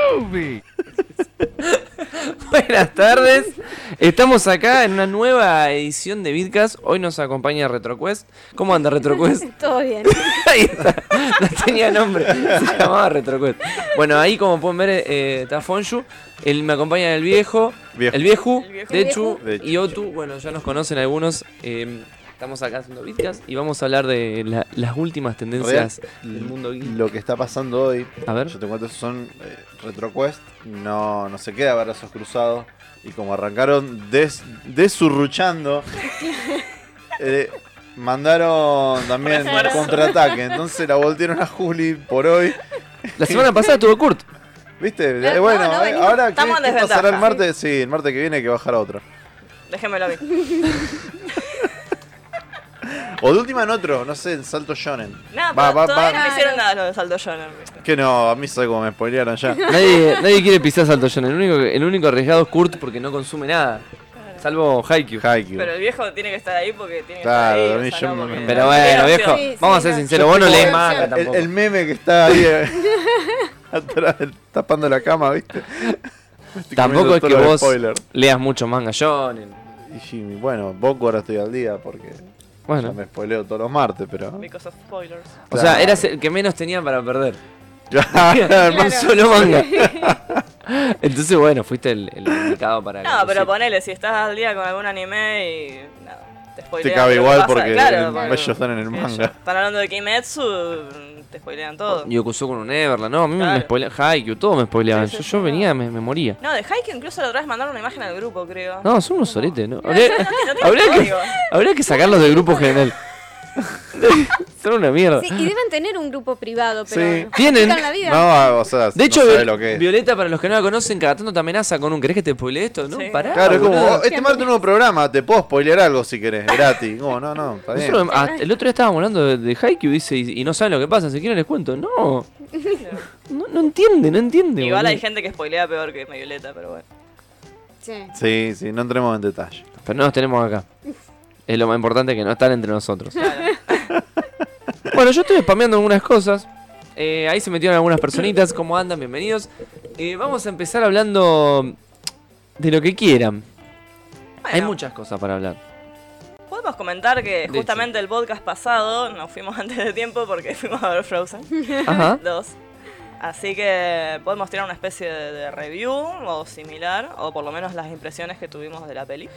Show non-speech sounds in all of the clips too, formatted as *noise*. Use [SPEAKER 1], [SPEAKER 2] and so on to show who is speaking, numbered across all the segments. [SPEAKER 1] Groovy.
[SPEAKER 2] Buenas tardes. Estamos acá en una nueva edición de Vidcast. Hoy nos acompaña RetroQuest. ¿Cómo anda RetroQuest?
[SPEAKER 3] *laughs* Todo bien.
[SPEAKER 2] Ahí está. No tenía nombre. Se llamaba RetroQuest. Bueno, ahí como pueden ver eh, está Fonshu. Él me acompaña el viejo.
[SPEAKER 1] Viejo.
[SPEAKER 2] El viejo.
[SPEAKER 3] El viejo.
[SPEAKER 2] Dechu
[SPEAKER 1] Dechu.
[SPEAKER 2] y Otu. Bueno, ya nos conocen algunos. Eh, estamos acá haciendo Vidcast y vamos a hablar de la- las últimas tendencias del mundo geek.
[SPEAKER 1] Lo que está pasando hoy,
[SPEAKER 2] A ver.
[SPEAKER 1] yo te cuento, son eh, RetroQuest, no, no se queda brazos cruzados. Y como arrancaron des,
[SPEAKER 4] *laughs*
[SPEAKER 1] desurruchando, eh, mandaron también
[SPEAKER 3] Refuerzo.
[SPEAKER 1] contraataque. Entonces la voltearon a Juli por hoy.
[SPEAKER 2] La semana pasada estuvo Kurt.
[SPEAKER 1] ¿Viste?
[SPEAKER 4] Eh,
[SPEAKER 1] Eh, bueno,
[SPEAKER 4] no, no,
[SPEAKER 1] eh,
[SPEAKER 4] venimos-
[SPEAKER 1] ahora ¿qué,
[SPEAKER 4] estamos en
[SPEAKER 1] qué
[SPEAKER 4] desventaja.
[SPEAKER 1] pasará el martes? Sí, el martes que viene hay que bajar a otro.
[SPEAKER 4] Déjemelo a mí.
[SPEAKER 1] O de última en otro, no sé, en Salto Shonen.
[SPEAKER 4] Nada,
[SPEAKER 1] Va, va,
[SPEAKER 4] todavía
[SPEAKER 1] va.
[SPEAKER 4] no me hicieron nada lo de Saldo Shonen.
[SPEAKER 1] Que no, a mí sabe cómo me spoilearon
[SPEAKER 4] *laughs*
[SPEAKER 1] ya.
[SPEAKER 2] Nadie, nadie quiere pisar Salto John. El único, el único arriesgado es Kurt porque no consume nada. Salvo Haikyuu.
[SPEAKER 1] Haikyuu.
[SPEAKER 4] Pero el viejo tiene que estar ahí porque tiene que
[SPEAKER 1] Claro,
[SPEAKER 4] estar
[SPEAKER 1] a mí
[SPEAKER 4] ahí. o sea,
[SPEAKER 1] yo
[SPEAKER 4] no,
[SPEAKER 1] me-
[SPEAKER 4] porque-
[SPEAKER 2] Pero bueno, viejo,
[SPEAKER 3] Sí, sí,
[SPEAKER 2] vamos a ser
[SPEAKER 3] no.
[SPEAKER 2] sinceros, vos no
[SPEAKER 3] Yo
[SPEAKER 2] lees
[SPEAKER 3] tengo
[SPEAKER 2] manga
[SPEAKER 3] el-
[SPEAKER 1] El,
[SPEAKER 2] tampoco.
[SPEAKER 1] el meme que está ahí eh, *laughs* atrás, del- tapando la cama, ¿viste? Me estoy comiendo
[SPEAKER 2] tampoco es
[SPEAKER 1] todos
[SPEAKER 2] que
[SPEAKER 1] los
[SPEAKER 2] vos
[SPEAKER 1] spoilers.
[SPEAKER 2] leas mucho manga shonen.
[SPEAKER 1] Y Jimmy, bueno, Boku ahora estoy al día porque ya
[SPEAKER 2] Bueno,
[SPEAKER 1] me spoileo todos los martes, pero. *laughs*
[SPEAKER 4] Because of spoilers.
[SPEAKER 2] o sea, eras el que menos tenía para perder.
[SPEAKER 4] *laughs*
[SPEAKER 1] Claro,
[SPEAKER 2] Un solo manga. *laughs* Entonces, bueno, fuiste el, el indicado para...
[SPEAKER 4] No,
[SPEAKER 2] conducir.
[SPEAKER 4] pero ponele, si estás al día con algún anime y. Nada, te
[SPEAKER 1] Te
[SPEAKER 4] spoilean.
[SPEAKER 1] cabe
[SPEAKER 4] lo que
[SPEAKER 1] igual
[SPEAKER 4] pasa.
[SPEAKER 1] porque
[SPEAKER 4] Claro,
[SPEAKER 1] el-
[SPEAKER 4] porque-
[SPEAKER 1] ellos están en el
[SPEAKER 4] ellos
[SPEAKER 1] manga.
[SPEAKER 4] Están hablando de Kimetsu, mm, te spoilean todo.
[SPEAKER 2] Yokuzu con un Everland, no, a mí me
[SPEAKER 4] Claro.
[SPEAKER 2] spoileaban, Haikyuu, todo me spoileaban.
[SPEAKER 4] Sí, sí,
[SPEAKER 2] yo
[SPEAKER 4] sí,
[SPEAKER 2] yo
[SPEAKER 4] no.
[SPEAKER 2] venía, me, me moría.
[SPEAKER 4] No, de Haikyuu incluso la otra vez mandaron una imagen al grupo, creo.
[SPEAKER 2] No, son unos soretes, ¿no?
[SPEAKER 4] no,
[SPEAKER 2] Habría,
[SPEAKER 4] no tiene
[SPEAKER 2] habría que,
[SPEAKER 4] código.
[SPEAKER 2] habría que sacarlos del grupo general. *laughs* son una mierda.
[SPEAKER 3] Sí, y deben tener un grupo privado, pero
[SPEAKER 1] Sí.
[SPEAKER 3] nos
[SPEAKER 2] Tienen.
[SPEAKER 3] complican la vida.
[SPEAKER 1] No, ah, o sea,
[SPEAKER 2] De hecho,
[SPEAKER 1] no sabe
[SPEAKER 2] Vi-
[SPEAKER 1] lo que es.
[SPEAKER 2] Violeta, para los que no la conocen, cada tanto te amenaza con un ¿querés que te spoile esto? No,
[SPEAKER 4] Sí.
[SPEAKER 2] pará.
[SPEAKER 1] Claro, es como,
[SPEAKER 2] boludo.
[SPEAKER 1] oh, este martes nuevo programa, te puedo spoilear algo si querés, gratis. No, no, no, está bien.
[SPEAKER 2] Nosotros, hasta el otro día estábamos hablando de, de Haikyuu dice, y, y no saben lo que pasa, si quieren les cuento. No, *laughs* no, no entiende, no entiende.
[SPEAKER 4] Igual
[SPEAKER 2] boludo.
[SPEAKER 4] hay gente que spoilea peor que me Violeta, pero bueno.
[SPEAKER 3] Sí.
[SPEAKER 1] Sí, sí, no entremos en detalle.
[SPEAKER 2] Pero no los tenemos acá. Es lo más importante que no están entre nosotros.
[SPEAKER 1] *laughs*
[SPEAKER 4] Claro.
[SPEAKER 2] Bueno, yo estoy spameando algunas cosas. Eh, ahí se metieron algunas personitas. ¿Cómo andan? Bienvenidos. Eh, vamos a empezar hablando de lo que quieran. Hay
[SPEAKER 4] Bueno.
[SPEAKER 2] muchas cosas para
[SPEAKER 4] *laughs*
[SPEAKER 2] hablar.
[SPEAKER 4] Podemos comentar que
[SPEAKER 2] hecho.
[SPEAKER 4] justamente el podcast pasado nos fuimos *laughs* antes de tiempo porque fuimos a ver Frozen
[SPEAKER 2] Ajá.
[SPEAKER 4] 2. Así que podemos tirar una especie de, de review o similar, o por lo menos las impresiones que tuvimos de la peli.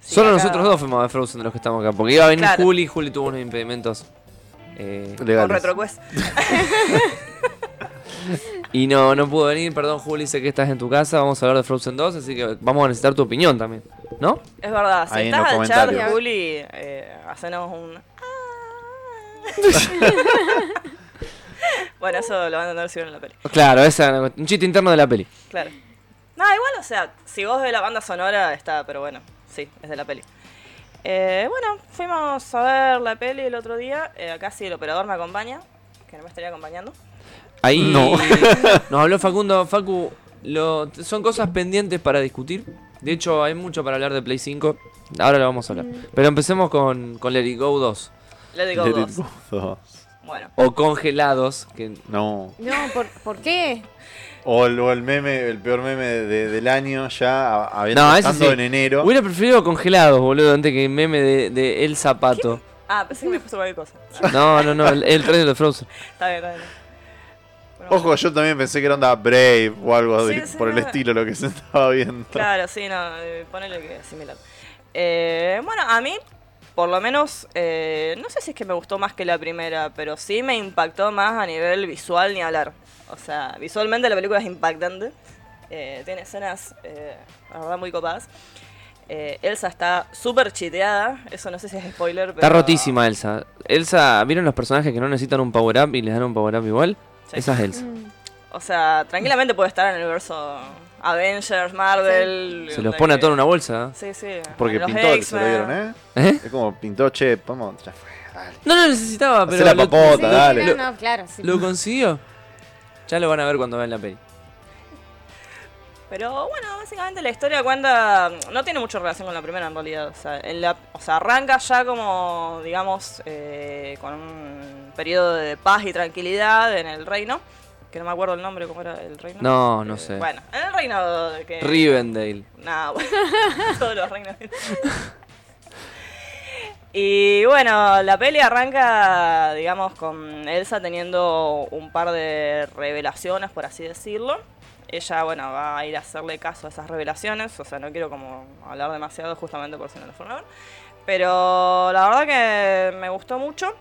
[SPEAKER 4] Sí,
[SPEAKER 2] Solo
[SPEAKER 4] acá-
[SPEAKER 2] nosotros dos fuimos de Frozen de los que estamos acá. Porque iba a venir
[SPEAKER 4] Claro.
[SPEAKER 2] Juli, Juli tuvo unos impedimentos. eh,
[SPEAKER 4] Con
[SPEAKER 1] Legales.
[SPEAKER 4] RetroQuest.
[SPEAKER 2] y no, no pudo venir. Perdón, Juli, sé que estás en tu casa. Vamos a hablar de Frozen 2, así que vamos a necesitar tu opinión también. ¿No?
[SPEAKER 4] Es verdad, si
[SPEAKER 1] Ahí en
[SPEAKER 4] estás
[SPEAKER 1] los
[SPEAKER 4] al chat,
[SPEAKER 1] comentarios.
[SPEAKER 4] Juli, eh, hacenos un.
[SPEAKER 1] *laughs*
[SPEAKER 4] bueno, eso lo van a tener si ven la peli.
[SPEAKER 2] Claro, esa era una- un chiste interno de la peli.
[SPEAKER 4] Claro. No, igual, o sea, si vos ves la banda sonora, está, pero bueno, sí, es de la peli. Eh, bueno, fuimos a ver la peli el otro día. eh, acá sí el operador me acompaña, que no me estaría acompañando.
[SPEAKER 2] Ahí
[SPEAKER 1] No.
[SPEAKER 2] nos habló Facundo. Facu, lo- son cosas pendientes para discutir. De hecho, hay mucho para hablar de Play 5. Ahora lo vamos a hablar. Pero empecemos con, con Let It Go 2.
[SPEAKER 4] Le digo
[SPEAKER 1] Let it
[SPEAKER 4] dos.
[SPEAKER 1] go, dos.
[SPEAKER 4] Bueno,
[SPEAKER 2] O Congelados, que
[SPEAKER 1] No.
[SPEAKER 3] No, ¿por, ¿por qué?
[SPEAKER 1] O el, o el meme, el peor meme de- del año ya, a- habiendo
[SPEAKER 2] No, eso
[SPEAKER 1] estando
[SPEAKER 2] sí.
[SPEAKER 1] en enero.
[SPEAKER 2] Hubiera preferido congelados, boludo, antes que el meme de, de El Zapato.
[SPEAKER 4] ah, pensé que me puso cualquier *laughs* cosa.
[SPEAKER 2] No, no, no, el, el trailer de Frozen.
[SPEAKER 4] Está bien, está bien. Bueno,
[SPEAKER 1] Ojo, yo también pensé que era onda Brave o algo
[SPEAKER 4] Sí,
[SPEAKER 1] de-
[SPEAKER 4] sí,
[SPEAKER 1] por el
[SPEAKER 4] no.
[SPEAKER 1] estilo lo que se estaba viendo.
[SPEAKER 4] Claro, sí, no, eh, ponele que es similar. Eh, bueno, a mí, por lo menos, eh, no sé si es que me gustó más que la primera, pero sí me impactó más a nivel visual ni hablar. O sea, visualmente la película es impactante. Eh, tiene escenas, eh, la verdad, muy copadas. Eh, Elsa está súper chiteada, eso no sé si es spoiler, pero...
[SPEAKER 2] Está rotísima Elsa. Elsa, ¿vieron los personajes que no necesitan un power up y les dan un power up igual?
[SPEAKER 4] Sí.
[SPEAKER 2] Esa es Elsa.
[SPEAKER 4] O sea, tranquilamente puede estar en el universo Avengers, Marvel...
[SPEAKER 2] Se los pone a todo en
[SPEAKER 4] todos
[SPEAKER 2] una bolsa.
[SPEAKER 4] Sí, sí.
[SPEAKER 1] Porque
[SPEAKER 4] en los
[SPEAKER 1] pintó, se lo
[SPEAKER 4] X-Men.
[SPEAKER 1] vieron, ¿eh?
[SPEAKER 2] ¿Eh?
[SPEAKER 1] Es como pintó, che, vamos, ya fue, dale.
[SPEAKER 2] No lo necesitaba, pero.
[SPEAKER 1] Hacé la
[SPEAKER 2] lo-
[SPEAKER 1] papota,
[SPEAKER 3] Sí,
[SPEAKER 1] dale.
[SPEAKER 3] No, no, claro,
[SPEAKER 2] *laughs*
[SPEAKER 3] sí.
[SPEAKER 2] ¿Lo consiguió? Ya lo van a ver cuando vean la peli.
[SPEAKER 4] Pero bueno, básicamente la historia cuenta. No tiene mucha relación con la primera en realidad. O sea, en la- o sea, arranca ya como, digamos, eh, con un periodo de paz y tranquilidad en el reino. que no me acuerdo el nombre, ¿cómo era el reino?
[SPEAKER 2] No, no
[SPEAKER 4] Eh,
[SPEAKER 2] sé.
[SPEAKER 4] Bueno, en el reino de que...
[SPEAKER 2] Rivendale.
[SPEAKER 4] *laughs* No, bueno, todos los reinos. *laughs* Y bueno, la peli arranca, digamos, con Elsa teniendo un par de revelaciones, por así decirlo. Ella, bueno, va a ir a hacerle caso a esas revelaciones, o sea, no quiero como hablar demasiado justamente por si no lo fueron a ver. Pero la verdad que me gustó mucho.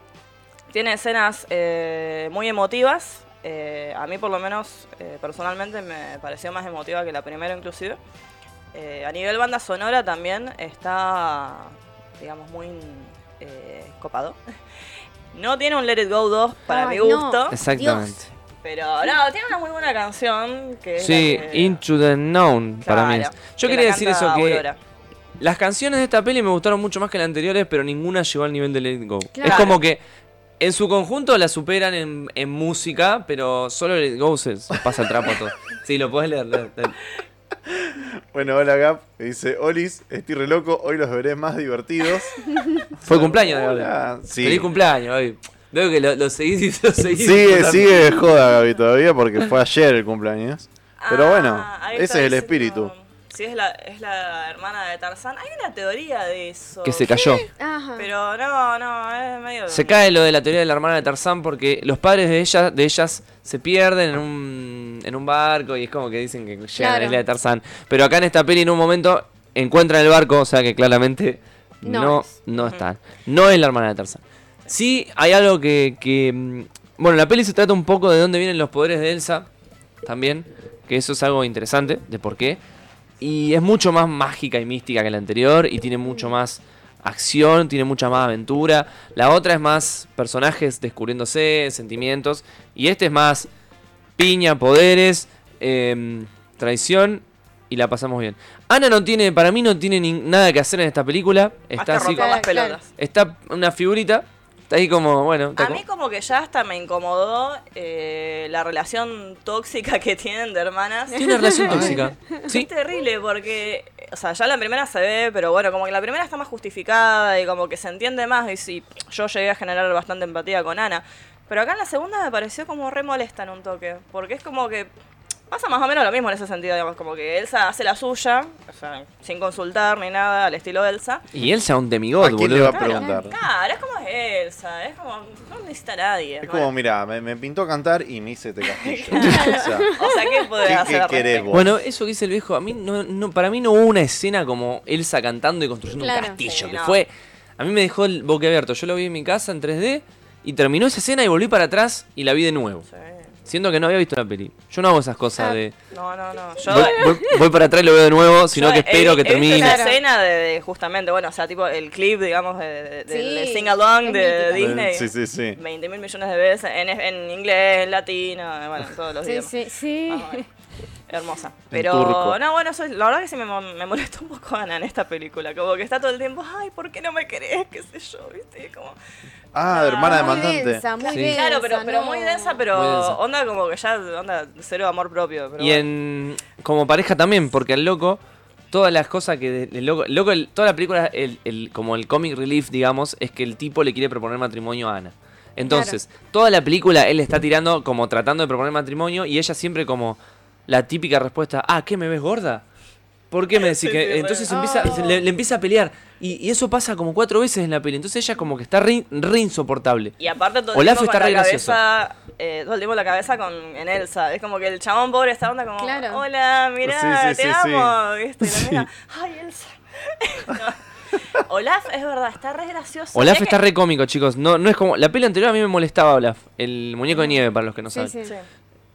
[SPEAKER 4] Tiene escenas eh, muy emotivas. Eh, a mí por lo menos, eh, personalmente, me pareció más emotiva que la primera inclusive. Eh, a nivel banda sonora también está, digamos, muy eh, copado. *laughs* No tiene un Let It Go 2 para
[SPEAKER 3] Ay,
[SPEAKER 4] mi gusto,
[SPEAKER 3] no.
[SPEAKER 2] Exactamente.
[SPEAKER 4] pero no, tiene una muy buena canción que es
[SPEAKER 2] Sí,
[SPEAKER 4] la que-
[SPEAKER 2] Into the Known para mí es.
[SPEAKER 4] Eh, Claro,
[SPEAKER 2] Yo
[SPEAKER 4] que la
[SPEAKER 2] quería decir
[SPEAKER 4] canta
[SPEAKER 2] eso, que
[SPEAKER 4] Aurora.
[SPEAKER 2] las canciones de esta peli me gustaron mucho más que las anteriores, pero ninguna llegó al nivel de Let It Go. Es
[SPEAKER 3] Claro.
[SPEAKER 2] como que en su conjunto la superan en, en música, pero solo Let It Go se se pasa el trapo a
[SPEAKER 4] *laughs*
[SPEAKER 2] todo. Sí, lo podés leer. leer,
[SPEAKER 1] *laughs*
[SPEAKER 2] leer.
[SPEAKER 1] Bueno, hola Gap. Dice, Olis, estoy re loco, hoy los veré
[SPEAKER 2] *laughs*
[SPEAKER 1] más divertidos.
[SPEAKER 2] Fue cumpleaños de Gabriel.
[SPEAKER 1] Hola. Sí.
[SPEAKER 2] Feliz cumpleaños, Gaby. Veo que lo, lo seguís y lo seguís.
[SPEAKER 1] Sigue,
[SPEAKER 2] disfrutando.
[SPEAKER 1] sigue de joda, Gaby, todavía, porque fue ayer el cumpleaños. Pero
[SPEAKER 4] Ah,
[SPEAKER 1] bueno,
[SPEAKER 4] ahí
[SPEAKER 1] ese
[SPEAKER 4] está
[SPEAKER 1] es el
[SPEAKER 4] diciendo-
[SPEAKER 1] espíritu.
[SPEAKER 4] Sí, es la, es la hermana de Tarzán. Hay una teoría de eso.
[SPEAKER 2] Que se cayó.
[SPEAKER 3] Ajá.
[SPEAKER 4] Pero no, no, es medio...
[SPEAKER 2] Se cae lo de la teoría de la hermana de Tarzán porque los padres de ellas, de ellas se pierden en un, en un barco y es como que dicen que llegan a la
[SPEAKER 3] Claro.
[SPEAKER 2] isla de Tarzán. Pero acá en esta peli en un momento encuentran el barco, o sea que claramente no,
[SPEAKER 3] No
[SPEAKER 2] no,
[SPEAKER 3] es.
[SPEAKER 2] están. No es la hermana de Tarzán. Sí, hay algo que, que, mm, Bueno, la peli se trata un poco de dónde vienen los poderes de Elsa también, que eso es algo interesante, de por qué. Y es mucho más mágica y mística que la anterior y tiene mucho
[SPEAKER 3] Mm.
[SPEAKER 2] más acción, tiene mucha más aventura. La otra es más personajes descubriéndose, sentimientos. Y este es más piña, poderes, em, traición y la pasamos bien. Ana no tiene, para mí no tiene ni- nada que hacer en esta película. Está
[SPEAKER 4] Hasta
[SPEAKER 2] así,
[SPEAKER 4] romper
[SPEAKER 3] Claro,
[SPEAKER 4] las
[SPEAKER 3] claro.
[SPEAKER 4] pelotas.
[SPEAKER 2] está una figurita, está ahí como, bueno, está
[SPEAKER 4] A
[SPEAKER 2] como-
[SPEAKER 4] mí como que ya hasta me incomodó eh, la relación tóxica *laughs* que tienen de hermanas.
[SPEAKER 2] tiene una
[SPEAKER 4] *laughs*
[SPEAKER 2] relación tóxica. ¿Sí?
[SPEAKER 4] Es terrible porque, o sea, ya la primera se ve, pero bueno, como que la primera está más justificada y como que se entiende más y sí, yo llegué a generar bastante empatía con Ana. Pero acá en la segunda me pareció como re molesta en un toque, porque es como que pasa más o menos lo mismo en ese sentido, digamos, como que Elsa hace la suya, o sea, sin consultar ni nada, al estilo Elsa.
[SPEAKER 2] Y Elsa un
[SPEAKER 1] ¿A
[SPEAKER 2] demigod,
[SPEAKER 1] quién le va
[SPEAKER 2] boludo.
[SPEAKER 1] a preguntar?
[SPEAKER 4] Claro, es como es Elsa, es como, no necesita a nadie.
[SPEAKER 1] Es
[SPEAKER 4] Bueno,
[SPEAKER 1] como, mira, me, me pintó cantar y me hice te castillo. *laughs* O sea,
[SPEAKER 4] O sea, ¿qué puede
[SPEAKER 1] ¿qué-
[SPEAKER 4] hacer?
[SPEAKER 1] ¿qué
[SPEAKER 4] al
[SPEAKER 1] querés
[SPEAKER 4] respecto?
[SPEAKER 1] vos?
[SPEAKER 2] Bueno, eso que dice el viejo, a mí no, no- para mí no hubo una escena como Elsa cantando y construyendo un
[SPEAKER 3] Claro.
[SPEAKER 2] castillo,
[SPEAKER 4] Sí,
[SPEAKER 2] que
[SPEAKER 4] no.
[SPEAKER 2] fue a mí me dejó el boquiabierto. Yo lo vi en mi casa en 3D y terminó esa escena y volví para atrás y la vi de nuevo.
[SPEAKER 4] Sí.
[SPEAKER 2] Siento que no había visto la peli. Yo no hago esas cosas
[SPEAKER 3] Ah,
[SPEAKER 2] de
[SPEAKER 4] No, no, no. Yo,
[SPEAKER 2] voy, voy- voy para atrás y lo veo de nuevo, sino
[SPEAKER 4] Yo
[SPEAKER 2] que
[SPEAKER 4] he-
[SPEAKER 2] espero que
[SPEAKER 4] he visto
[SPEAKER 2] termine.
[SPEAKER 4] esa
[SPEAKER 3] Claro.
[SPEAKER 4] escena de, de justamente, bueno, o sea, tipo el clip, digamos, de, de- de-
[SPEAKER 3] Sí,
[SPEAKER 4] del sing along
[SPEAKER 3] es
[SPEAKER 4] de
[SPEAKER 3] mítica.
[SPEAKER 4] Disney.
[SPEAKER 1] eh, Sí, sí, sí.
[SPEAKER 4] 20 mil millones de veces en, en inglés, en latino, eh, bueno, en todos los
[SPEAKER 3] Sí,
[SPEAKER 4] idiomas.
[SPEAKER 3] sí, sí.
[SPEAKER 4] Ah, bueno. Hermosa. Pero
[SPEAKER 1] turco.
[SPEAKER 4] no, bueno, eso es- la verdad que sí me, mo- me molesta un poco Ana en esta película. Como que está todo el tiempo, ay, ¿por qué no me querés? ¿Qué sé yo? ¿Viste? Como,
[SPEAKER 1] Ah, hermana
[SPEAKER 4] Ah,
[SPEAKER 3] Muy
[SPEAKER 1] demandante.
[SPEAKER 3] densa, muy
[SPEAKER 2] Sí.
[SPEAKER 3] densa.
[SPEAKER 4] claro, pero, pero
[SPEAKER 3] no.
[SPEAKER 4] muy densa, pero
[SPEAKER 2] Muy densa.
[SPEAKER 4] onda como que ya, onda cero amor propio. pero
[SPEAKER 2] Y
[SPEAKER 4] bueno.
[SPEAKER 2] en como pareja también, porque el loco, todas las cosas que de- el loco, el loco el- toda la película, el, el- como el comic relief, digamos, es que el tipo le quiere proponer matrimonio a Ana. Entonces, toda la película él está tirando como tratando de proponer matrimonio y ella siempre como la típica respuesta, ah, ¿qué me ves gorda? ¿Por qué me decís
[SPEAKER 4] *laughs* Sí, sí,
[SPEAKER 2] que?
[SPEAKER 4] re. Ah.
[SPEAKER 2] Entonces empieza, se le, le empieza a pelear. Y, y eso pasa como cuatro veces en la peli. Entonces ella como que está re, re insoportable.
[SPEAKER 4] Y aparte todo el
[SPEAKER 2] Olaf
[SPEAKER 4] tiempo
[SPEAKER 2] está
[SPEAKER 4] con
[SPEAKER 2] re
[SPEAKER 4] la
[SPEAKER 2] gracioso.
[SPEAKER 4] cabeza, eh, todo el tiempo la cabeza con en Elsa. Es como que el chabón pobre está onda como,
[SPEAKER 3] Claro.
[SPEAKER 4] hola, mirá,
[SPEAKER 1] Sí, sí,
[SPEAKER 4] te
[SPEAKER 1] sí, sí.
[SPEAKER 4] amo. ¿viste? Y la mina, ay, Elsa. *laughs* No. Olaf, es verdad, está re gracioso.
[SPEAKER 2] Olaf
[SPEAKER 4] Es
[SPEAKER 2] está
[SPEAKER 4] que-
[SPEAKER 2] re cómico, chicos. No, no es como. La peli anterior a mí me molestaba Olaf, el muñeco de nieve, para los que no
[SPEAKER 3] Mm. Sí,
[SPEAKER 2] saben.
[SPEAKER 3] sí.
[SPEAKER 4] Sí.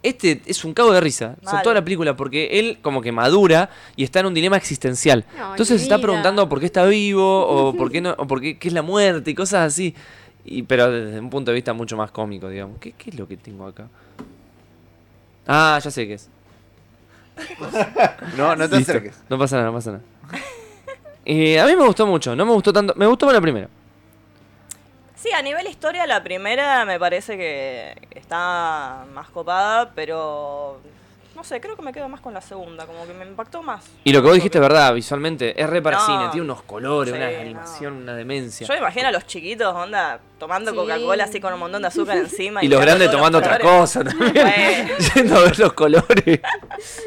[SPEAKER 2] Este es un cago de risa. O sea,
[SPEAKER 4] Mal.
[SPEAKER 2] toda la película, porque él como que madura y está en un dilema existencial.
[SPEAKER 3] Ay,
[SPEAKER 2] Entonces se está
[SPEAKER 3] vida.
[SPEAKER 2] preguntando por qué está
[SPEAKER 3] *laughs*
[SPEAKER 2] vivo, o por qué no, o por qué, qué es la muerte y cosas así. Y, pero desde un punto de vista mucho más cómico, digamos. ¿Qué, qué es lo que tengo acá? Ah, ya sé qué es.
[SPEAKER 1] No, no te
[SPEAKER 2] Listo.
[SPEAKER 1] acerques.
[SPEAKER 2] No pasa nada, no pasa nada. *laughs* Eh, a mí me gustó mucho, no me gustó tanto. Me gustó más la primera.
[SPEAKER 4] Sí, a nivel historia, la primera me parece que está más copada, pero No sé, creo que me quedo más con la segunda, como que me impactó más.
[SPEAKER 2] Y lo que vos dijiste es verdad, visualmente. Es re para
[SPEAKER 4] No.
[SPEAKER 2] cine, tiene unos colores,
[SPEAKER 4] Sí,
[SPEAKER 2] una
[SPEAKER 4] no.
[SPEAKER 2] animación, una demencia.
[SPEAKER 4] Yo me imagino a los chiquitos, onda, tomando
[SPEAKER 3] Sí.
[SPEAKER 4] Coca-Cola así con un montón
[SPEAKER 2] *laughs*
[SPEAKER 4] de azúcar encima.
[SPEAKER 2] Y los
[SPEAKER 4] mirando
[SPEAKER 2] grandes
[SPEAKER 4] todos
[SPEAKER 2] tomando otra
[SPEAKER 4] colores.
[SPEAKER 2] cosa también.
[SPEAKER 4] Bueno.
[SPEAKER 2] *laughs* Yendo a ver los colores.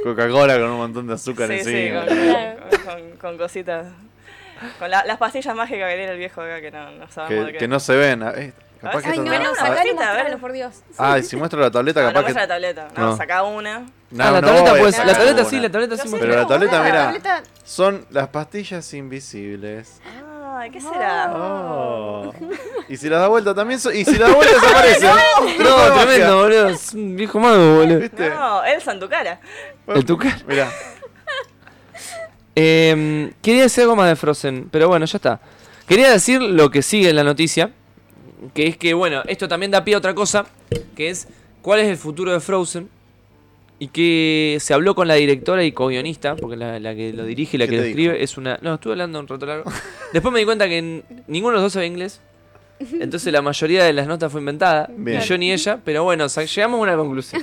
[SPEAKER 1] Coca-Cola con un montón de azúcar
[SPEAKER 4] Sí, sí,
[SPEAKER 1] encima.
[SPEAKER 4] con,
[SPEAKER 3] Claro.
[SPEAKER 4] con- con- con cositas. Con la- las pastillas mágicas que tiene el viejo acá que no, no sabemos de
[SPEAKER 1] que,
[SPEAKER 4] qué.
[SPEAKER 1] que no se ven. Eh, capaz que
[SPEAKER 3] Ay, no,
[SPEAKER 1] esto
[SPEAKER 4] Tenés
[SPEAKER 1] no-
[SPEAKER 3] no,
[SPEAKER 4] una
[SPEAKER 3] sacalo,
[SPEAKER 4] bolsita, a ver.
[SPEAKER 3] mostralo, por Dios.
[SPEAKER 1] Ah, si muestro la tableta,
[SPEAKER 4] Ah, no
[SPEAKER 1] capaz que.
[SPEAKER 4] muestra la tableta. No,
[SPEAKER 1] No.
[SPEAKER 4] saca una.
[SPEAKER 1] No,
[SPEAKER 2] ah, la
[SPEAKER 1] no
[SPEAKER 2] tableta,
[SPEAKER 1] voy a
[SPEAKER 2] pues.
[SPEAKER 1] sacar
[SPEAKER 2] La tableta sí,
[SPEAKER 1] ninguna.
[SPEAKER 2] la tableta sí.
[SPEAKER 4] Yo
[SPEAKER 2] me
[SPEAKER 4] sé
[SPEAKER 1] Pero la
[SPEAKER 4] Pero
[SPEAKER 1] tableta,
[SPEAKER 4] la
[SPEAKER 1] mira,
[SPEAKER 3] Tableta-
[SPEAKER 1] son las pastillas invisibles.
[SPEAKER 4] Ay,
[SPEAKER 2] Ah.
[SPEAKER 4] ¿qué será?
[SPEAKER 1] Oh. Y si las da vuelta también. so- y si las da vuelta desaparecen.
[SPEAKER 2] No, tremendo, boludo. Es un viejo mago, boludo.
[SPEAKER 1] *laughs* ¿Viste?
[SPEAKER 4] No, Elsa en tu cara.
[SPEAKER 2] El Tucán.
[SPEAKER 1] Mirá.
[SPEAKER 2] Em, quería decir algo más de Frozen, pero bueno, ya está. Quería decir lo que sigue en la noticia, que es que, bueno, esto también da pie a otra cosa, que es cuál es el futuro de Frozen. Y que se habló con la directora y co-guionista, porque la, la que lo dirige y la
[SPEAKER 1] ¿Qué
[SPEAKER 2] que lo
[SPEAKER 1] te dijo?
[SPEAKER 2] escribe es una... No, estuve hablando un rato largo. Después me di cuenta que n- ninguno de los dos sabe inglés. Entonces la mayoría de las notas fue inventada,
[SPEAKER 1] Bien.
[SPEAKER 2] ni yo ni ella, pero bueno, sa- llegamos a una conclusión.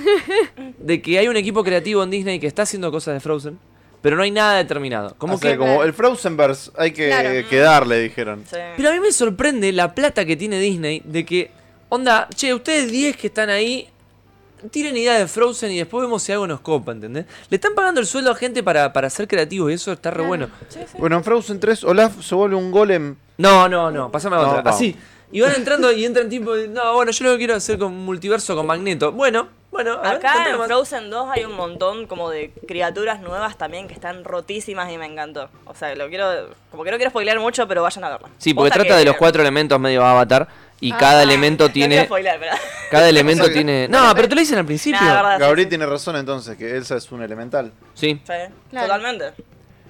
[SPEAKER 2] De que hay un equipo creativo en Disney que está haciendo cosas de Frozen, pero no hay nada determinado. Como
[SPEAKER 1] O sea,
[SPEAKER 2] que,
[SPEAKER 1] como el Frozenverse hay que
[SPEAKER 3] Claro.
[SPEAKER 1] eh, quedarle, dijeron.
[SPEAKER 4] Sí.
[SPEAKER 2] Pero a mí me sorprende la plata que tiene Disney de que, onda, che, ustedes 10 que están ahí, tiren idea de Frozen y después vemos si algo nos copa, ¿entendés? Le están pagando el sueldo a gente para, para ser creativos y eso está re bueno.
[SPEAKER 1] Bueno, en Frozen 3, Olaf se vuelve un golem.
[SPEAKER 2] No, no, no, pasame a
[SPEAKER 1] No,
[SPEAKER 2] otra.
[SPEAKER 1] no.
[SPEAKER 2] Así. Y van entrando y entran tipo, de, no, bueno, yo lo que quiero hacer con multiverso, con Magneto. Bueno, bueno, a ver,
[SPEAKER 4] Acá
[SPEAKER 2] contame
[SPEAKER 4] en
[SPEAKER 2] más.
[SPEAKER 4] Frozen 2 hay un montón como de criaturas nuevas también que están rotísimas y me encantó. O sea, lo quiero. Como que no quiero spoilear mucho, pero vayan a verla.
[SPEAKER 2] Sí, porque
[SPEAKER 4] Posta
[SPEAKER 2] trata
[SPEAKER 4] que- Ah,
[SPEAKER 2] de los cuatro elementos medio avatar y cada elemento
[SPEAKER 4] *laughs* No quiero
[SPEAKER 2] tiene...
[SPEAKER 4] spoilear, pero.
[SPEAKER 1] *laughs*
[SPEAKER 2] Cada elemento
[SPEAKER 1] sea que-
[SPEAKER 2] tiene... No, pero te lo dicen al principio.
[SPEAKER 4] *laughs* Nada, verdad.
[SPEAKER 1] Gabriel tiene razón entonces, que Elsa es un elemental.
[SPEAKER 2] Sí.
[SPEAKER 4] Sí,
[SPEAKER 3] Claro.
[SPEAKER 4] totalmente.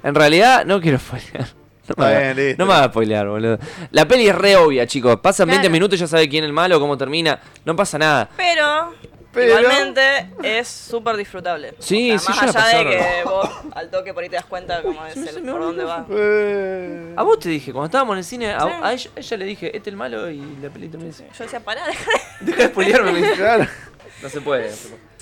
[SPEAKER 2] En realidad, no quiero spoilear. No me,
[SPEAKER 1] Está
[SPEAKER 2] haga-
[SPEAKER 1] bien, listo.
[SPEAKER 2] no me haga spoilear, boludo. La peli es re obvia, chicos. Pasan 20
[SPEAKER 3] Claro.
[SPEAKER 2] minutos y ya sabe quién es el malo, cómo termina. No pasa nada.
[SPEAKER 4] Pero,
[SPEAKER 1] Pero-
[SPEAKER 4] igualmente es súper disfrutable.
[SPEAKER 2] Sí,
[SPEAKER 4] O sea,
[SPEAKER 2] sí,
[SPEAKER 4] Más
[SPEAKER 2] yo la
[SPEAKER 4] allá de
[SPEAKER 2] pasé
[SPEAKER 4] que vos al toque por ahí te das cuenta cómo es el, por dónde va.
[SPEAKER 1] Eh.
[SPEAKER 2] A vos te dije, cuando estábamos en el cine, a,
[SPEAKER 4] Sí.
[SPEAKER 2] a ella, ella le dije, este es el malo y la peli termina así. *laughs*
[SPEAKER 4] Yo decía, pará, deja
[SPEAKER 2] Deja de spoilearme,
[SPEAKER 1] *laughs*
[SPEAKER 2] me dice.
[SPEAKER 1] *laughs* Claro.
[SPEAKER 2] No se puede.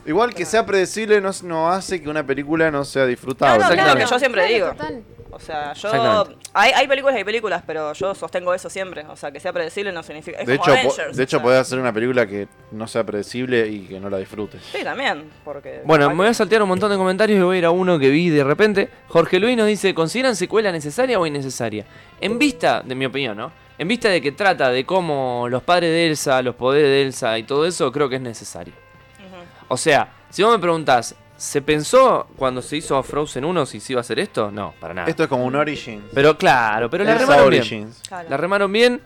[SPEAKER 1] Igual que sea predecible no, no hace que una película no sea
[SPEAKER 4] No,
[SPEAKER 1] disfrutable.
[SPEAKER 4] no, claro,
[SPEAKER 2] Exactamente.
[SPEAKER 4] que yo siempre
[SPEAKER 3] Claro,
[SPEAKER 4] digo.
[SPEAKER 3] total.
[SPEAKER 4] O sea, yo.
[SPEAKER 2] Exactamente.
[SPEAKER 4] Hay, hay películas y películas, pero yo sostengo eso siempre. O sea, que sea predecible no significa. Es
[SPEAKER 1] De
[SPEAKER 4] como
[SPEAKER 1] hecho, po-
[SPEAKER 4] Avengers,
[SPEAKER 1] de hecho
[SPEAKER 4] o sea.
[SPEAKER 1] podés hacer una película que no sea predecible y que no la disfrutes.
[SPEAKER 4] Sí, también. Porque
[SPEAKER 2] Bueno,
[SPEAKER 4] capaz
[SPEAKER 2] me voy a saltear un montón de comentarios y voy a ir a uno que vi de repente. Jorge Luis nos dice, ¿consideran secuela necesaria o innecesaria? En vista, de mi opinión, ¿no? En vista de que trata de cómo los padres de Elsa, los poderes de Elsa y todo eso, creo que es necesario.
[SPEAKER 4] que- Ujú.
[SPEAKER 2] O sea, si vos me preguntás, ¿se pensó cuando se hizo Frozen 1 si se iba a hacer esto? No, para nada.
[SPEAKER 1] Esto es como un Origins.
[SPEAKER 2] Ah. Pero claro, pero la
[SPEAKER 1] Elsa
[SPEAKER 2] remaron bien.
[SPEAKER 1] Origins.
[SPEAKER 4] Claro,
[SPEAKER 2] La remaron bien.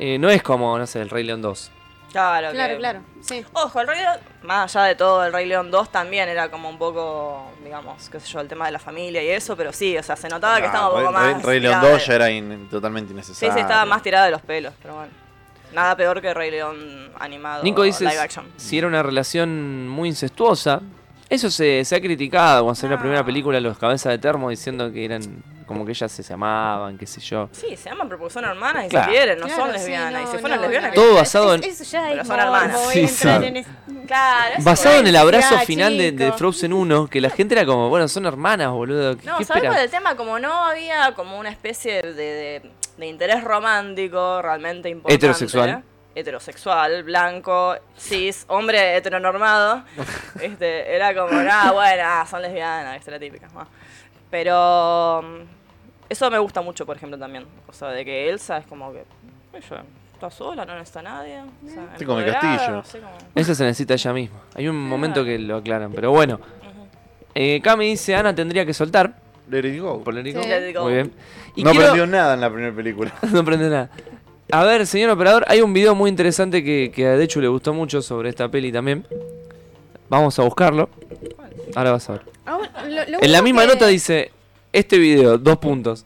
[SPEAKER 2] Eh, no es como, no sé, el Rey León 2.
[SPEAKER 4] claro. que-
[SPEAKER 3] Claro, claro. Sí.
[SPEAKER 4] Ojo, el Rey León, más allá de todo, el Rey León 2 también era como un poco, digamos, qué sé yo, el tema de la familia y eso, pero sí, o sea, se notaba Ah, que estaba un poco
[SPEAKER 1] Ah, Rey,
[SPEAKER 4] más.
[SPEAKER 1] Rey- Rey León
[SPEAKER 4] tirada
[SPEAKER 1] 2
[SPEAKER 4] de-
[SPEAKER 1] ya era in- totalmente
[SPEAKER 4] Sí,
[SPEAKER 1] innecesario.
[SPEAKER 4] sí, estaba más tirada de los pelos, pero bueno. Nada peor que Rey León animado.
[SPEAKER 2] Nico dice
[SPEAKER 4] live action.
[SPEAKER 2] si era una relación muy incestuosa. Eso se, se ha criticado cuando salió la
[SPEAKER 4] No.
[SPEAKER 2] primera película Los Cabezas de Termo diciendo que eran como que ellas se amaban, qué sé yo.
[SPEAKER 4] Sí, se llaman porque son hermanas y
[SPEAKER 2] Claro.
[SPEAKER 4] se quieren, no
[SPEAKER 3] Claro,
[SPEAKER 4] son
[SPEAKER 3] sí,
[SPEAKER 4] lesbianas. y
[SPEAKER 3] no,
[SPEAKER 4] si fueran
[SPEAKER 3] no,
[SPEAKER 4] lesbianas,
[SPEAKER 3] no.
[SPEAKER 2] Todo basado en-
[SPEAKER 3] Es- Eso ya
[SPEAKER 4] Pero
[SPEAKER 3] es
[SPEAKER 4] son
[SPEAKER 3] morbo,
[SPEAKER 4] hermanas.
[SPEAKER 3] voy
[SPEAKER 2] Sí,
[SPEAKER 3] a entrar
[SPEAKER 2] sí.
[SPEAKER 3] en es-
[SPEAKER 4] Claro, eso
[SPEAKER 2] Basado en el abrazo
[SPEAKER 3] Ya,
[SPEAKER 2] final de, de
[SPEAKER 3] chico.
[SPEAKER 2] Frozen 1, que la gente era como, bueno, son hermanas, boludo. ¿Qué,
[SPEAKER 4] No,
[SPEAKER 2] qué
[SPEAKER 4] ¿sabes
[SPEAKER 2] esperas?
[SPEAKER 4] cuál es el tema? Como no había como una especie de, de- de interés romántico realmente importante.
[SPEAKER 2] Heterosexual.
[SPEAKER 4] Heterosexual, blanco, cis,
[SPEAKER 2] *laughs*
[SPEAKER 4] hombre heteronormado. este, era como, ah, bueno, ah, son lesbianas, esta es la típica. ¿no? Pero mm, eso me gusta mucho, por ejemplo, también. O sea, de que Elsa es como que, ella está sola, no necesita a nadie. o sea,
[SPEAKER 1] Estoy con el
[SPEAKER 4] empoderada,
[SPEAKER 1] castillo.
[SPEAKER 4] así como-
[SPEAKER 2] Esa se necesita ella misma. Hay un momento que lo aclaran, pero bueno. Eh, Cami dice, Ana tendría que soltar.
[SPEAKER 1] Let it go.
[SPEAKER 2] Por el
[SPEAKER 3] Sí.
[SPEAKER 4] Let it go.
[SPEAKER 2] Muy bien. Y
[SPEAKER 1] No
[SPEAKER 2] quiero-
[SPEAKER 1] aprendió nada en la primera película.
[SPEAKER 2] *laughs* no aprendió nada. A ver, señor operador, hay un video muy interesante que, que a Dechu le gustó mucho sobre esta peli también. Vamos a buscarlo. Ahora vas a ver.
[SPEAKER 3] Ahora, Ah, lo- lo
[SPEAKER 2] En la
[SPEAKER 3] único
[SPEAKER 2] misma
[SPEAKER 3] que-
[SPEAKER 2] nota dice, este video, dos puntos.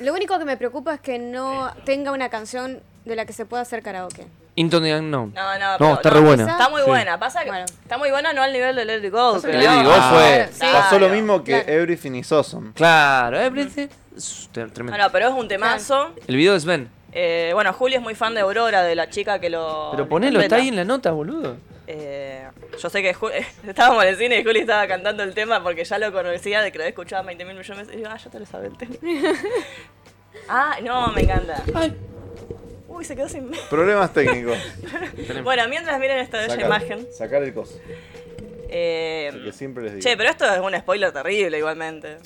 [SPEAKER 3] Lo único que me preocupa es que no tenga una canción de la que se pueda hacer karaoke.
[SPEAKER 2] Into the Unknown.
[SPEAKER 4] No, no,
[SPEAKER 2] No,
[SPEAKER 4] pero
[SPEAKER 2] está re buena.
[SPEAKER 4] Está muy
[SPEAKER 2] Sí.
[SPEAKER 4] buena. Pasa que
[SPEAKER 3] Bueno.
[SPEAKER 4] está muy buena no al nivel de Let It Go.
[SPEAKER 1] Pasa que
[SPEAKER 4] pero-
[SPEAKER 2] Let It Go
[SPEAKER 4] Ah,
[SPEAKER 2] fue-
[SPEAKER 3] Sí.
[SPEAKER 4] claro.
[SPEAKER 1] Pasó lo mismo que
[SPEAKER 3] Claro.
[SPEAKER 1] Everything is Awesome.
[SPEAKER 2] Claro, eh, Brete. Es tre-
[SPEAKER 4] No,
[SPEAKER 2] tremendo.
[SPEAKER 4] no, pero es un temazo.
[SPEAKER 2] El video es Ben.
[SPEAKER 4] Eh, bueno, Julio es muy fan de Aurora, de la chica que lo.
[SPEAKER 2] Pero ponelo,
[SPEAKER 4] interpreta.
[SPEAKER 2] está ahí en la nota, boludo.
[SPEAKER 4] Eh, yo sé que Ju- *laughs* estábamos en el cine y Juli estaba cantando el tema porque ya lo conocía, de que lo había escuchado 20 mil millones. Y yo, ah, ya te lo sabía
[SPEAKER 1] *laughs*
[SPEAKER 4] el tema. ah, no, me encanta. Uy, se quedó sin.
[SPEAKER 1] Problemas técnicos.
[SPEAKER 4] *laughs* bueno, mientras miren esta bella
[SPEAKER 1] Sacar-
[SPEAKER 4] imagen.
[SPEAKER 1] Sacar el coso.
[SPEAKER 4] eh,
[SPEAKER 1] el que siempre les digo.
[SPEAKER 4] che, pero esto es un spoiler terrible igualmente.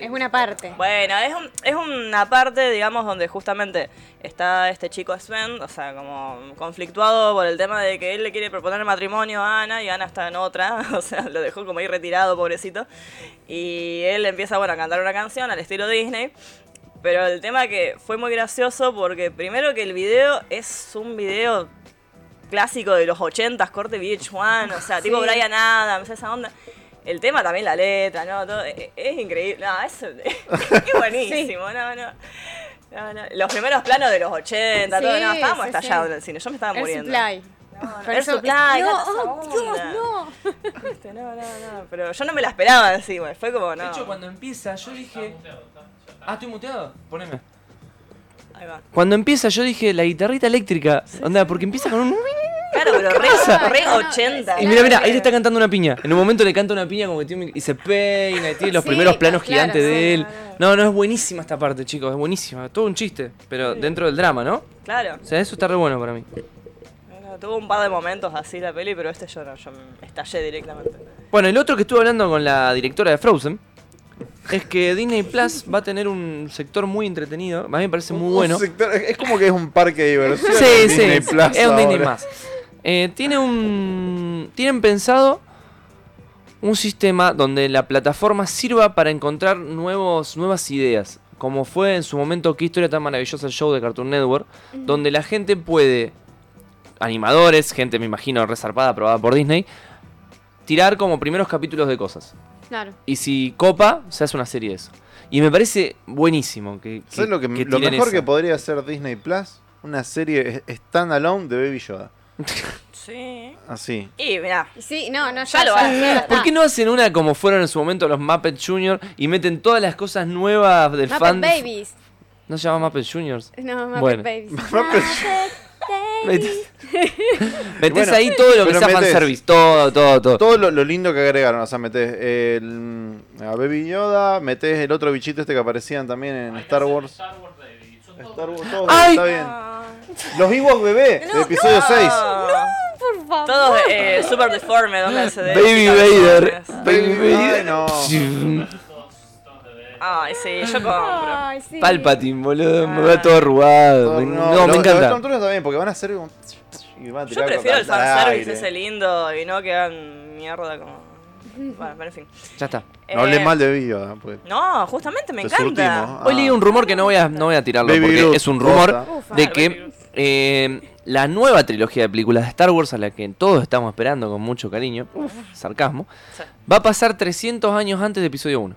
[SPEAKER 3] Es una parte.
[SPEAKER 4] Bueno, es, un- es una parte, digamos, donde justamente está este chico Sven, o sea, como conflictuado por el tema de que él le quiere proponer matrimonio a Ana y Ana está en otra, *laughs* o sea, lo dejó como ahí retirado, pobrecito. Y él empieza, bueno, a cantar una canción al estilo Disney. Pero el tema que fue muy gracioso porque primero que el video es un video clásico de los 80s, corte VH1, o sea, tipo
[SPEAKER 3] Sí.
[SPEAKER 4] Brian Adams, esa onda. El tema también, la letra, ¿no? Todo, es, es increíble. No, es, es buenísimo, no, no. No, no. Los primeros planos de los 80, todo,
[SPEAKER 3] Sí,
[SPEAKER 4] no, estábamos
[SPEAKER 3] sí,
[SPEAKER 4] estallados
[SPEAKER 3] sí.
[SPEAKER 4] en el cine, yo me estaba
[SPEAKER 3] El
[SPEAKER 4] muriendo.
[SPEAKER 3] supply.
[SPEAKER 4] no, Air Supply,
[SPEAKER 3] No,
[SPEAKER 4] gata, esa
[SPEAKER 3] oh, Dios,
[SPEAKER 4] onda.
[SPEAKER 3] no.
[SPEAKER 4] Este, no, no, no, pero yo no me la esperaba encima, fue como, no.
[SPEAKER 2] De hecho, cuando empieza, yo dije. Ah, estoy muteado. Poneme.
[SPEAKER 4] Ahí va.
[SPEAKER 2] Cuando empieza, yo dije la guitarrita eléctrica. Onda, porque empieza con un.
[SPEAKER 4] Claro, pero re,
[SPEAKER 3] pasa?
[SPEAKER 4] re
[SPEAKER 3] No, no,
[SPEAKER 4] 80.
[SPEAKER 2] Y mira, mira, ahí le está cantando una piña. En un momento le canta una piña como que tiene, y se peina y tiene los
[SPEAKER 3] Sí,
[SPEAKER 2] primeros planos
[SPEAKER 3] claro,
[SPEAKER 2] gigantes de
[SPEAKER 3] sí,
[SPEAKER 2] él. No, no, es buenísima esta parte, chicos, es buenísima. Todo un chiste, pero dentro del drama, ¿no?
[SPEAKER 4] Claro.
[SPEAKER 2] O sea, eso está re bueno para mí.
[SPEAKER 4] Bueno, tuvo un par de momentos así la peli, pero este yo no, yo me estallé directamente.
[SPEAKER 2] Bueno, el otro que estuve hablando con la directora de Frozen es que Disney Plus va a tener un sector muy entretenido. A mí me parece muy
[SPEAKER 1] Un
[SPEAKER 2] bueno.
[SPEAKER 1] sector- es es como que es un parque de diversión.
[SPEAKER 2] Sí,
[SPEAKER 1] en
[SPEAKER 2] sí,
[SPEAKER 1] Disney
[SPEAKER 2] sí,
[SPEAKER 1] Plus
[SPEAKER 2] es un Disney
[SPEAKER 1] ahora.
[SPEAKER 2] más. Eh, tiene un, tienen pensado un sistema donde la plataforma sirva para encontrar nuevos, nuevas ideas. Como fue en su momento Qué historia tan maravillosa el show de Cartoon Network, donde la gente puede, animadores, gente me imagino resarpada, aprobada por Disney, tirar como primeros capítulos de cosas.
[SPEAKER 3] Claro.
[SPEAKER 2] Y si copa, se hace una serie de eso. Y me parece buenísimo que... que-
[SPEAKER 1] ¿Sabes lo, que, lo
[SPEAKER 2] tiren
[SPEAKER 1] mejor
[SPEAKER 2] esa.
[SPEAKER 1] que podría hacer Disney Plus? Una serie es- standalone de Baby Yoda.
[SPEAKER 4] Sí.
[SPEAKER 1] Así.
[SPEAKER 4] Y mirá,
[SPEAKER 3] Y Sí, no, no, ya,
[SPEAKER 4] Ya lo hacen.
[SPEAKER 3] ya
[SPEAKER 2] ¿Por qué
[SPEAKER 3] está.
[SPEAKER 2] no hacen una como fueron en su momento los Muppet Juniors y meten todas las cosas nuevas del
[SPEAKER 3] Muppet
[SPEAKER 2] fan?
[SPEAKER 3] Babies.
[SPEAKER 2] No se llama Muppet
[SPEAKER 3] *laughs*
[SPEAKER 2] Juniors.
[SPEAKER 3] No, Muppet
[SPEAKER 2] Bueno. *laughs*
[SPEAKER 3] Babies.
[SPEAKER 4] Ah.
[SPEAKER 2] Metes, metes
[SPEAKER 1] Bueno,
[SPEAKER 2] ahí todo lo que
[SPEAKER 1] pero
[SPEAKER 2] sea
[SPEAKER 1] metes-
[SPEAKER 2] fanservice, todo, todo, todo.
[SPEAKER 1] Todo lo, lo lindo que agregaron, o sea, metés el, a Baby Yoda, metés el otro bichito este que aparecían también en Star Wars. Star Wars, todos,
[SPEAKER 2] ¡Ay!
[SPEAKER 1] está bien.
[SPEAKER 4] Ah.
[SPEAKER 1] Los Ewoks bebé, de episodio 6.
[SPEAKER 3] Por favor.
[SPEAKER 4] Todos eh, super deforme, ¿dónde hace de
[SPEAKER 2] Baby
[SPEAKER 4] chicas
[SPEAKER 2] Vader.
[SPEAKER 4] deformes.
[SPEAKER 2] Baby
[SPEAKER 1] Baby-
[SPEAKER 2] Vader.
[SPEAKER 1] Ay, no.
[SPEAKER 2] Pshum.
[SPEAKER 4] Ay, sí, yo compro.
[SPEAKER 3] Ay, sí.
[SPEAKER 2] *laughs* Palpatine, boludo. Me veo todo arrugado. Me- No, me
[SPEAKER 1] los- Los
[SPEAKER 2] encanta.
[SPEAKER 1] Stormtroopers está bien, porque van a ser como... y van a
[SPEAKER 4] Yo
[SPEAKER 1] tirar
[SPEAKER 4] prefiero el
[SPEAKER 1] cosas al
[SPEAKER 4] fanservice
[SPEAKER 1] aire.
[SPEAKER 4] ese lindo y no que hagan mierda como. Bueno, pero en fin.
[SPEAKER 2] Ya está.
[SPEAKER 1] *laughs* No hables
[SPEAKER 4] Eh,
[SPEAKER 1] mal de Baby Yoda, pues.
[SPEAKER 4] No, justamente me
[SPEAKER 1] Te
[SPEAKER 4] encanta.
[SPEAKER 1] surtimos.
[SPEAKER 2] Hoy leí un rumor que no voy a, no voy a tirarlo
[SPEAKER 1] Ah. Baby
[SPEAKER 2] porque
[SPEAKER 1] Groot,
[SPEAKER 2] es un rumor
[SPEAKER 1] posta.
[SPEAKER 3] Ufa.
[SPEAKER 2] de que eh, la nueva trilogía de películas de Star Wars, a la que todos estamos esperando con mucho cariño, sarcasmo,
[SPEAKER 4] Sí.
[SPEAKER 2] va a pasar 300 años antes de episodio 1.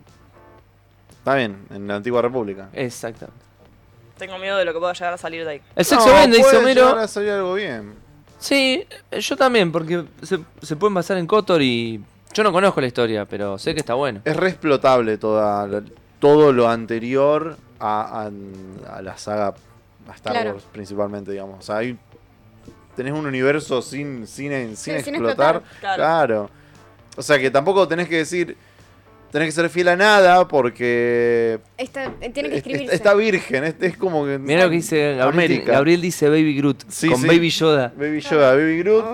[SPEAKER 1] Está bien, en la Antigua República.
[SPEAKER 2] Exactamente.
[SPEAKER 4] Tengo miedo de lo que pueda llegar a salir de ahí.
[SPEAKER 2] El sexo
[SPEAKER 1] No,
[SPEAKER 2] vende, dice
[SPEAKER 1] puede
[SPEAKER 2] Homero.
[SPEAKER 1] llegar a salir algo bien.
[SPEAKER 2] Sí, eh, yo también, porque se, se pueden basar en Kotor y... Yo no conozco la historia, pero sé que está bueno.
[SPEAKER 1] Es re explotable toda, la- todo lo anterior a, a- a la saga a Star
[SPEAKER 3] Claro.
[SPEAKER 1] Wars principalmente, digamos. O sea, hay- tenés un universo sin, sin, sin,
[SPEAKER 3] Sí, sin
[SPEAKER 1] explotar.
[SPEAKER 4] explotar.
[SPEAKER 1] Claro.
[SPEAKER 4] Claro.
[SPEAKER 1] O sea que tampoco tenés que decir, tenés que ser fiel a nada porque
[SPEAKER 3] Está- tiene que
[SPEAKER 1] es- es-
[SPEAKER 3] escribirse.
[SPEAKER 1] Este, está virgen, este es, es como que...
[SPEAKER 2] Mira lo que dice Gabriel.
[SPEAKER 1] América.
[SPEAKER 2] Gabriel dice Baby Groot
[SPEAKER 1] Sí,
[SPEAKER 2] con
[SPEAKER 1] sí.
[SPEAKER 2] Baby Yoda.
[SPEAKER 1] Baby Yoda, Baby Groot,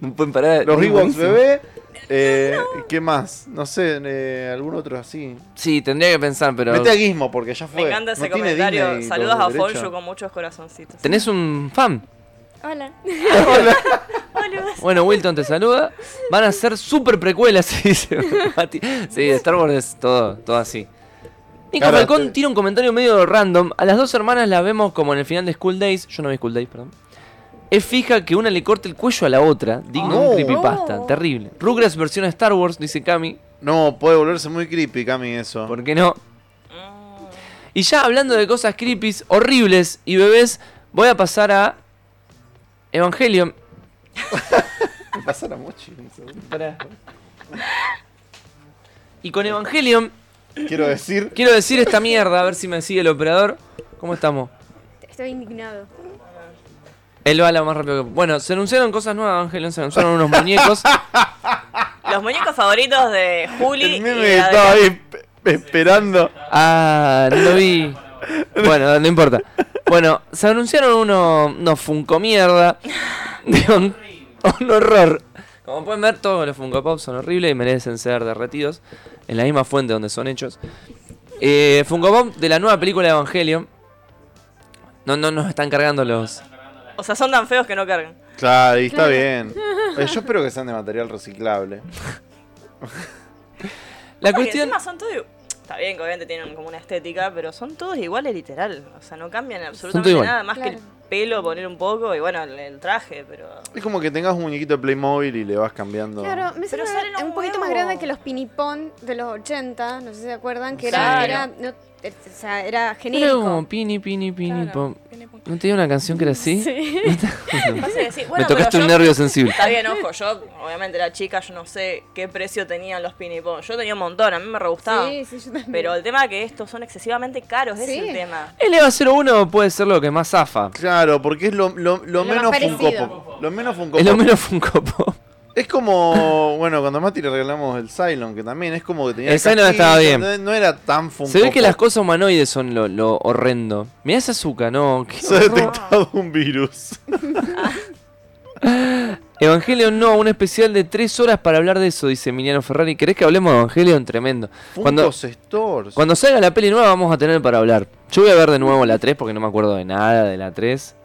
[SPEAKER 2] No pueden parar.
[SPEAKER 1] los
[SPEAKER 2] es
[SPEAKER 1] Ewoks
[SPEAKER 2] Ah, buenísimo.
[SPEAKER 1] bebé, eh, ¿qué más? No sé, eh, algún otro así.
[SPEAKER 2] Sí, tendría que pensar, pero...
[SPEAKER 1] Mete a Gizmo porque ya fue.
[SPEAKER 4] Me encanta ese
[SPEAKER 1] No tiene
[SPEAKER 4] comentario.
[SPEAKER 1] Disney
[SPEAKER 4] Saludos
[SPEAKER 1] los
[SPEAKER 4] a
[SPEAKER 1] derechos.
[SPEAKER 4] Fonju con muchos corazoncitos.
[SPEAKER 2] ¿Tenés un fan?
[SPEAKER 3] Hola. *laughs*
[SPEAKER 2] Bueno, Wilton te saluda. Van a ser super precuelas, *laughs* se dice Mati. Sí, de Star Wars es todo, todo así. Nico
[SPEAKER 1] Claro,
[SPEAKER 2] Falcón
[SPEAKER 1] te-
[SPEAKER 2] tira un comentario medio random. A las dos hermanas la vemos como en el final de School Days. Yo no vi School Days, perdón. Es fija que una le corta el cuello a la otra. Digno de
[SPEAKER 1] No.
[SPEAKER 2] un creepypasta.
[SPEAKER 3] No.
[SPEAKER 2] Terrible. Rugrats versión Star Wars, dice Cami.
[SPEAKER 1] No, puede volverse muy creepy, Cami, eso.
[SPEAKER 2] ¿Por qué no?
[SPEAKER 4] Mm.
[SPEAKER 2] Y ya hablando de cosas creepy, horribles y bebés, voy a pasar a
[SPEAKER 1] *laughs*
[SPEAKER 2] Evangelion.
[SPEAKER 1] Me pasara mucho. un segundo.
[SPEAKER 2] Y con Evangelion
[SPEAKER 1] Quiero decir,
[SPEAKER 2] Quiero decir esta mierda, a ver si me sigue el operador. ¿Cómo estamos?
[SPEAKER 3] Estoy indignado.
[SPEAKER 2] Él va lo más rápido que. Bueno, se anunciaron cosas nuevas, Ángel. Se anunciaron unos muñecos.
[SPEAKER 4] Los muñecos favoritos de Juli.
[SPEAKER 1] El meme
[SPEAKER 4] y
[SPEAKER 1] que
[SPEAKER 4] la de-
[SPEAKER 1] estaba ahí pe- esperando.
[SPEAKER 2] Ah, no lo vi. Bueno, no importa. Bueno, se anunciaron uno, unos Funko mierda. De un, un horror. Como pueden ver, todos los Funko Pop son horribles y merecen ser derretidos en la misma fuente donde son hechos. Eh, Funko Pop de la nueva película de Evangelion. No, no nos están cargando los.
[SPEAKER 4] O sea, son tan feos que no cargan.
[SPEAKER 1] Claro, y
[SPEAKER 3] *laughs*
[SPEAKER 1] está bien. Eh, yo espero que sean de material reciclable.
[SPEAKER 2] La
[SPEAKER 4] Porque
[SPEAKER 2] cuestión.
[SPEAKER 4] encima son todos. Está bien que obviamente tienen como una estética, pero son todos iguales literal. O sea, no cambian absolutamente
[SPEAKER 2] iguales.
[SPEAKER 4] nada más que
[SPEAKER 3] Claro.
[SPEAKER 4] el pelo, poner un poco y bueno, el, el traje,
[SPEAKER 2] *laughs*
[SPEAKER 4] pero.
[SPEAKER 1] Es como que tengas un muñequito de Playmobil y le vas cambiando.
[SPEAKER 3] Claro, me
[SPEAKER 4] Pero
[SPEAKER 3] sale
[SPEAKER 4] salen
[SPEAKER 3] un
[SPEAKER 4] un
[SPEAKER 3] poquito más
[SPEAKER 4] huevo.
[SPEAKER 3] grande que los pinipón de los 80, no sé si se acuerdan, que
[SPEAKER 4] Claro.
[SPEAKER 3] era, era, no- eh, o sea, era
[SPEAKER 2] Era
[SPEAKER 3] genérico.
[SPEAKER 2] como pini, pini, pini, pom. ¿No tenía una canción que era así?
[SPEAKER 3] *laughs*
[SPEAKER 4] Pasa que sí,
[SPEAKER 2] Me
[SPEAKER 4] bueno, pero
[SPEAKER 2] tocaste un
[SPEAKER 4] yo-
[SPEAKER 2] nervio sensible.
[SPEAKER 4] Está bien, ojo, yo obviamente era chica, yo no sé qué precio tenían los pinipón. Yo tenía un montón, a mí me re gustaban.
[SPEAKER 3] Sí, sí, yo también.
[SPEAKER 4] Pero el tema que estos son excesivamente caros, ese es
[SPEAKER 3] Sí.
[SPEAKER 4] el tema.
[SPEAKER 2] El EVA 01 puede ser lo que más zafa.
[SPEAKER 1] Claro, porque es lo, lo- lo
[SPEAKER 3] más
[SPEAKER 1] menos Funko
[SPEAKER 3] parecido.
[SPEAKER 1] Pop. Lo menos Funko
[SPEAKER 2] Es lo
[SPEAKER 1] Pop.
[SPEAKER 2] menos Funko Pop.
[SPEAKER 1] Es como, bueno, cuando a Mati le regalamos el Cylon, que también es como que tenía...
[SPEAKER 2] El Cylon
[SPEAKER 1] cajita,
[SPEAKER 2] estaba bien.
[SPEAKER 1] No, no era tan Funko
[SPEAKER 2] Se ve que las
[SPEAKER 1] Pop.
[SPEAKER 2] cosas humanoides son lo, lo horrendo. Mirá esa azúcar, no. qué
[SPEAKER 1] *laughs* Se ha detectado un virus.
[SPEAKER 2] Evangelion no, un especial de tres horas para hablar de eso, dice Emiliano Ferrari. ¿Querés que hablemos de Evangelion? Tremendo. Cuando,
[SPEAKER 1] Funko Stores.
[SPEAKER 2] cuando salga la peli nueva vamos a tener para hablar. Yo voy a ver de nuevo la 3 porque no me acuerdo de nada de la 3.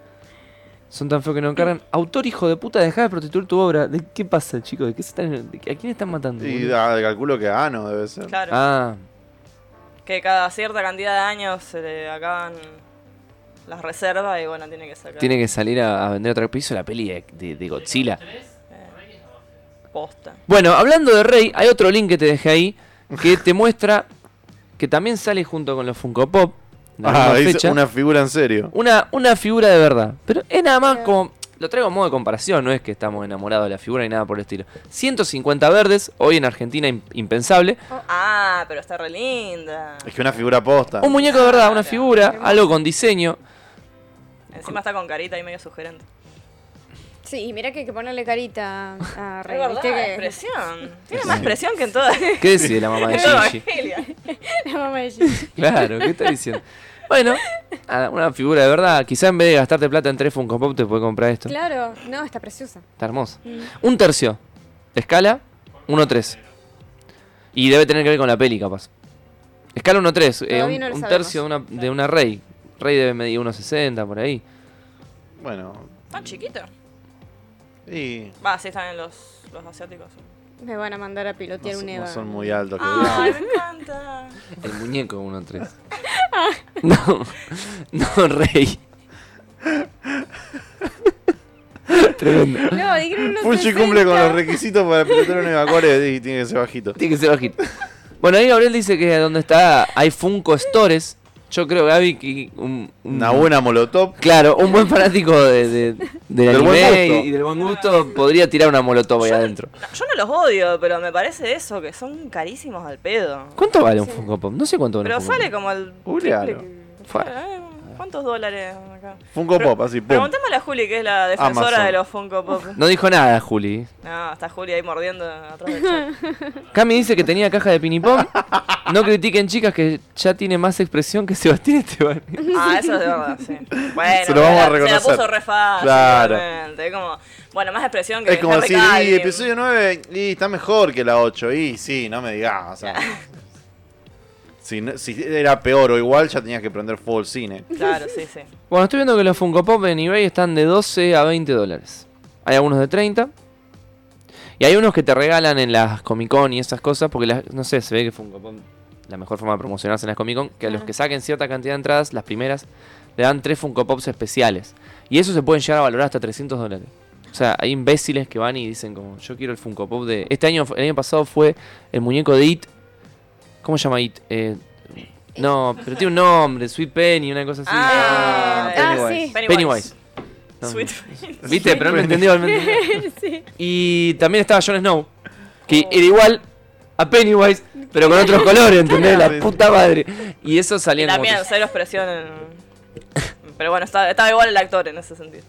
[SPEAKER 2] Son tan feos que no encargan. Autor, hijo de puta, deja de prostituir tu obra. ¿De qué pasa, chicos? ¿De qué se están, de qué- ¿A quién están matando?
[SPEAKER 1] Y
[SPEAKER 2] boludo?
[SPEAKER 1] da- calculo que ah, no debe ser.
[SPEAKER 4] Claro.
[SPEAKER 2] Ah,
[SPEAKER 4] Que cada cierta cantidad de años se le acaban las reservas y bueno, tiene que sacar
[SPEAKER 2] tiene que salir a, a vender otro piso la peli de- de- de Godzilla.
[SPEAKER 4] posta.
[SPEAKER 2] Bueno, hablando de Rey, hay otro link que te dejé ahí que te muestra que también sale junto con los Funko Pop. en la
[SPEAKER 1] Ah,
[SPEAKER 2] misma
[SPEAKER 1] es
[SPEAKER 2] fecha,
[SPEAKER 1] una figura en serio.
[SPEAKER 2] una, una figura de verdad. Pero es nada más como. Lo traigo en modo de comparación, no es que estamos enamorados de la figura ni nada por el estilo. 150 verdes, hoy en Argentina im- impensable.
[SPEAKER 4] Ah, pero está re linda.
[SPEAKER 1] Es que una figura posta.
[SPEAKER 2] Un muñeco de verdad, una figura, algo con diseño.
[SPEAKER 4] Encima está con carita y medio sugerente.
[SPEAKER 3] Sí, y mira que hay que ponerle carita
[SPEAKER 4] *laughs*
[SPEAKER 3] a
[SPEAKER 4] Es
[SPEAKER 3] Rey.
[SPEAKER 4] verdad,
[SPEAKER 3] ¿viste que- *laughs*
[SPEAKER 4] expresión. Tiene más expresión que en toda. en
[SPEAKER 2] ¿Qué decide la mamá
[SPEAKER 4] *laughs*
[SPEAKER 2] de
[SPEAKER 4] todo
[SPEAKER 2] Gigi?
[SPEAKER 4] Evangelion.
[SPEAKER 3] La mamá de Gigi.
[SPEAKER 2] Claro, ¿qué está diciendo? Bueno, nada, una figura de verdad. Quizá en vez de gastarte plata en tres Funko Pop te puede comprar esto.
[SPEAKER 3] Claro, no, está preciosa.
[SPEAKER 2] Está hermoso.
[SPEAKER 3] Mm.
[SPEAKER 2] Un tercio. Escala 1-3. Y debe tener que ver con la peli, capaz. Escala 1-3. eh,
[SPEAKER 3] Todavía
[SPEAKER 2] un,
[SPEAKER 3] no lo
[SPEAKER 2] un
[SPEAKER 3] sabemos.
[SPEAKER 2] tercio de una, de una rey. Rey debe medir 1,60 por ahí.
[SPEAKER 1] Bueno,
[SPEAKER 4] Tan chiquito.
[SPEAKER 1] y
[SPEAKER 4] Va, sí están en los, los asiáticos.
[SPEAKER 3] Me van a mandar a
[SPEAKER 1] no,
[SPEAKER 3] pilotear un
[SPEAKER 1] son- no
[SPEAKER 3] Eva. Ah,
[SPEAKER 1] son muy altos. que
[SPEAKER 4] Ay, me encanta.
[SPEAKER 2] El muñeco
[SPEAKER 3] *laughs*
[SPEAKER 2] 1-3. No, no, rey. Tremendo.
[SPEAKER 3] No, dijeron
[SPEAKER 1] *laughs*
[SPEAKER 3] unos
[SPEAKER 1] Fulci cumple con
[SPEAKER 3] 60.
[SPEAKER 1] los requisitos para pilotar un evacuario y tiene que ser bajito.
[SPEAKER 2] Tiene que ser bajito. Bueno, ahí Gabriel dice que donde está hay Funko Stores. Yo creo, Gaby, que un, un-
[SPEAKER 1] Una buena molotov.
[SPEAKER 2] Claro, un buen fanático de, de- del
[SPEAKER 1] Del buen
[SPEAKER 2] anime
[SPEAKER 1] gusto.
[SPEAKER 2] y, y del buen gusto podría tirar una molotov ahí adentro.
[SPEAKER 4] No, yo no los odio, pero me parece eso, que son carísimos al pedo.
[SPEAKER 2] ¿Cuánto vale un Funko Pop? No sé cuánto vale
[SPEAKER 4] Pero
[SPEAKER 2] un Funko
[SPEAKER 4] sale
[SPEAKER 2] Pop.
[SPEAKER 4] como el.
[SPEAKER 1] Juliano.
[SPEAKER 4] triple que-
[SPEAKER 2] Fua.
[SPEAKER 4] Eh, ¿Cuántos dólares acá?
[SPEAKER 1] Funko
[SPEAKER 4] Pero-
[SPEAKER 1] Pop, así, pum.
[SPEAKER 4] Preguntémosle a Juli, que es la defensora
[SPEAKER 1] Amazon.
[SPEAKER 4] de los Funko Pop.
[SPEAKER 2] No dijo nada, Juli.
[SPEAKER 4] No, está Juli ahí mordiendo atrás del chat.
[SPEAKER 2] Cami dice que tenía caja de pinipón. No critiquen, chicas, que ya tiene más expresión que Sebastián Esteban.
[SPEAKER 4] Ah,
[SPEAKER 3] *laughs*
[SPEAKER 4] eso es de verdad, sí. Bueno,
[SPEAKER 1] Se lo vamos a
[SPEAKER 4] la-
[SPEAKER 1] reconocer.
[SPEAKER 4] Se la puso re fácil,
[SPEAKER 1] Claro.
[SPEAKER 4] obviamente. Es como, bueno, más expresión que
[SPEAKER 1] Es como
[SPEAKER 4] Henry
[SPEAKER 1] decir, y
[SPEAKER 4] Cavill.
[SPEAKER 1] episodio 9 y está mejor que la 8. Y sí, no me digas. O sea, si, no- si era peor o igual, ya tenías que prender fuego el cine.
[SPEAKER 4] Claro, sí, sí.
[SPEAKER 2] Bueno, estoy viendo que los Funko Pop en eBay están de 12 a 20 dólares. Hay algunos de 30. Y hay unos que te regalan en las Comic Con y esas cosas, porque las- no sé, se ve que Funko Pop, la mejor forma de promocionarse en las Comic Con, que a los que saquen cierta cantidad de entradas, las primeras, le dan tres Funko Pops especiales. Y eso se pueden llegar a valorar hasta 300 dólares. O sea, hay imbéciles que van y dicen como, yo quiero el Funko Pop de... Este año, el año pasado fue el muñeco de It. ¿Cómo se llama It? Eh, no, pero tiene un nombre, Sweet Penny, una cosa así.
[SPEAKER 4] Ah,
[SPEAKER 3] Ah, sí.
[SPEAKER 4] Pennywise.
[SPEAKER 2] Pennywise. No, *laughs*
[SPEAKER 4] Sweet
[SPEAKER 2] no. Viste, pero él me entendió. él me
[SPEAKER 3] *laughs*
[SPEAKER 2] entendió.
[SPEAKER 3] Sí.
[SPEAKER 2] Y también estaba Jon Snow, que
[SPEAKER 3] Oh.
[SPEAKER 2] era igual a Pennywise, pero con
[SPEAKER 3] *laughs*
[SPEAKER 2] otros colores, ¿entendés? La puta madre. Y eso salía
[SPEAKER 4] Y
[SPEAKER 2] en como
[SPEAKER 4] también,
[SPEAKER 2] tres-
[SPEAKER 4] cero expresión en- Pero bueno, está, estaba igual el actor en ese sentido.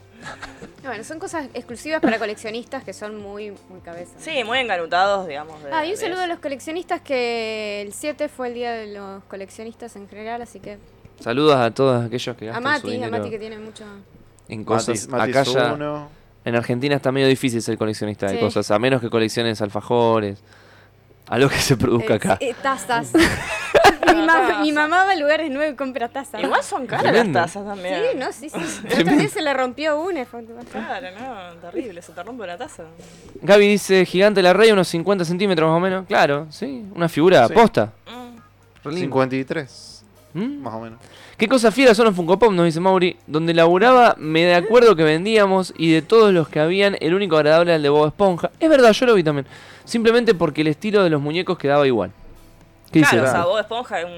[SPEAKER 3] Bueno, son cosas exclusivas para coleccionistas que son muy, muy cabezas.
[SPEAKER 4] Sí, muy enganutados, digamos. de-
[SPEAKER 3] Ah, y un
[SPEAKER 4] de
[SPEAKER 3] saludo a
[SPEAKER 4] eso.
[SPEAKER 3] los coleccionistas que el 7 fue el día de los coleccionistas en general, así que
[SPEAKER 2] Saludos a todos aquellos que
[SPEAKER 3] a
[SPEAKER 2] gastan su
[SPEAKER 3] Mati, a
[SPEAKER 2] dinero
[SPEAKER 3] Mati que tiene mucho
[SPEAKER 2] en cosas.
[SPEAKER 1] Mati- Mati
[SPEAKER 2] Acá
[SPEAKER 1] es
[SPEAKER 2] ya-
[SPEAKER 1] uno.
[SPEAKER 2] en Argentina está medio difícil ser coleccionista de
[SPEAKER 3] Sí.
[SPEAKER 2] cosas, a menos que colecciones alfajores, a lo que se produzca acá.
[SPEAKER 3] Eh, eh, tazas. mi, ma- mi mamá va a lugares nuevos y compra tazas.
[SPEAKER 4] Igual son caras las
[SPEAKER 2] Tremendo.
[SPEAKER 4] tazas también.
[SPEAKER 3] Sí, no, sí, sí. El otro día se le rompió una. fue-
[SPEAKER 4] Claro, no, terrible, se te rompe una taza.
[SPEAKER 2] Gaby dice, gigante la rey, unos 50 centímetros más o menos. Claro, sí, una figura
[SPEAKER 1] Sí.
[SPEAKER 2] posta.
[SPEAKER 4] Mm.
[SPEAKER 2] Re lindo.
[SPEAKER 1] 53,
[SPEAKER 2] ¿Mm?
[SPEAKER 1] más o menos.
[SPEAKER 2] ¿Qué cosas fieras son los Funko Pop? Nos dice Mauri. Donde laburaba, me de acuerdo que vendíamos y de todos los que habían, el único agradable era el de Bob Esponja. Es verdad, yo lo vi también. Simplemente porque el estilo de los muñecos quedaba igual. ¿Qué
[SPEAKER 4] Claro, o
[SPEAKER 2] dice?
[SPEAKER 4] sea, vos esponja es un-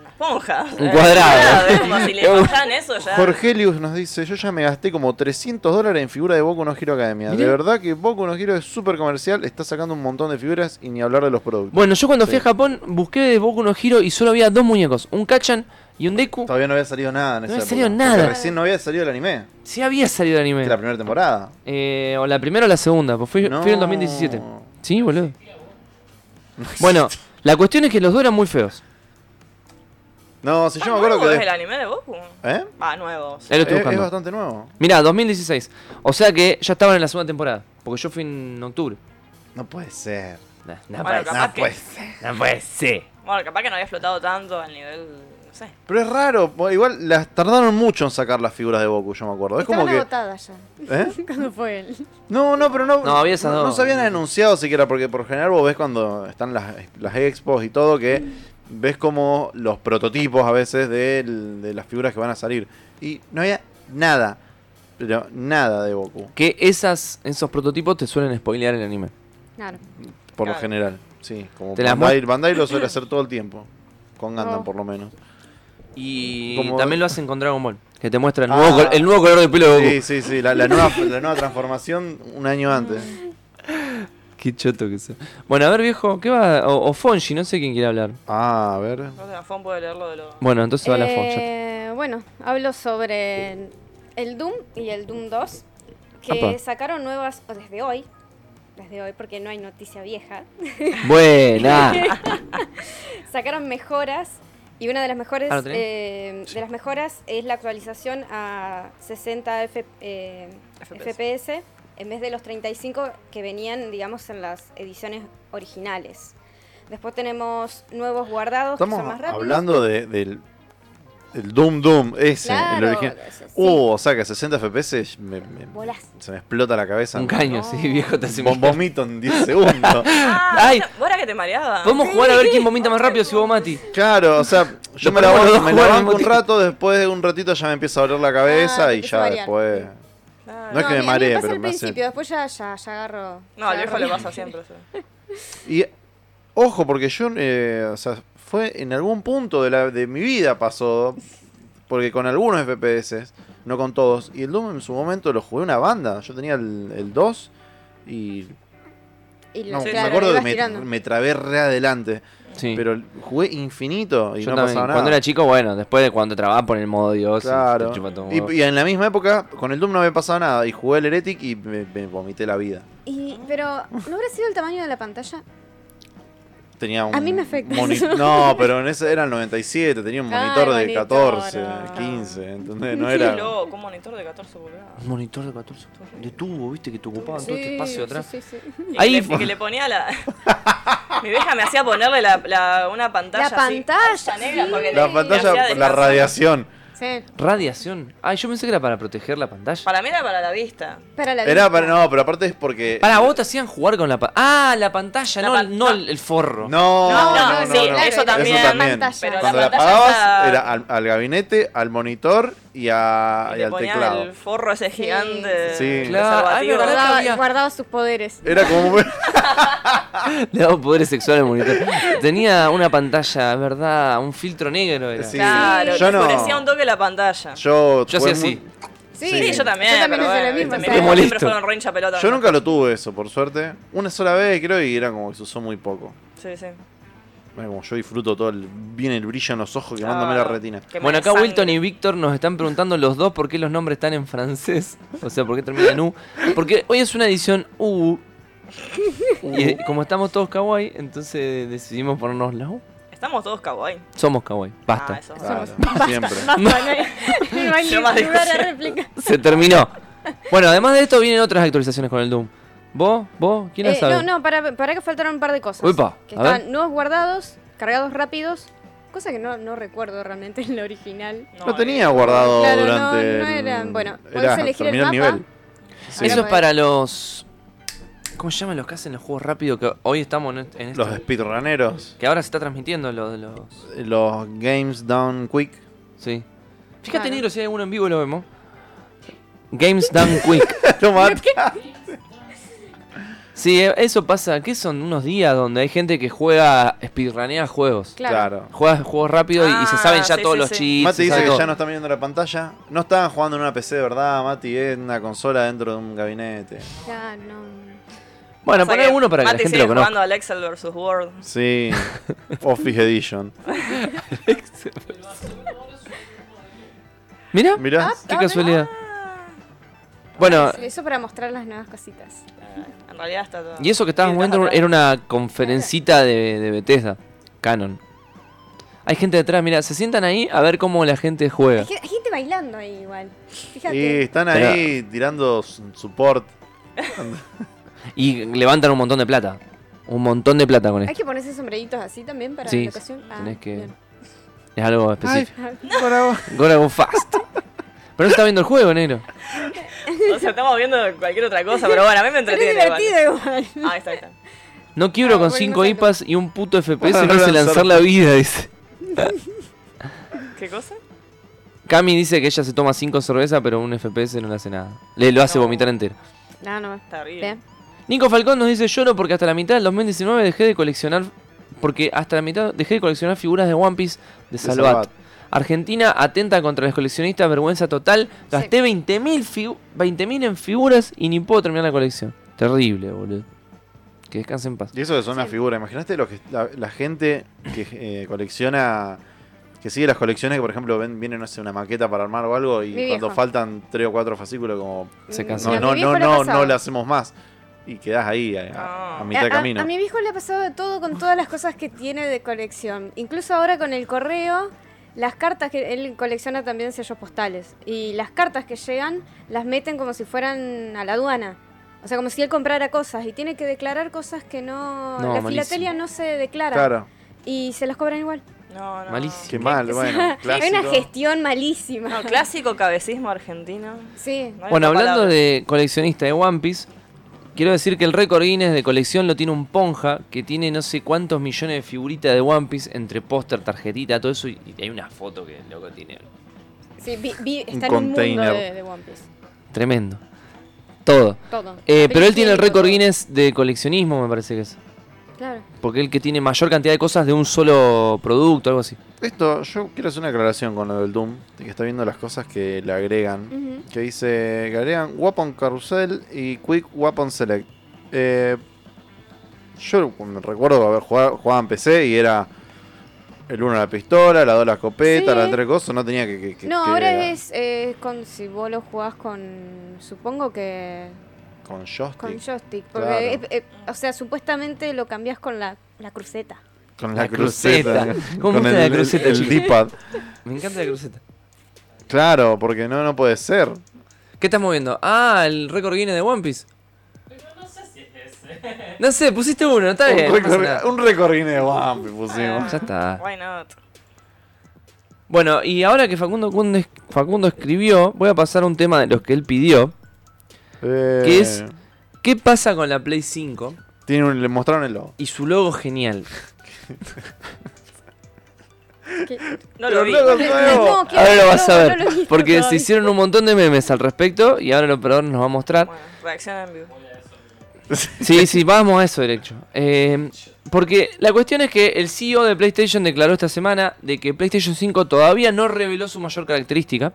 [SPEAKER 4] una esponja. o sea,
[SPEAKER 2] Un
[SPEAKER 4] *laughs*
[SPEAKER 2] cuadrado.
[SPEAKER 4] es como si le pasan eso ya.
[SPEAKER 1] Jorgelius nos dice, yo ya me gasté como 300 dólares en figura de Boku no Hero Academia. De
[SPEAKER 2] Mirá.
[SPEAKER 1] verdad que Boku no Hero es súper comercial, está sacando un montón de figuras y ni hablar de los productos.
[SPEAKER 2] Bueno, yo cuando fui
[SPEAKER 1] Sí.
[SPEAKER 2] a Japón busqué de Boku no Hero y solo había dos muñecos, un Kachan y un Deku.
[SPEAKER 1] Todavía no había salido nada en
[SPEAKER 2] No
[SPEAKER 1] esa
[SPEAKER 2] había
[SPEAKER 1] época,
[SPEAKER 2] salido
[SPEAKER 1] porque
[SPEAKER 2] nada.
[SPEAKER 1] Recién no había salido el anime,
[SPEAKER 2] Sí había salido el
[SPEAKER 1] que
[SPEAKER 2] anime.
[SPEAKER 1] es la primera temporada.
[SPEAKER 2] Eh, o la primera o la segunda, pues fui,
[SPEAKER 1] No.
[SPEAKER 2] fui en el 2017. Sí, boludo. Bueno, la cuestión es que los dos eran muy feos.
[SPEAKER 1] No, si
[SPEAKER 4] Ah,
[SPEAKER 1] yo me acuerdo
[SPEAKER 4] nuevo
[SPEAKER 1] que...
[SPEAKER 4] es el
[SPEAKER 1] de-
[SPEAKER 4] anime de Goku?
[SPEAKER 1] ¿Eh?
[SPEAKER 4] Ah, nuevo.
[SPEAKER 2] Ahí lo estoy
[SPEAKER 1] Es- es
[SPEAKER 2] buscando.
[SPEAKER 1] bastante nuevo.
[SPEAKER 2] Mirá, 2016. O sea que ya estaban en la segunda temporada. Porque yo fui en octubre.
[SPEAKER 1] No puede ser.
[SPEAKER 2] Nah, nah,
[SPEAKER 4] Bueno,
[SPEAKER 2] pues,
[SPEAKER 4] capaz
[SPEAKER 2] nah,
[SPEAKER 4] que-
[SPEAKER 2] pues, nah, pues, sí.
[SPEAKER 4] Bueno, capaz que no había explotado tanto al nivel, no sé.
[SPEAKER 1] Pero es raro, po- igual las tardaron mucho en sacar las figuras de Boku, yo me acuerdo. Es
[SPEAKER 3] Estaban
[SPEAKER 1] como que...
[SPEAKER 3] agotadas ya.
[SPEAKER 1] ¿Eh?
[SPEAKER 3] ¿Cuándo fue él?
[SPEAKER 1] No, no, pero no.
[SPEAKER 2] No, había esas
[SPEAKER 1] no,
[SPEAKER 2] dos.
[SPEAKER 1] no se habían anunciado siquiera, porque por general vos ves cuando están las, las expos y todo, que ves como los prototipos a veces del- de, las figuras que van a salir. Y no había nada, pero nada de Goku,
[SPEAKER 2] Que esas, esos prototipos te suelen spoilear el anime.
[SPEAKER 3] Claro.
[SPEAKER 1] por lo
[SPEAKER 4] Claro.
[SPEAKER 1] general. Sí, como
[SPEAKER 2] Te las
[SPEAKER 1] Bandai, Bandai lo suele hacer todo el tiempo. Con Gundam,
[SPEAKER 3] Oh.
[SPEAKER 1] por lo menos.
[SPEAKER 2] Y
[SPEAKER 1] Como-
[SPEAKER 2] también lo hacen con Dragon Ball. Que te muestra el,
[SPEAKER 1] Ah.
[SPEAKER 2] nuevo, col- el nuevo color de pelo de Goku.
[SPEAKER 1] Sí, sí, sí. La, la nueva, la nueva transformación un año antes.
[SPEAKER 2] Qué choto que sea. Bueno, a ver, viejo, ¿qué va? O, o Fonji, no sé quién quiere hablar.
[SPEAKER 1] Ah, a ver.
[SPEAKER 4] No sé, Afón puede leerlo de lo...
[SPEAKER 2] Bueno, entonces va la Fonji.
[SPEAKER 3] Eh, bueno, hablo sobre el Doom y el Doom 2, que
[SPEAKER 2] Apa.
[SPEAKER 3] sacaron nuevas o desde hoy, desde hoy porque no hay noticia vieja,
[SPEAKER 2] Buena.
[SPEAKER 3] sacaron mejoras y una de las mejores
[SPEAKER 2] Ah, ¿lo tenés?
[SPEAKER 3] eh, de las mejoras es la actualización a 60 F- eh,
[SPEAKER 4] FPS.
[SPEAKER 3] FPS en vez de los 35 que venían, digamos, en las ediciones originales. Después tenemos nuevos guardados que son
[SPEAKER 1] Estamos
[SPEAKER 3] más rápidos.
[SPEAKER 1] hablando de- del, del Doom Doom, ese, el
[SPEAKER 3] Claro,
[SPEAKER 1] original.
[SPEAKER 3] sí.
[SPEAKER 1] Uh, o sea que 60 FPS me- me-
[SPEAKER 3] Volás.
[SPEAKER 1] se me explota la cabeza.
[SPEAKER 2] Un caño, sí, viejo, te hace
[SPEAKER 1] Vom- Vomito en 10
[SPEAKER 2] *laughs*
[SPEAKER 1] segundos.
[SPEAKER 4] Ah,
[SPEAKER 2] Ay.
[SPEAKER 4] ¿vos era que te mareaba?
[SPEAKER 2] Podemos jugar a ver quién vomita más rápido si vos, Mati.
[SPEAKER 1] Claro, o sea, yo me la,
[SPEAKER 2] ponemos los dos
[SPEAKER 1] me la
[SPEAKER 2] juegos al
[SPEAKER 1] banco un
[SPEAKER 2] mismo
[SPEAKER 1] rato, después de un ratito ya me empieza a doler la cabeza
[SPEAKER 3] Ah, te
[SPEAKER 1] y
[SPEAKER 3] empieza
[SPEAKER 1] ya
[SPEAKER 3] a marear.
[SPEAKER 1] después.
[SPEAKER 4] Claro.
[SPEAKER 1] No es
[SPEAKER 3] a
[SPEAKER 1] que me
[SPEAKER 3] mí- a mí
[SPEAKER 1] maree,
[SPEAKER 3] pasa
[SPEAKER 1] pero
[SPEAKER 3] al
[SPEAKER 1] me hace-
[SPEAKER 3] principio, después ya, ya, ya agarro.
[SPEAKER 4] No, al
[SPEAKER 3] ya
[SPEAKER 4] viejo
[SPEAKER 3] agarro
[SPEAKER 4] le pasa
[SPEAKER 3] bien.
[SPEAKER 4] siempre eso.
[SPEAKER 1] Y ojo, porque yo, eh, o sea, fue en algún punto de, la, de mi vida pasó, porque con algunos FPS, no con todos, y el Doom en su momento lo jugué una banda. Yo tenía el, el 2 y
[SPEAKER 3] Y lo-
[SPEAKER 1] no,
[SPEAKER 3] claro,
[SPEAKER 1] me acuerdo
[SPEAKER 3] lo
[SPEAKER 1] que
[SPEAKER 3] ibas
[SPEAKER 1] me,
[SPEAKER 3] tirando.
[SPEAKER 1] me trabé re adelante,
[SPEAKER 2] Sí.
[SPEAKER 1] pero jugué infinito y
[SPEAKER 2] Yo
[SPEAKER 1] no
[SPEAKER 2] también.
[SPEAKER 1] pasaba nada.
[SPEAKER 2] Cuando era chico, bueno, después de cuando trabajaba por el modo Dios,
[SPEAKER 1] Claro.
[SPEAKER 2] te chupa todo un huevo.
[SPEAKER 1] Y, y en la misma época, con el Doom no había pasado nada. Y jugué el Heretic y me, me vomité la vida.
[SPEAKER 3] Y- pero, ¿no habrá sido el tamaño de la pantalla?
[SPEAKER 1] Tenía un
[SPEAKER 3] A mí me afecta
[SPEAKER 1] moni-
[SPEAKER 3] eso.
[SPEAKER 1] No, pero en ese era el 97, tenía un
[SPEAKER 3] Ay,
[SPEAKER 1] monitor de
[SPEAKER 3] monitor.
[SPEAKER 1] 14, 15, ¿entendés? No *laughs* era.
[SPEAKER 4] Qué loco, un monitor de 14 pulgadas.
[SPEAKER 2] Un monitor de 14 de tubo, viste, que te ocupaban todo este espacio atrás.
[SPEAKER 3] sí, sí, sí.
[SPEAKER 4] Y
[SPEAKER 2] Ahí-
[SPEAKER 4] le, y que le ponía la... *laughs* Mi vieja me hacía ponerle la, la- una pantalla
[SPEAKER 3] La
[SPEAKER 4] así,
[SPEAKER 3] pantalla,
[SPEAKER 4] toda negra,
[SPEAKER 3] sí.
[SPEAKER 4] porque
[SPEAKER 1] La
[SPEAKER 4] le-
[SPEAKER 1] pantalla,
[SPEAKER 4] le hacía
[SPEAKER 1] por la
[SPEAKER 4] descansar.
[SPEAKER 1] radiación.
[SPEAKER 3] Sí,
[SPEAKER 2] Radiación. Ah, yo pensé que era para proteger la pantalla. Para,
[SPEAKER 4] Para mí era para la vista.
[SPEAKER 3] Para la
[SPEAKER 1] Era
[SPEAKER 3] vista.
[SPEAKER 1] para. No, pero aparte es porque.
[SPEAKER 2] vos te hacían jugar con la pantalla. Ah, la pantalla,
[SPEAKER 4] La
[SPEAKER 2] no,
[SPEAKER 4] pan-
[SPEAKER 2] el- no el el forro.
[SPEAKER 1] No, no,
[SPEAKER 4] No,
[SPEAKER 1] no,
[SPEAKER 4] no, sí,
[SPEAKER 1] no.
[SPEAKER 4] eso también.
[SPEAKER 1] Eso también.
[SPEAKER 3] Pantalla.
[SPEAKER 4] Pero
[SPEAKER 1] Cuando la
[SPEAKER 4] la pantalla
[SPEAKER 1] apagabas,
[SPEAKER 4] está-
[SPEAKER 1] era al, al gabinete, al monitor y, a-
[SPEAKER 4] Y
[SPEAKER 1] y
[SPEAKER 4] le
[SPEAKER 1] al
[SPEAKER 4] ponías
[SPEAKER 1] teclado.
[SPEAKER 4] el forro ese gigante.
[SPEAKER 1] Sí.
[SPEAKER 2] Claro, ay,
[SPEAKER 4] preservativo.
[SPEAKER 2] verdad.
[SPEAKER 3] Guardaba,
[SPEAKER 2] Había-
[SPEAKER 3] guardaba sus poderes.
[SPEAKER 1] Era como.
[SPEAKER 4] *laughs*
[SPEAKER 1] un- *laughs*
[SPEAKER 2] Le daba poder sexual al monitor. Tenía una pantalla, es verdad, un filtro negro era.
[SPEAKER 1] Sí.
[SPEAKER 4] Claro,
[SPEAKER 1] Yo
[SPEAKER 4] yo
[SPEAKER 1] no.
[SPEAKER 4] un toque la pantalla.
[SPEAKER 1] Yo,
[SPEAKER 2] Yo
[SPEAKER 1] fue
[SPEAKER 2] hacía así.
[SPEAKER 1] muy-
[SPEAKER 3] Sí,
[SPEAKER 1] Sí,
[SPEAKER 4] Sí, yo también.
[SPEAKER 3] Yo también
[SPEAKER 4] pero
[SPEAKER 3] hice
[SPEAKER 4] bueno, este
[SPEAKER 3] lo mismo.
[SPEAKER 4] viste,
[SPEAKER 3] o
[SPEAKER 2] Te
[SPEAKER 4] mis
[SPEAKER 2] molé.
[SPEAKER 3] sea,
[SPEAKER 4] viejos
[SPEAKER 2] molesto.
[SPEAKER 4] siempre fueron re hincha pelota.
[SPEAKER 1] Yo nunca lo tuve eso, por suerte. Una sola vez creo y era como que se usó muy poco.
[SPEAKER 4] Sí, sí.
[SPEAKER 1] Mira como yo disfruto todo el, bien el brillo en los ojos quemándome
[SPEAKER 4] Ah.
[SPEAKER 1] la retina.
[SPEAKER 4] Quemar
[SPEAKER 2] Bueno, acá
[SPEAKER 4] sangre.
[SPEAKER 2] Wilton y Víctor nos están preguntando los dos por qué los nombres están en francés. O sea, por qué terminan en U. Porque hoy es una edición
[SPEAKER 3] *laughs*
[SPEAKER 2] U. Y eh, como estamos todos kawaii, entonces decidimos ponernos la U.
[SPEAKER 4] Estamos todos kawaii.
[SPEAKER 2] Somos kawaii. Basta.
[SPEAKER 4] Ah, eso. *laughs*
[SPEAKER 1] Claro, siempre.
[SPEAKER 3] No hay
[SPEAKER 4] Yo más
[SPEAKER 3] ni- ni
[SPEAKER 4] digo
[SPEAKER 3] una
[SPEAKER 4] sí.
[SPEAKER 3] réplica.
[SPEAKER 2] Se terminó. Bueno, además de esto vienen otras actualizaciones con el Doom. ¿Vos? ¿Vos? ¿Quién la
[SPEAKER 3] Eh,
[SPEAKER 2] sabe?
[SPEAKER 3] No, no, para, para que faltaron un par de cosas.
[SPEAKER 2] Uepa,
[SPEAKER 3] que
[SPEAKER 2] a ver.
[SPEAKER 3] están nuevos guardados, cargados rápidos, cosa que no, no recuerdo realmente en la original.
[SPEAKER 1] No
[SPEAKER 4] eh,
[SPEAKER 1] tenía guardado
[SPEAKER 3] Claro, no,
[SPEAKER 1] durante.
[SPEAKER 3] no
[SPEAKER 1] el-
[SPEAKER 3] eran- bueno,
[SPEAKER 1] era
[SPEAKER 3] podés elegir el
[SPEAKER 1] terminar
[SPEAKER 3] mapa.
[SPEAKER 1] nivel.
[SPEAKER 2] Sí. Eso es para los... ¿Cómo se llaman los que hacen los juegos rápidos que hoy estamos en, este- en esto?
[SPEAKER 1] Los speedrunneros.
[SPEAKER 2] Que ahora se está transmitiendo lo de los...
[SPEAKER 1] Los games down
[SPEAKER 3] *laughs*
[SPEAKER 1] quick.
[SPEAKER 2] Sí. Fíjate,
[SPEAKER 3] Claro.
[SPEAKER 2] negro, si hay alguno en vivo lo vemos. Games Done
[SPEAKER 4] *laughs*
[SPEAKER 2] Quick.
[SPEAKER 1] Lo mata.
[SPEAKER 2] Sí, eh, eso pasa. ¿Qué son unos días donde hay gente que juega, speedranea juegos?
[SPEAKER 3] Claro.
[SPEAKER 1] Claro.
[SPEAKER 2] Juega juegos rápidos y- y, se
[SPEAKER 4] Ah,
[SPEAKER 2] saben ya
[SPEAKER 4] sí,
[SPEAKER 2] todos
[SPEAKER 4] sí,
[SPEAKER 2] los
[SPEAKER 4] sí.
[SPEAKER 2] cheats.
[SPEAKER 1] Mati
[SPEAKER 2] se
[SPEAKER 1] dice
[SPEAKER 2] sabe
[SPEAKER 1] que
[SPEAKER 2] todo.
[SPEAKER 1] ya no están viendo la pantalla. No estaban jugando en una PC de verdad, Mati. Es una consola dentro de un gabinete.
[SPEAKER 3] Ya, no.
[SPEAKER 2] Bueno,
[SPEAKER 4] O sea
[SPEAKER 2] poner
[SPEAKER 4] que
[SPEAKER 2] uno para que la
[SPEAKER 4] Mati
[SPEAKER 2] gente
[SPEAKER 4] sigue
[SPEAKER 2] lo conozca.
[SPEAKER 4] jugando al Excel vs. World.
[SPEAKER 1] *laughs* Sí. Office Edition.
[SPEAKER 2] Mira,
[SPEAKER 1] Mirá.
[SPEAKER 3] Ah,
[SPEAKER 2] qué casualidad.
[SPEAKER 4] Ah,
[SPEAKER 2] Bueno,
[SPEAKER 3] Eso para mostrar las nuevas cositas.
[SPEAKER 4] En realidad está todo.
[SPEAKER 2] y eso que estabas
[SPEAKER 4] Sí,
[SPEAKER 2] viendo
[SPEAKER 4] acá.
[SPEAKER 2] era una conferencita de, de Bethesda, Canon. Hay gente detrás, mira, se sientan ahí a ver cómo la gente
[SPEAKER 3] Hay,
[SPEAKER 2] juega.
[SPEAKER 3] ge- hay gente bailando ahí igual.
[SPEAKER 1] Y
[SPEAKER 3] Fíjate.
[SPEAKER 1] están ahí tirando su- support.
[SPEAKER 2] Y levantan un montón de plata. Un montón de plata con
[SPEAKER 3] Hay
[SPEAKER 2] esto.
[SPEAKER 3] que ponerse sombreritos así también para
[SPEAKER 2] Sí,
[SPEAKER 3] la ocasión. Ah,
[SPEAKER 2] tenés que-
[SPEAKER 3] bien. ah.
[SPEAKER 2] Es algo específico.
[SPEAKER 1] Bravo.
[SPEAKER 2] Gonna go fast. Pero no está viendo el juego, negro.
[SPEAKER 4] O sea, estamos viendo cualquier otra cosa, pero bueno, a mí
[SPEAKER 3] *laughs*
[SPEAKER 4] me
[SPEAKER 3] Pero es
[SPEAKER 4] entretiene. igual.
[SPEAKER 3] divertido igual.
[SPEAKER 4] Ah, ahí está, ahí está.
[SPEAKER 2] No quiebro
[SPEAKER 3] Ah,
[SPEAKER 2] con
[SPEAKER 3] bueno,
[SPEAKER 2] 5
[SPEAKER 3] no sé.
[SPEAKER 2] IPAs y un puto FPS
[SPEAKER 1] Para
[SPEAKER 2] y no
[SPEAKER 1] no
[SPEAKER 2] sé
[SPEAKER 1] lanzar.
[SPEAKER 2] lanzar la vida, dice.
[SPEAKER 4] ¿Qué cosa?
[SPEAKER 2] Cami dice que ella se toma 5 cervezas, pero un FPS no le hace nada. Le lo hace
[SPEAKER 4] No.
[SPEAKER 2] vomitar entero.
[SPEAKER 3] No, no.
[SPEAKER 4] Está horrible.
[SPEAKER 3] Bien.
[SPEAKER 2] Nico Falcón nos dice, lloro porque hasta la mitad del 2019 dejé de coleccionar... Porque hasta la mitad dejé de coleccionar figuras de One Piece de Salvat.
[SPEAKER 1] Salvat.
[SPEAKER 2] Argentina atenta contra los coleccionistas, vergüenza total. Gasté 20.000 figu- 20.000 en figuras y ni puedo terminar la colección. Terrible, boludo. Que descanse en paz.
[SPEAKER 1] Y eso que son una
[SPEAKER 3] Sí.
[SPEAKER 1] figura. Imaginaste lo que la, la gente que eh, colecciona. Que sigue las colecciones que, por ejemplo, ven, viene, no sé, una maqueta para armar o algo y
[SPEAKER 3] Mi
[SPEAKER 1] cuando
[SPEAKER 3] viejo.
[SPEAKER 1] faltan tres o cuatro fascículos, como.
[SPEAKER 2] Se
[SPEAKER 3] Mm,
[SPEAKER 2] cansó.
[SPEAKER 1] No,
[SPEAKER 3] a mi
[SPEAKER 1] no,
[SPEAKER 3] viejo
[SPEAKER 1] no,
[SPEAKER 3] le ha
[SPEAKER 1] no,
[SPEAKER 3] pasado. Ah.
[SPEAKER 1] no le hacemos más. Y quedás ahí, a, a- a
[SPEAKER 4] No.
[SPEAKER 1] mitad de
[SPEAKER 3] A- a-
[SPEAKER 1] camino.
[SPEAKER 3] A, mi viejo le ha pasado de todo con todas las cosas que tiene de colección. Incluso ahora con el correo, las cartas que él colecciona también sellos postales. Y las cartas que llegan las meten como si fueran a la aduana. O sea, como si él comprara cosas y tiene que declarar cosas que no...
[SPEAKER 2] No,
[SPEAKER 3] la
[SPEAKER 2] malísimo.
[SPEAKER 3] filatelia no se declara.
[SPEAKER 1] claro,
[SPEAKER 3] Y se las cobran igual.
[SPEAKER 4] No, no.
[SPEAKER 2] Malísimo.
[SPEAKER 3] *laughs*
[SPEAKER 1] qué mal, bueno.
[SPEAKER 3] Hay una
[SPEAKER 1] clásico.
[SPEAKER 3] gestión malísima.
[SPEAKER 4] No, clásico cabecismo argentino.
[SPEAKER 3] Sí.
[SPEAKER 4] No hay
[SPEAKER 2] Bueno,
[SPEAKER 4] otra
[SPEAKER 2] hablando
[SPEAKER 4] palabra.
[SPEAKER 2] de coleccionista de One Piece, quiero decir que el récord Guinness de colección lo tiene un ponja que tiene no sé cuántos millones de figuritas de One Piece entre póster, tarjetita, todo eso. Y y hay una foto que el loco tiene.
[SPEAKER 3] Sí, vi- vi-
[SPEAKER 1] Un
[SPEAKER 3] está en un mundo
[SPEAKER 1] container.
[SPEAKER 3] de, de One Piece.
[SPEAKER 2] Tremendo. Todo.
[SPEAKER 3] Todo.
[SPEAKER 2] Eh, pero él
[SPEAKER 3] Película,
[SPEAKER 2] tiene el récord
[SPEAKER 3] todo.
[SPEAKER 2] Guinness de coleccionismo, me parece que es.
[SPEAKER 3] Claro.
[SPEAKER 2] Porque es el que tiene mayor cantidad de cosas de un solo producto, algo así.
[SPEAKER 1] Esto, yo quiero hacer una aclaración con lo del Doom, de que está viendo las cosas que le agregan.
[SPEAKER 3] Ujú.
[SPEAKER 1] Que dice que agregan Weapon Carousel y Quick Weapon Select. Eh, yo me recuerdo haber jugado, jugado en PC y era el 1 la pistola, la 2 la escopeta,
[SPEAKER 3] Sí.
[SPEAKER 1] la 3 cosas, no tenía que. que- que-
[SPEAKER 3] No,
[SPEAKER 1] que-
[SPEAKER 3] ahora es eh, con si vos lo jugás con supongo que
[SPEAKER 1] Con joystick.
[SPEAKER 3] con
[SPEAKER 1] Con,
[SPEAKER 3] joystick, porque
[SPEAKER 1] Claro.
[SPEAKER 3] eh, eh, o sea, supuestamente lo cambiás con la,
[SPEAKER 2] *laughs*
[SPEAKER 3] la cruceta.
[SPEAKER 1] la,
[SPEAKER 2] La
[SPEAKER 1] cruceta.
[SPEAKER 2] cruceta. *laughs* ¿Cómo
[SPEAKER 1] Con
[SPEAKER 2] gusta
[SPEAKER 1] el,
[SPEAKER 2] la
[SPEAKER 1] el-
[SPEAKER 2] cruceta,
[SPEAKER 1] el
[SPEAKER 2] chico?
[SPEAKER 1] D-pad.
[SPEAKER 2] Me encanta la cruceta.
[SPEAKER 1] Claro, porque no, no puede ser.
[SPEAKER 2] ¿Qué estás moviendo? Ah, el récord Guinness de One Piece. No sé, pusiste uno, está bien.
[SPEAKER 1] un,
[SPEAKER 2] no pasa nada. Ah.
[SPEAKER 1] récord, un récord Guinness de Bambi pusimos.
[SPEAKER 2] Ya está.
[SPEAKER 4] Why not?
[SPEAKER 2] Bueno, y ahora que Facundo, Cunde- Facundo escribió, voy a pasar a un tema de los que él pidió.
[SPEAKER 1] Eh,
[SPEAKER 2] ¿Qué es? ¿Qué pasa con la Play 5
[SPEAKER 1] Tiene un- le mostraron el
[SPEAKER 2] *laughs*
[SPEAKER 1] logo.
[SPEAKER 2] y su logo genial?
[SPEAKER 4] No lo vi.
[SPEAKER 1] Pero no lo nuevo.
[SPEAKER 3] No, quiero
[SPEAKER 2] Ahora lo
[SPEAKER 3] verlo,
[SPEAKER 2] vas a
[SPEAKER 3] no
[SPEAKER 2] ver,
[SPEAKER 3] lo he visto
[SPEAKER 2] porque se
[SPEAKER 3] todavía.
[SPEAKER 2] hicieron un montón de memes al respecto y ahora el operador nos va a mostrar.
[SPEAKER 4] Bueno, reacciona en vivo.
[SPEAKER 2] Sí, sí, vamos a eso derecho. Eh, porque la cuestión es que el CEO de PlayStation declaró esta semana de que PlayStation 5 todavía no reveló su mayor característica,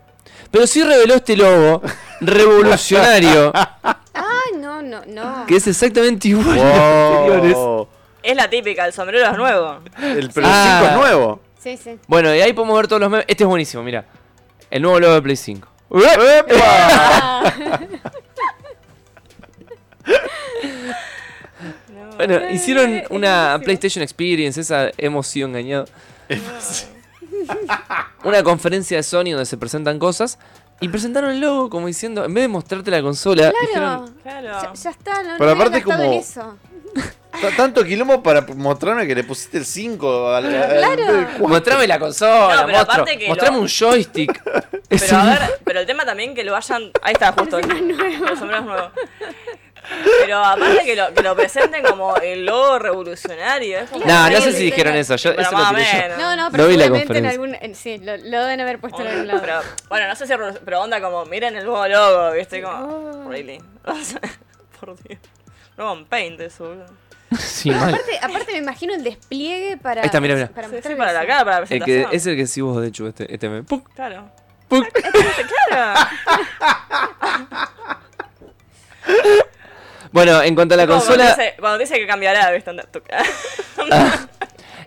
[SPEAKER 2] pero sí reveló este logo revolucionario,
[SPEAKER 3] Ay, no, no, no.
[SPEAKER 2] que es exactamente igual. a los anteriores.
[SPEAKER 1] Wow.
[SPEAKER 4] Es la típica, el sombrero es nuevo.
[SPEAKER 1] El, pero el
[SPEAKER 2] Ah.
[SPEAKER 1] 5 es nuevo.
[SPEAKER 3] Sí, sí.
[SPEAKER 2] Bueno, y ahí podemos ver todos los memes. Este es buenísimo, mira. El nuevo logo de Play 5.
[SPEAKER 3] Ah,
[SPEAKER 4] No.
[SPEAKER 2] Bueno, hicieron una PlayStation Experience, esa hemos sido
[SPEAKER 4] *laughs*
[SPEAKER 2] engañados. una conferencia de Sony donde se presentan cosas y presentaron el logo como diciendo, en vez de mostrarte la consola,
[SPEAKER 3] Claro.
[SPEAKER 2] dijeron,
[SPEAKER 3] Ya,
[SPEAKER 4] Claro.
[SPEAKER 3] ya está, no,
[SPEAKER 1] Pero
[SPEAKER 3] no había
[SPEAKER 1] aparte es
[SPEAKER 3] gastado
[SPEAKER 1] como-
[SPEAKER 3] en eso.
[SPEAKER 1] Ta- Tanto quilombo para mostrarme que le pusiste el 5 al, al-
[SPEAKER 3] Claro.
[SPEAKER 1] al-
[SPEAKER 2] mostrame la
[SPEAKER 4] No,
[SPEAKER 2] consola,
[SPEAKER 4] pero
[SPEAKER 2] mostro-
[SPEAKER 4] aparte que
[SPEAKER 2] mostrame
[SPEAKER 4] lo-
[SPEAKER 2] un
[SPEAKER 4] *laughs*
[SPEAKER 2] joystick. Es
[SPEAKER 4] Pero a
[SPEAKER 2] un-
[SPEAKER 4] ver, pero el tema también que lo hayan. Ahí está, justo. El, el sombrero es nuevo. Pero aparte que lo, que lo presenten como el logo revolucionario. es como-
[SPEAKER 2] No, no
[SPEAKER 3] Ahí
[SPEAKER 2] sé
[SPEAKER 3] lo
[SPEAKER 2] si dijeron eso, yo,
[SPEAKER 4] Pero
[SPEAKER 2] eso
[SPEAKER 4] más
[SPEAKER 2] lo
[SPEAKER 4] o
[SPEAKER 2] tiré yo.
[SPEAKER 4] menos.
[SPEAKER 3] No, no,
[SPEAKER 2] No
[SPEAKER 3] pero
[SPEAKER 2] vi la
[SPEAKER 3] seguramente en
[SPEAKER 2] conferencia.
[SPEAKER 3] algún. en- sí, lo, lo deben haber puesto en algún
[SPEAKER 4] Pero,
[SPEAKER 3] lado.
[SPEAKER 4] bueno, no sé si. re- Pero onda como. Miren el nuevo logo, ¿viste?
[SPEAKER 3] Oh.
[SPEAKER 4] Como. Really. *laughs* Por Dios. No, con paint eso, boludo.
[SPEAKER 2] Sí, *laughs*
[SPEAKER 4] *laughs*
[SPEAKER 2] mal.
[SPEAKER 3] Aparte, aparte me imagino el despliegue para.
[SPEAKER 2] Ahí está, mirá, mirá.
[SPEAKER 3] Para,
[SPEAKER 4] Sí, sí,
[SPEAKER 3] mostrar
[SPEAKER 4] para la
[SPEAKER 3] eso.
[SPEAKER 4] cara, para la
[SPEAKER 2] El que,
[SPEAKER 4] presentación.
[SPEAKER 2] es el que sí vos, de hecho, este, este meme. Puc,
[SPEAKER 4] Claro.
[SPEAKER 2] puc.
[SPEAKER 4] Claro.
[SPEAKER 2] Bueno, en cuanto a la
[SPEAKER 4] Como
[SPEAKER 2] consola...
[SPEAKER 4] Cuando dice, cuando dice que cambiará, ¿viste? Onda, tu-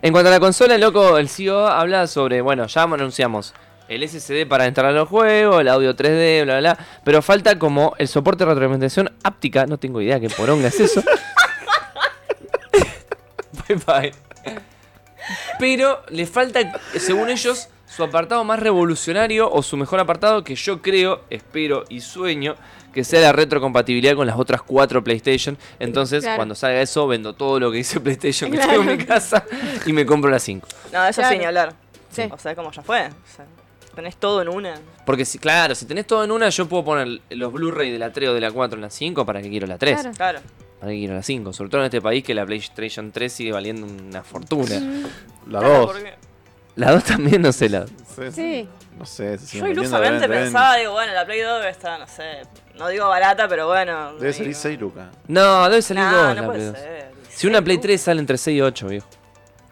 [SPEAKER 2] En cuanto a la consola, loco, el CEO habla sobre, bueno, ya anunciamos el SSD para instalar los juegos, el audio 3D, bla, bla, bla, pero falta como el soporte de retroalimentación áptica, no tengo idea qué poronga es eso. *laughs* bye bye. Pero le falta, según ellos, su apartado más revolucionario o su mejor apartado que yo creo, espero y sueño que sea la retrocompatibilidad con las otras cuatro PlayStation. Entonces,
[SPEAKER 3] Claro.
[SPEAKER 2] cuando salga eso, vendo todo lo que dice *laughs* PlayStation
[SPEAKER 4] *laughs*
[SPEAKER 2] que tengo en mi casa y me compro las 5.
[SPEAKER 4] No, eso
[SPEAKER 3] Claro.
[SPEAKER 4] sin hablar.
[SPEAKER 3] Sí.
[SPEAKER 4] O sea, como ya fue. O sea, tenés todo en una.
[SPEAKER 2] Porque, si, claro, si tenés todo en una, yo puedo poner los Blu-ray de la 3 o de la 4 en la 5. ¿Para qué quiero la 3?
[SPEAKER 3] Claro.
[SPEAKER 4] Claro.
[SPEAKER 2] ¿Para qué quiero la 5? Sobre todo en este país que la PlayStation 3 sigue valiendo una fortuna.
[SPEAKER 1] La
[SPEAKER 4] Claro,
[SPEAKER 1] 2.
[SPEAKER 4] porque
[SPEAKER 2] La 2 también, no sé, la
[SPEAKER 3] Sí.
[SPEAKER 1] No sé. si
[SPEAKER 4] Yo
[SPEAKER 1] me entiendo,
[SPEAKER 4] ilusamente
[SPEAKER 1] deben- deben-
[SPEAKER 4] pensaba, digo, bueno, la Play 2 está, no sé. No digo barata, pero bueno.
[SPEAKER 1] Debe salir
[SPEAKER 4] digo.
[SPEAKER 1] 6 lucas.
[SPEAKER 2] No, debe salir
[SPEAKER 4] No,
[SPEAKER 2] 2
[SPEAKER 4] no
[SPEAKER 2] la Play
[SPEAKER 4] puede
[SPEAKER 2] 2.
[SPEAKER 4] ser.
[SPEAKER 2] Si una Play
[SPEAKER 4] Uh,
[SPEAKER 2] 3 sale entre 6 y 8, viejo.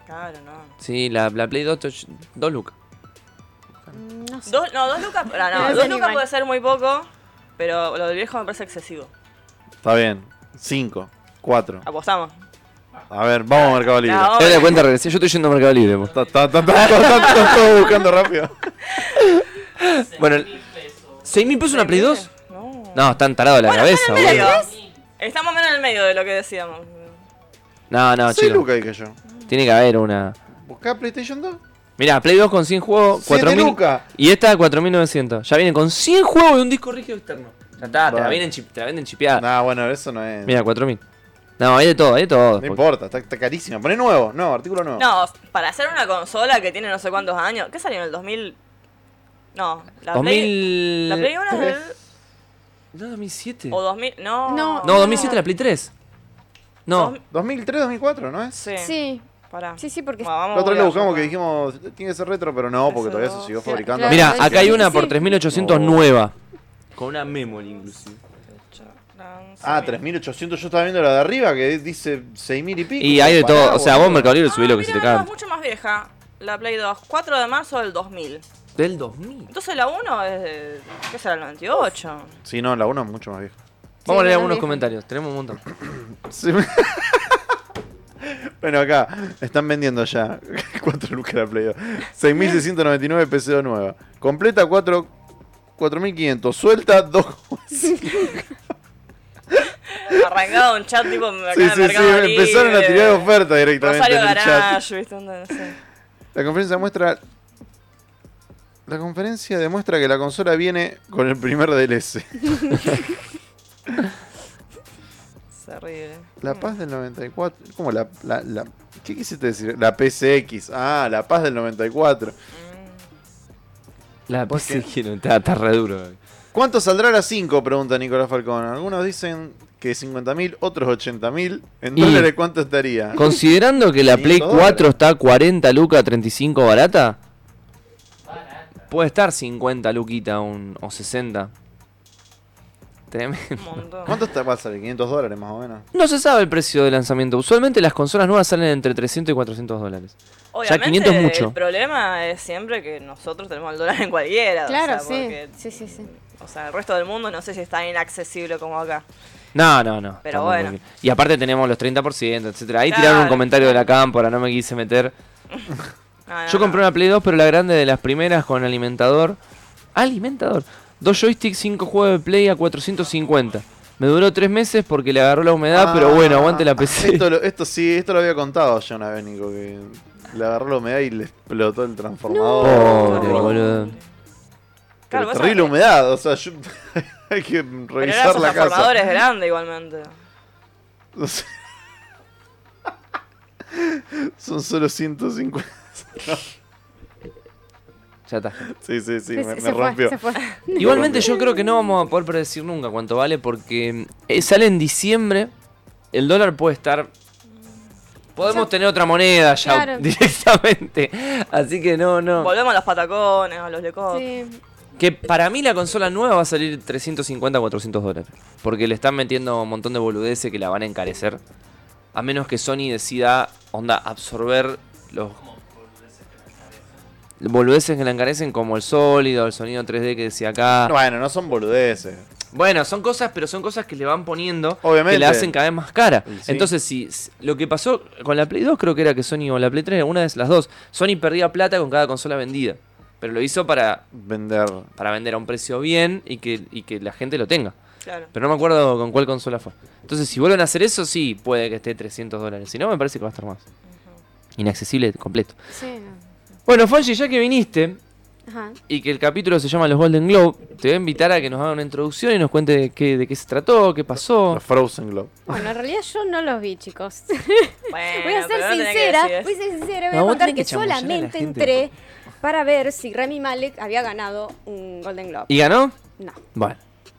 [SPEAKER 4] Claro, no.
[SPEAKER 2] Sí, la, la Play 2, 2 lucas.
[SPEAKER 3] No sé.
[SPEAKER 4] Dos, no, dos lucas. No,
[SPEAKER 3] No
[SPEAKER 4] no,
[SPEAKER 3] es
[SPEAKER 4] dos lucas
[SPEAKER 3] animal.
[SPEAKER 4] puede ser muy poco. Pero lo del viejo me parece excesivo.
[SPEAKER 1] Está bien. 5, 4.
[SPEAKER 4] Apostamos.
[SPEAKER 1] A ver, vamos a Mercado Libre.
[SPEAKER 4] No,
[SPEAKER 2] Te la cuenta, regresé. Yo estoy yendo a Mercado Libre. amor.
[SPEAKER 1] Ta- ta- ta- ta- ta- ta- ta- ta- todo
[SPEAKER 2] *laughs*
[SPEAKER 1] buscando rápido.
[SPEAKER 2] Bueno, ¿6 mil pesos una Play 2?
[SPEAKER 4] No.
[SPEAKER 2] No, están tarados de la cabeza, boludo.
[SPEAKER 4] Estamos menos en el medio de lo que decíamos.
[SPEAKER 2] No, no,
[SPEAKER 1] 6
[SPEAKER 2] chicos.
[SPEAKER 1] lucas dije yo.
[SPEAKER 2] Tiene que haber una.
[SPEAKER 1] Buscá PlayStation 2.
[SPEAKER 2] Mirá, Play 2 con 100 juegos,
[SPEAKER 1] Siete
[SPEAKER 2] 4.000.
[SPEAKER 1] lucas.
[SPEAKER 2] Y esta 4.900. Ya viene con 100 juegos y un disco rígido externo. Ya está, te la,
[SPEAKER 1] Vale.
[SPEAKER 2] vienen chip- te la venden chipeada.
[SPEAKER 1] Nah, bueno, eso no es.
[SPEAKER 2] Mira, 4.000. No, hay de todo, hay de todo.
[SPEAKER 1] No importa, está, está carísima. Poné nuevo. No, artículo nuevo.
[SPEAKER 4] No, para hacer una consola que tiene no sé cuántos años. ¿Qué salió en el 2000? No, la
[SPEAKER 2] 2000.
[SPEAKER 4] Play. La Play 1 es del-
[SPEAKER 2] No, 2007.
[SPEAKER 4] O 2000. No.
[SPEAKER 3] No.
[SPEAKER 2] No, 2007 la Play 3. No.
[SPEAKER 4] Dos-
[SPEAKER 1] 2003, 2004, ¿no es?
[SPEAKER 4] Sí.
[SPEAKER 3] Sí,
[SPEAKER 4] Pará.
[SPEAKER 3] sí, sí, porque.
[SPEAKER 4] Bueno, vamos
[SPEAKER 1] La otra
[SPEAKER 4] a
[SPEAKER 1] vez lo buscamos
[SPEAKER 4] buscar.
[SPEAKER 1] que dijimos, tiene que ser retro, pero no, porque
[SPEAKER 4] Eso
[SPEAKER 1] todavía se
[SPEAKER 4] no.
[SPEAKER 1] siguió
[SPEAKER 3] Cla-
[SPEAKER 1] fabricando.
[SPEAKER 3] claro.
[SPEAKER 2] Mirá,
[SPEAKER 3] sí,
[SPEAKER 2] acá hay
[SPEAKER 3] sí,
[SPEAKER 2] una
[SPEAKER 3] sí.
[SPEAKER 2] por 3.800
[SPEAKER 1] No.
[SPEAKER 2] nueva. Con una memory inclusive.
[SPEAKER 1] Ah, 3800, yo estaba viendo la de arriba que dice 6000 y pico.
[SPEAKER 2] Y hay de
[SPEAKER 1] Pará,
[SPEAKER 2] todo. O sea, vos
[SPEAKER 1] boludo.
[SPEAKER 2] en Mercado Libre subí
[SPEAKER 4] Ah,
[SPEAKER 2] lo que se
[SPEAKER 4] mirá,
[SPEAKER 2] te
[SPEAKER 4] no, es
[SPEAKER 2] canta.
[SPEAKER 4] mucho más vieja. La Play 2, 4 de marzo del 2000.
[SPEAKER 2] Del 2000.
[SPEAKER 4] Entonces la 1 es de. ¿Qué será? El 98.
[SPEAKER 1] Sí, no, la 1 es mucho más vieja.
[SPEAKER 2] Vamos a leer
[SPEAKER 3] no,
[SPEAKER 2] algunos
[SPEAKER 3] viejo.
[SPEAKER 2] comentarios. Tenemos un montón.
[SPEAKER 1] Sí. *laughs* bueno, acá están vendiendo ya *laughs* 4 lucas la Play 2. 6699 PC nueva. Completa 4 4500, suelta 2.
[SPEAKER 4] Arrancado un chat tipo. acá
[SPEAKER 1] Sí,
[SPEAKER 4] de
[SPEAKER 1] sí, sí,
[SPEAKER 4] Mercado Libre.
[SPEAKER 1] empezaron a tirar ofertas directamente
[SPEAKER 4] Rosario
[SPEAKER 1] en el chat.
[SPEAKER 4] Garage, ¿viste? No sé.
[SPEAKER 1] La conferencia muestra. La conferencia demuestra que la consola viene con el primer DLC.
[SPEAKER 4] Es horrible.
[SPEAKER 1] La paz del 94. ¿Cómo la, la, la- ¿Qué quisiste decir? La PCX. Ah, la paz del 94.
[SPEAKER 4] Mm,
[SPEAKER 2] La PC quiero, está, está re duro.
[SPEAKER 1] ¿Cuánto saldrá la 5? Pregunta Nicolás Falcón. Algunos dicen que 50.000, otros 80.000. ¿En
[SPEAKER 2] Y-
[SPEAKER 1] dólares cuánto estaría?
[SPEAKER 2] Considerando que la
[SPEAKER 1] 500
[SPEAKER 2] Play 4
[SPEAKER 1] dólares.
[SPEAKER 2] está a 40 lucas, 35 barata. Puede estar 50 luquita un, o 60. Tremendo.
[SPEAKER 4] Un montón.
[SPEAKER 1] ¿Cuánto está, va a salir? ¿500 dólares más o menos?
[SPEAKER 2] No se sabe el precio de lanzamiento. Usualmente las consolas nuevas salen entre 300 y 400 dólares.
[SPEAKER 4] Obviamente,
[SPEAKER 2] 500 es mucho.
[SPEAKER 4] El problema es siempre que nosotros tenemos el dólar en cualquiera. o
[SPEAKER 3] Claro,
[SPEAKER 4] sea,
[SPEAKER 3] sí.
[SPEAKER 4] porque,
[SPEAKER 3] Sí, sí, sí.
[SPEAKER 4] O sea, el resto del mundo no sé si está inaccesible como acá.
[SPEAKER 2] No, no, no.
[SPEAKER 4] Pero
[SPEAKER 2] estamos
[SPEAKER 4] bueno.
[SPEAKER 2] muy bien. Y aparte tenemos los 30%, etcétera. Ahí
[SPEAKER 4] Claro.
[SPEAKER 2] tiraron un comentario de la cámpora, no me quise meter.
[SPEAKER 4] No, no,
[SPEAKER 2] Yo compré
[SPEAKER 4] no.
[SPEAKER 2] una Play 2, pero la grande de las primeras con alimentador. Alimentador. Dos joysticks, cinco juegos de Play a 450. Me duró tres meses porque le agarró la humedad, Ah, pero bueno, aguante la PC.
[SPEAKER 1] Ah. Esto, lo- esto sí, esto lo había contado yo una vez, Nico, que le agarró la humedad y le explotó el transformador.
[SPEAKER 2] Pobre, boludo.
[SPEAKER 1] Pero
[SPEAKER 4] Claro, vos
[SPEAKER 1] terrible
[SPEAKER 4] sabés que-
[SPEAKER 1] humedad, o sea, yo- *laughs* hay que
[SPEAKER 4] Pero ahora
[SPEAKER 1] revisar
[SPEAKER 4] esos
[SPEAKER 1] la casa.
[SPEAKER 4] transformadores grandes igualmente.
[SPEAKER 1] No sé. *laughs* Son solo 150.
[SPEAKER 2] Ya está.
[SPEAKER 1] Sí, sí, sí,
[SPEAKER 3] Se-
[SPEAKER 1] me,
[SPEAKER 3] se
[SPEAKER 1] me
[SPEAKER 3] fue,
[SPEAKER 1] rompió.
[SPEAKER 3] se fue.
[SPEAKER 2] Igualmente yo creo que no vamos a poder predecir nunca cuánto vale porque eh, sale en diciembre, el dólar puede estar... Podemos
[SPEAKER 3] Ya.
[SPEAKER 2] tener otra moneda ya
[SPEAKER 3] Claro.
[SPEAKER 2] *laughs* directamente. Así que no, no.
[SPEAKER 4] Volvemos a los patacones, a los lecos.
[SPEAKER 3] Sí.
[SPEAKER 2] Que para mí la consola nueva va a salir 350 400 dólares. Porque le están metiendo un montón de boludeces que la van a encarecer. A menos que Sony decida, onda, absorber los... Boludeces que la encarecen como el sólido, el sonido 3D que decía acá.
[SPEAKER 1] Bueno, no son boludeces.
[SPEAKER 2] Bueno, son cosas, pero son cosas que le van poniendo que
[SPEAKER 1] Obviamente.
[SPEAKER 2] la hacen cada vez más cara.
[SPEAKER 1] Y sí.
[SPEAKER 2] Entonces, si si- lo que pasó con la Play 2 creo que era que Sony o la Play 3, una de las dos, Sony perdía plata con cada consola vendida. Pero lo hizo para
[SPEAKER 1] Vender.
[SPEAKER 2] para vender a un precio bien y que, y que la gente lo tenga.
[SPEAKER 4] Claro.
[SPEAKER 2] Pero no me acuerdo con cuál consola fue. Entonces, si vuelven a hacer eso, sí, puede que esté 300 dólares. Si no, me parece que va a estar más. Inaccesible completo.
[SPEAKER 3] Sí, no.
[SPEAKER 2] Bueno, Fonji, ya que viniste
[SPEAKER 3] Ajá.
[SPEAKER 2] y que el capítulo se llama Los Golden Globe, te voy a invitar a que nos haga una introducción y nos cuente de qué, de qué se trató, qué pasó.
[SPEAKER 1] Los Frozen Globe.
[SPEAKER 3] Bueno, en realidad yo no los vi, chicos. *laughs*
[SPEAKER 4] Bueno,
[SPEAKER 3] Voy a ser
[SPEAKER 4] pero no tenés que
[SPEAKER 3] sincera,
[SPEAKER 4] decir
[SPEAKER 3] voy a ser sincera, voy
[SPEAKER 2] No,
[SPEAKER 3] a
[SPEAKER 2] vos
[SPEAKER 3] contar
[SPEAKER 2] tenés
[SPEAKER 3] que
[SPEAKER 2] que chamullar a la
[SPEAKER 3] solamente
[SPEAKER 2] gente.
[SPEAKER 3] entré para ver si Rami Malek había ganado un Golden Globe.
[SPEAKER 2] ¿Y ganó?
[SPEAKER 3] No.
[SPEAKER 2] Bueno.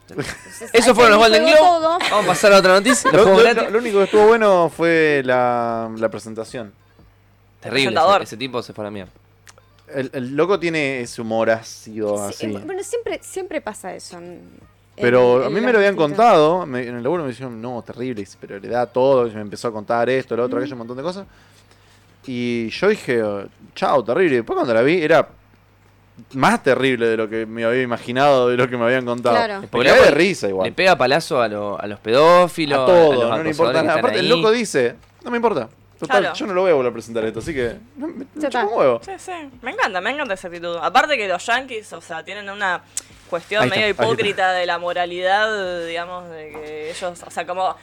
[SPEAKER 3] Entonces, ahí
[SPEAKER 2] Esos fueron los
[SPEAKER 3] se
[SPEAKER 2] Golden
[SPEAKER 3] me
[SPEAKER 2] Globe.
[SPEAKER 3] fue todo.
[SPEAKER 2] Vamos a pasar a otra noticia. Los
[SPEAKER 1] Lo,
[SPEAKER 2] juegos
[SPEAKER 1] lo-
[SPEAKER 2] gratis.
[SPEAKER 1] lo único que estuvo bueno fue la, la presentación.
[SPEAKER 2] Terrible.
[SPEAKER 4] Presentador.
[SPEAKER 2] Ese, ese tipo se fue a la mierda.
[SPEAKER 1] El, el loco tiene ese humor ácido
[SPEAKER 2] Ah,
[SPEAKER 3] Sí, eh,
[SPEAKER 1] así.
[SPEAKER 3] Bueno, siempre, siempre pasa eso. en-
[SPEAKER 1] Pero
[SPEAKER 3] en-
[SPEAKER 1] a
[SPEAKER 3] en
[SPEAKER 1] mí me
[SPEAKER 3] los
[SPEAKER 1] lo habían
[SPEAKER 3] distintos-
[SPEAKER 1] contado, me- en el laburo me dijeron, no, terrible, dice, pero le da todo, y me empezó a contar esto, lo otro, aquello, un montón de cosas. Y yo dije, chao, terrible. Y después cuando la vi era más terrible de lo que me había imaginado, de lo que me habían contado.
[SPEAKER 3] Claro.
[SPEAKER 1] Me cagué de risa igual.
[SPEAKER 2] Le pega palazo a, lo- a los pedófilos.
[SPEAKER 1] a
[SPEAKER 2] a los
[SPEAKER 1] todo, no le
[SPEAKER 2] acosadores
[SPEAKER 1] importa
[SPEAKER 2] que
[SPEAKER 1] nada.
[SPEAKER 2] están
[SPEAKER 1] Aparte, el
[SPEAKER 2] ahí.
[SPEAKER 1] loco dice, no me importa. Total,
[SPEAKER 4] Claro.
[SPEAKER 1] yo no lo voy a volver a presentar esto, así que no, me, me
[SPEAKER 3] Ya
[SPEAKER 1] chupa
[SPEAKER 3] está.
[SPEAKER 1] un huevo.
[SPEAKER 4] Sí, sí. Me encanta, me encanta esa actitud. Aparte que los yankees, o sea, tienen una cuestión
[SPEAKER 1] Ahí está,
[SPEAKER 4] medio
[SPEAKER 1] ahí está.
[SPEAKER 4] hipócrita de la moralidad, digamos, de que ellos, o sea, como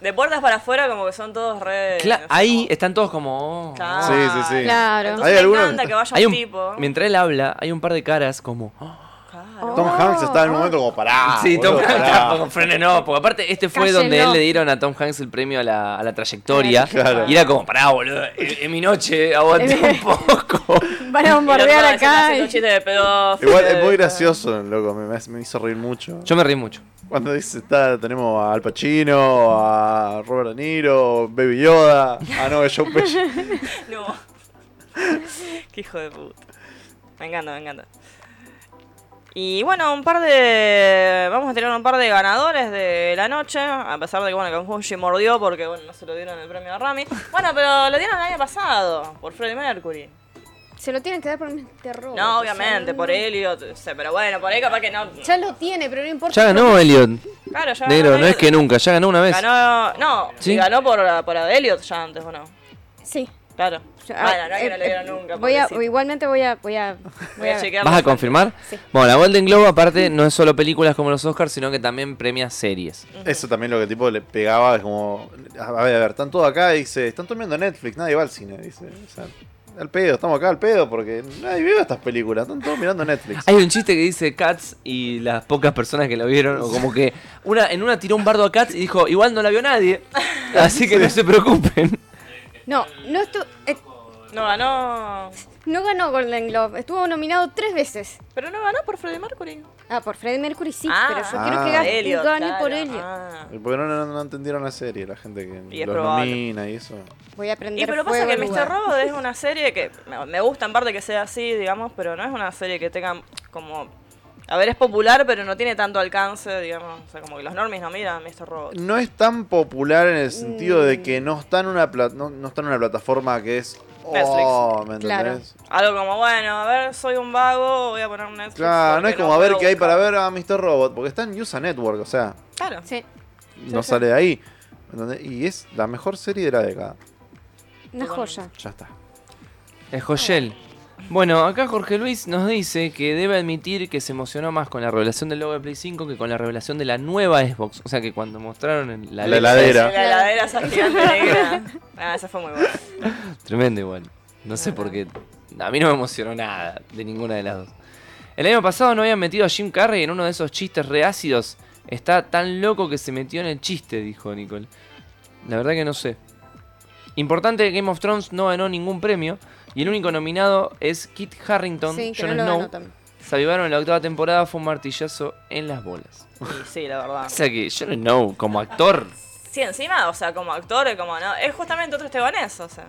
[SPEAKER 4] de puertas para afuera, como que son todos re.
[SPEAKER 2] Cla-
[SPEAKER 4] no sé,
[SPEAKER 2] ahí
[SPEAKER 4] como-
[SPEAKER 2] están todos como. oh,
[SPEAKER 4] Claro.
[SPEAKER 1] Sí, sí, sí.
[SPEAKER 3] Claro.
[SPEAKER 4] Entonces
[SPEAKER 1] Hay
[SPEAKER 4] me
[SPEAKER 1] algunos-
[SPEAKER 4] encanta que vaya
[SPEAKER 2] Hay
[SPEAKER 4] un,
[SPEAKER 2] un-
[SPEAKER 4] tipo.
[SPEAKER 2] Mientras él habla, hay un par de caras como. oh.
[SPEAKER 4] Claro.
[SPEAKER 1] Tom
[SPEAKER 3] Oh, *laughs*
[SPEAKER 1] Hanks está en el
[SPEAKER 3] oh.
[SPEAKER 1] momento como, pará.
[SPEAKER 2] sí, Tom
[SPEAKER 1] Ah, boludo,
[SPEAKER 2] Hanks,
[SPEAKER 1] pará".
[SPEAKER 2] tampoco, frene, no. Porque aparte, este fue
[SPEAKER 3] Cállenlo.
[SPEAKER 2] donde él le dieron a Tom Hanks el premio a la, a la trayectoria.
[SPEAKER 1] Claro.
[SPEAKER 2] Y era como, pará, boludo, es, es mi noche, *laughs* aguante un poco.
[SPEAKER 3] Van a
[SPEAKER 4] Y el otro
[SPEAKER 3] bombardear
[SPEAKER 4] va a decir,
[SPEAKER 3] acá.
[SPEAKER 4] "Hacete un
[SPEAKER 3] y-
[SPEAKER 4] chiste de pedófilo".
[SPEAKER 1] Igual es muy gracioso, loco, me, me- me hizo reír mucho.
[SPEAKER 2] Yo me reí mucho.
[SPEAKER 1] Cuando dice, está, tenemos a Al Pacino, a Robert De Niro, Baby Yoda. Ah, no, Joe Pesci.
[SPEAKER 4] *laughs* No. Qué hijo de puta. Me encanta, me encanta. Y bueno, un par de. Vamos a tirar un par de ganadores de la noche. A pesar de que, bueno, que Fungi mordió porque, bueno, no se lo dieron el premio a Rami. Bueno, pero lo dieron el año pasado, por Freddie Mercury.
[SPEAKER 3] Se lo tienen que dar por un terror.
[SPEAKER 4] No, obviamente, por Elliot. o sea, Pero bueno, por ahí capaz que no.
[SPEAKER 3] Ya lo tiene, pero no importa.
[SPEAKER 2] Ya ganó Elliot.
[SPEAKER 4] Claro, ya.
[SPEAKER 2] Negro,
[SPEAKER 4] ganó
[SPEAKER 2] no es que
[SPEAKER 4] Elliot.
[SPEAKER 2] nunca, ya ganó una vez.
[SPEAKER 4] Ganó. No,
[SPEAKER 2] Sí.
[SPEAKER 4] y ganó por, por Elliot ya antes, ¿o no?
[SPEAKER 3] Sí.
[SPEAKER 4] Claro.
[SPEAKER 3] Yo-
[SPEAKER 4] Bueno, no es
[SPEAKER 3] ah,
[SPEAKER 4] que no le
[SPEAKER 3] eh,
[SPEAKER 4] dieron
[SPEAKER 3] eh,
[SPEAKER 4] nunca.
[SPEAKER 3] Voy a,
[SPEAKER 4] pobrecito.
[SPEAKER 3] igualmente voy a. Voy a, voy
[SPEAKER 4] Voy a
[SPEAKER 3] a ver.
[SPEAKER 4] chequear
[SPEAKER 2] ¿Vas a
[SPEAKER 4] la fuente.
[SPEAKER 2] confirmar?
[SPEAKER 3] Sí.
[SPEAKER 2] Bueno, la Golden Globe aparte no es solo películas como los Oscars, sino que también premia series.
[SPEAKER 1] Eso también lo que tipo le pegaba, es como, a ver, a ver, están todos acá, dice, están todos viendo Netflix, nadie va al cine, dice. O sea, al pedo, estamos acá al pedo porque nadie vio estas películas, están todos mirando
[SPEAKER 4] *laughs*
[SPEAKER 1] Netflix.
[SPEAKER 2] Hay un chiste que dice Cats y las pocas personas que lo vieron, o como que una, en una tiró un bardo a Cats y dijo, igual no la vio nadie, así que no se preocupen.
[SPEAKER 3] No, no, estu- eh,
[SPEAKER 4] No ganó.
[SPEAKER 3] no ganó Golden Globe. Estuvo nominado tres veces.
[SPEAKER 4] Pero no ganó por Freddie Mercury.
[SPEAKER 3] Ah, por Freddie Mercury sí,
[SPEAKER 4] Ah.
[SPEAKER 3] pero yo quiero
[SPEAKER 1] Ah.
[SPEAKER 3] que gane,
[SPEAKER 4] Elliot,
[SPEAKER 3] gane
[SPEAKER 4] claro.
[SPEAKER 3] por Elliot.
[SPEAKER 4] Ah.
[SPEAKER 1] Porque no, no- no entendieron la serie, la gente
[SPEAKER 4] Y
[SPEAKER 1] que
[SPEAKER 4] es
[SPEAKER 1] los
[SPEAKER 4] probable.
[SPEAKER 1] nomina y eso.
[SPEAKER 3] Voy a aprender
[SPEAKER 4] Y pero pasa
[SPEAKER 3] fuego
[SPEAKER 4] que
[SPEAKER 3] al
[SPEAKER 4] Mr.
[SPEAKER 3] lugar.
[SPEAKER 4] Robot es una serie que me- me gusta en parte que sea así, digamos, pero no es una serie que tenga como... A ver, es popular, pero no tiene tanto alcance, digamos. O sea, como que los normies no miran a Mr. Robot.
[SPEAKER 1] No es tan popular en el sentido de
[SPEAKER 3] Mm.
[SPEAKER 1] que no está en una, pla- no, no está en una plataforma que es... Oh,
[SPEAKER 4] Netflix.
[SPEAKER 1] ¿me
[SPEAKER 3] Claro.
[SPEAKER 1] entendés?
[SPEAKER 4] Algo como, bueno, a ver, soy un vago, voy a poner un Netflix.
[SPEAKER 1] Claro, no es
[SPEAKER 4] porque
[SPEAKER 1] como a ver ah,
[SPEAKER 4] puedo
[SPEAKER 1] qué hay para
[SPEAKER 4] buscar.
[SPEAKER 1] ver a Mr. Robot, porque está en USA Network, o sea,
[SPEAKER 4] Claro.
[SPEAKER 3] Sí.
[SPEAKER 1] y no sale de ahí. ¿entendés? Y es la mejor serie de la década.
[SPEAKER 3] Una joya.
[SPEAKER 1] Ya está.
[SPEAKER 2] El Joyel. Bueno, acá Jorge Luis nos dice que debe admitir que se emocionó más con la revelación del logo de Play 5 que con la revelación de la nueva Xbox. O sea que cuando mostraron el- la,
[SPEAKER 1] La
[SPEAKER 2] Alexa,
[SPEAKER 1] heladera.
[SPEAKER 4] La heladera esa gigante *laughs* negra. Ah, esa fue muy buena.
[SPEAKER 2] es Tremendo igual. No sé por qué. A mí no me emocionó nada de ninguna de las dos. El año pasado no habían metido a Jim Carrey en uno de esos chistes reácidos. Está tan loco que se metió en el chiste, dijo Nicole. La verdad que no sé. Importante, Game of Thrones no ganó ningún premio. Y el único nominado es Kit Harrington,
[SPEAKER 3] Sí, que
[SPEAKER 2] Jon
[SPEAKER 3] no lo
[SPEAKER 2] Snow.
[SPEAKER 3] ganó también.
[SPEAKER 2] Se avivaron en la octava temporada, fue un martillazo en las bolas.
[SPEAKER 4] Y sí, la
[SPEAKER 2] O
[SPEAKER 4] verdad.
[SPEAKER 2] sea que yo no know, como
[SPEAKER 3] *laughs*
[SPEAKER 2] actor,
[SPEAKER 4] Sí, encima, o sea, como actor, y como no. Es justamente otro estebanés, o sea.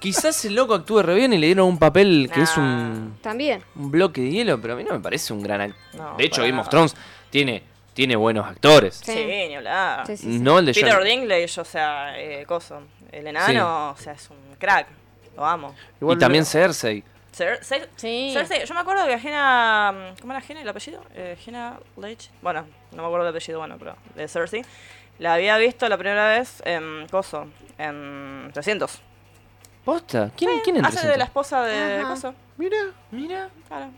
[SPEAKER 2] quizás el loco actúe re bien y le dieron un papel que es un,
[SPEAKER 3] También.
[SPEAKER 2] un bloque de hielo, pero a mí no me parece un gran actor.
[SPEAKER 4] No,
[SPEAKER 2] de hecho,
[SPEAKER 4] para
[SPEAKER 2] Game of
[SPEAKER 4] nada.
[SPEAKER 2] Thrones tiene, tiene buenos actores.
[SPEAKER 4] Sí,
[SPEAKER 3] Sí.
[SPEAKER 4] ni hablar.
[SPEAKER 3] Sí, sí, sí.
[SPEAKER 2] No el de
[SPEAKER 4] Peter
[SPEAKER 2] John.
[SPEAKER 4] Dinklage, o sea, eh, coso. El enano, o sea, es un crack. Lo amo.
[SPEAKER 1] Igual
[SPEAKER 2] y también
[SPEAKER 1] no-
[SPEAKER 2] Cersei.
[SPEAKER 4] Cer- Cer-
[SPEAKER 3] Sí. *laughs*
[SPEAKER 4] Cersei, yo me acuerdo que Gena. ¿Cómo era Gena el apellido? Eh, Gena Leitch. Bueno, no me acuerdo el apellido, bueno, pero de Cersei. La había visto la primera vez en Coso, en 300.
[SPEAKER 2] Posta, ¿quién, quién entra?
[SPEAKER 4] Hace de la esposa de
[SPEAKER 3] Ajá.
[SPEAKER 4] Coso,
[SPEAKER 1] Mira.
[SPEAKER 2] Mira,
[SPEAKER 4] claro.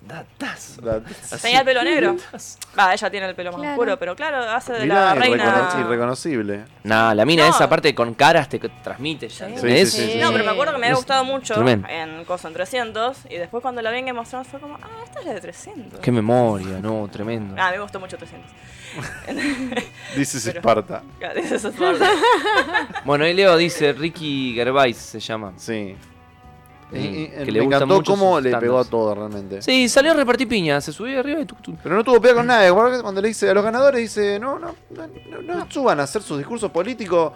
[SPEAKER 2] datazo.
[SPEAKER 1] la-
[SPEAKER 2] Así.
[SPEAKER 4] Tenía el pelo negro.
[SPEAKER 2] Datazo.
[SPEAKER 4] Va, ella tiene el pelo más
[SPEAKER 3] Claro.
[SPEAKER 4] oscuro, pero claro, hace de
[SPEAKER 1] Mirá,
[SPEAKER 4] la
[SPEAKER 1] irrecono-
[SPEAKER 4] reina.
[SPEAKER 1] irreconocible.
[SPEAKER 2] No, la mina
[SPEAKER 4] No.
[SPEAKER 2] esa parte con caras te transmite ya.
[SPEAKER 4] Sí.
[SPEAKER 2] ¿entendés?
[SPEAKER 1] Sí, sí, sí,
[SPEAKER 4] Eh, No, pero me acuerdo que me había
[SPEAKER 2] Es
[SPEAKER 4] gustado mucho
[SPEAKER 2] tremendo.
[SPEAKER 4] en Coso, en 300. Y después cuando la vi en Game of Thrones fue como, ah, esta es la de 300.
[SPEAKER 2] Qué memoria, no, tremendo.
[SPEAKER 4] Ah, me gustó mucho 300.
[SPEAKER 1] Dices
[SPEAKER 4] Pero-
[SPEAKER 1] Esparta.
[SPEAKER 4] Claro, eso es otro.
[SPEAKER 1] *laughs*
[SPEAKER 2] Bueno, ahí Leo dice, Ricky Gervais se llama.
[SPEAKER 1] Sí.
[SPEAKER 2] Mm,
[SPEAKER 1] Y- y-
[SPEAKER 2] que
[SPEAKER 1] me
[SPEAKER 2] le gustan
[SPEAKER 1] encantó
[SPEAKER 2] mucho
[SPEAKER 1] cómo
[SPEAKER 2] sus
[SPEAKER 1] le pegó a
[SPEAKER 2] stand-ups.
[SPEAKER 1] todo realmente.
[SPEAKER 2] Sí, salió a repartir piña, se subió arriba y tuc, tuc.
[SPEAKER 1] Pero no tuvo pega con nada. Igual que Cuando le dice a los ganadores, dice: No, no, no, no, no suban a hacer sus discursos políticos.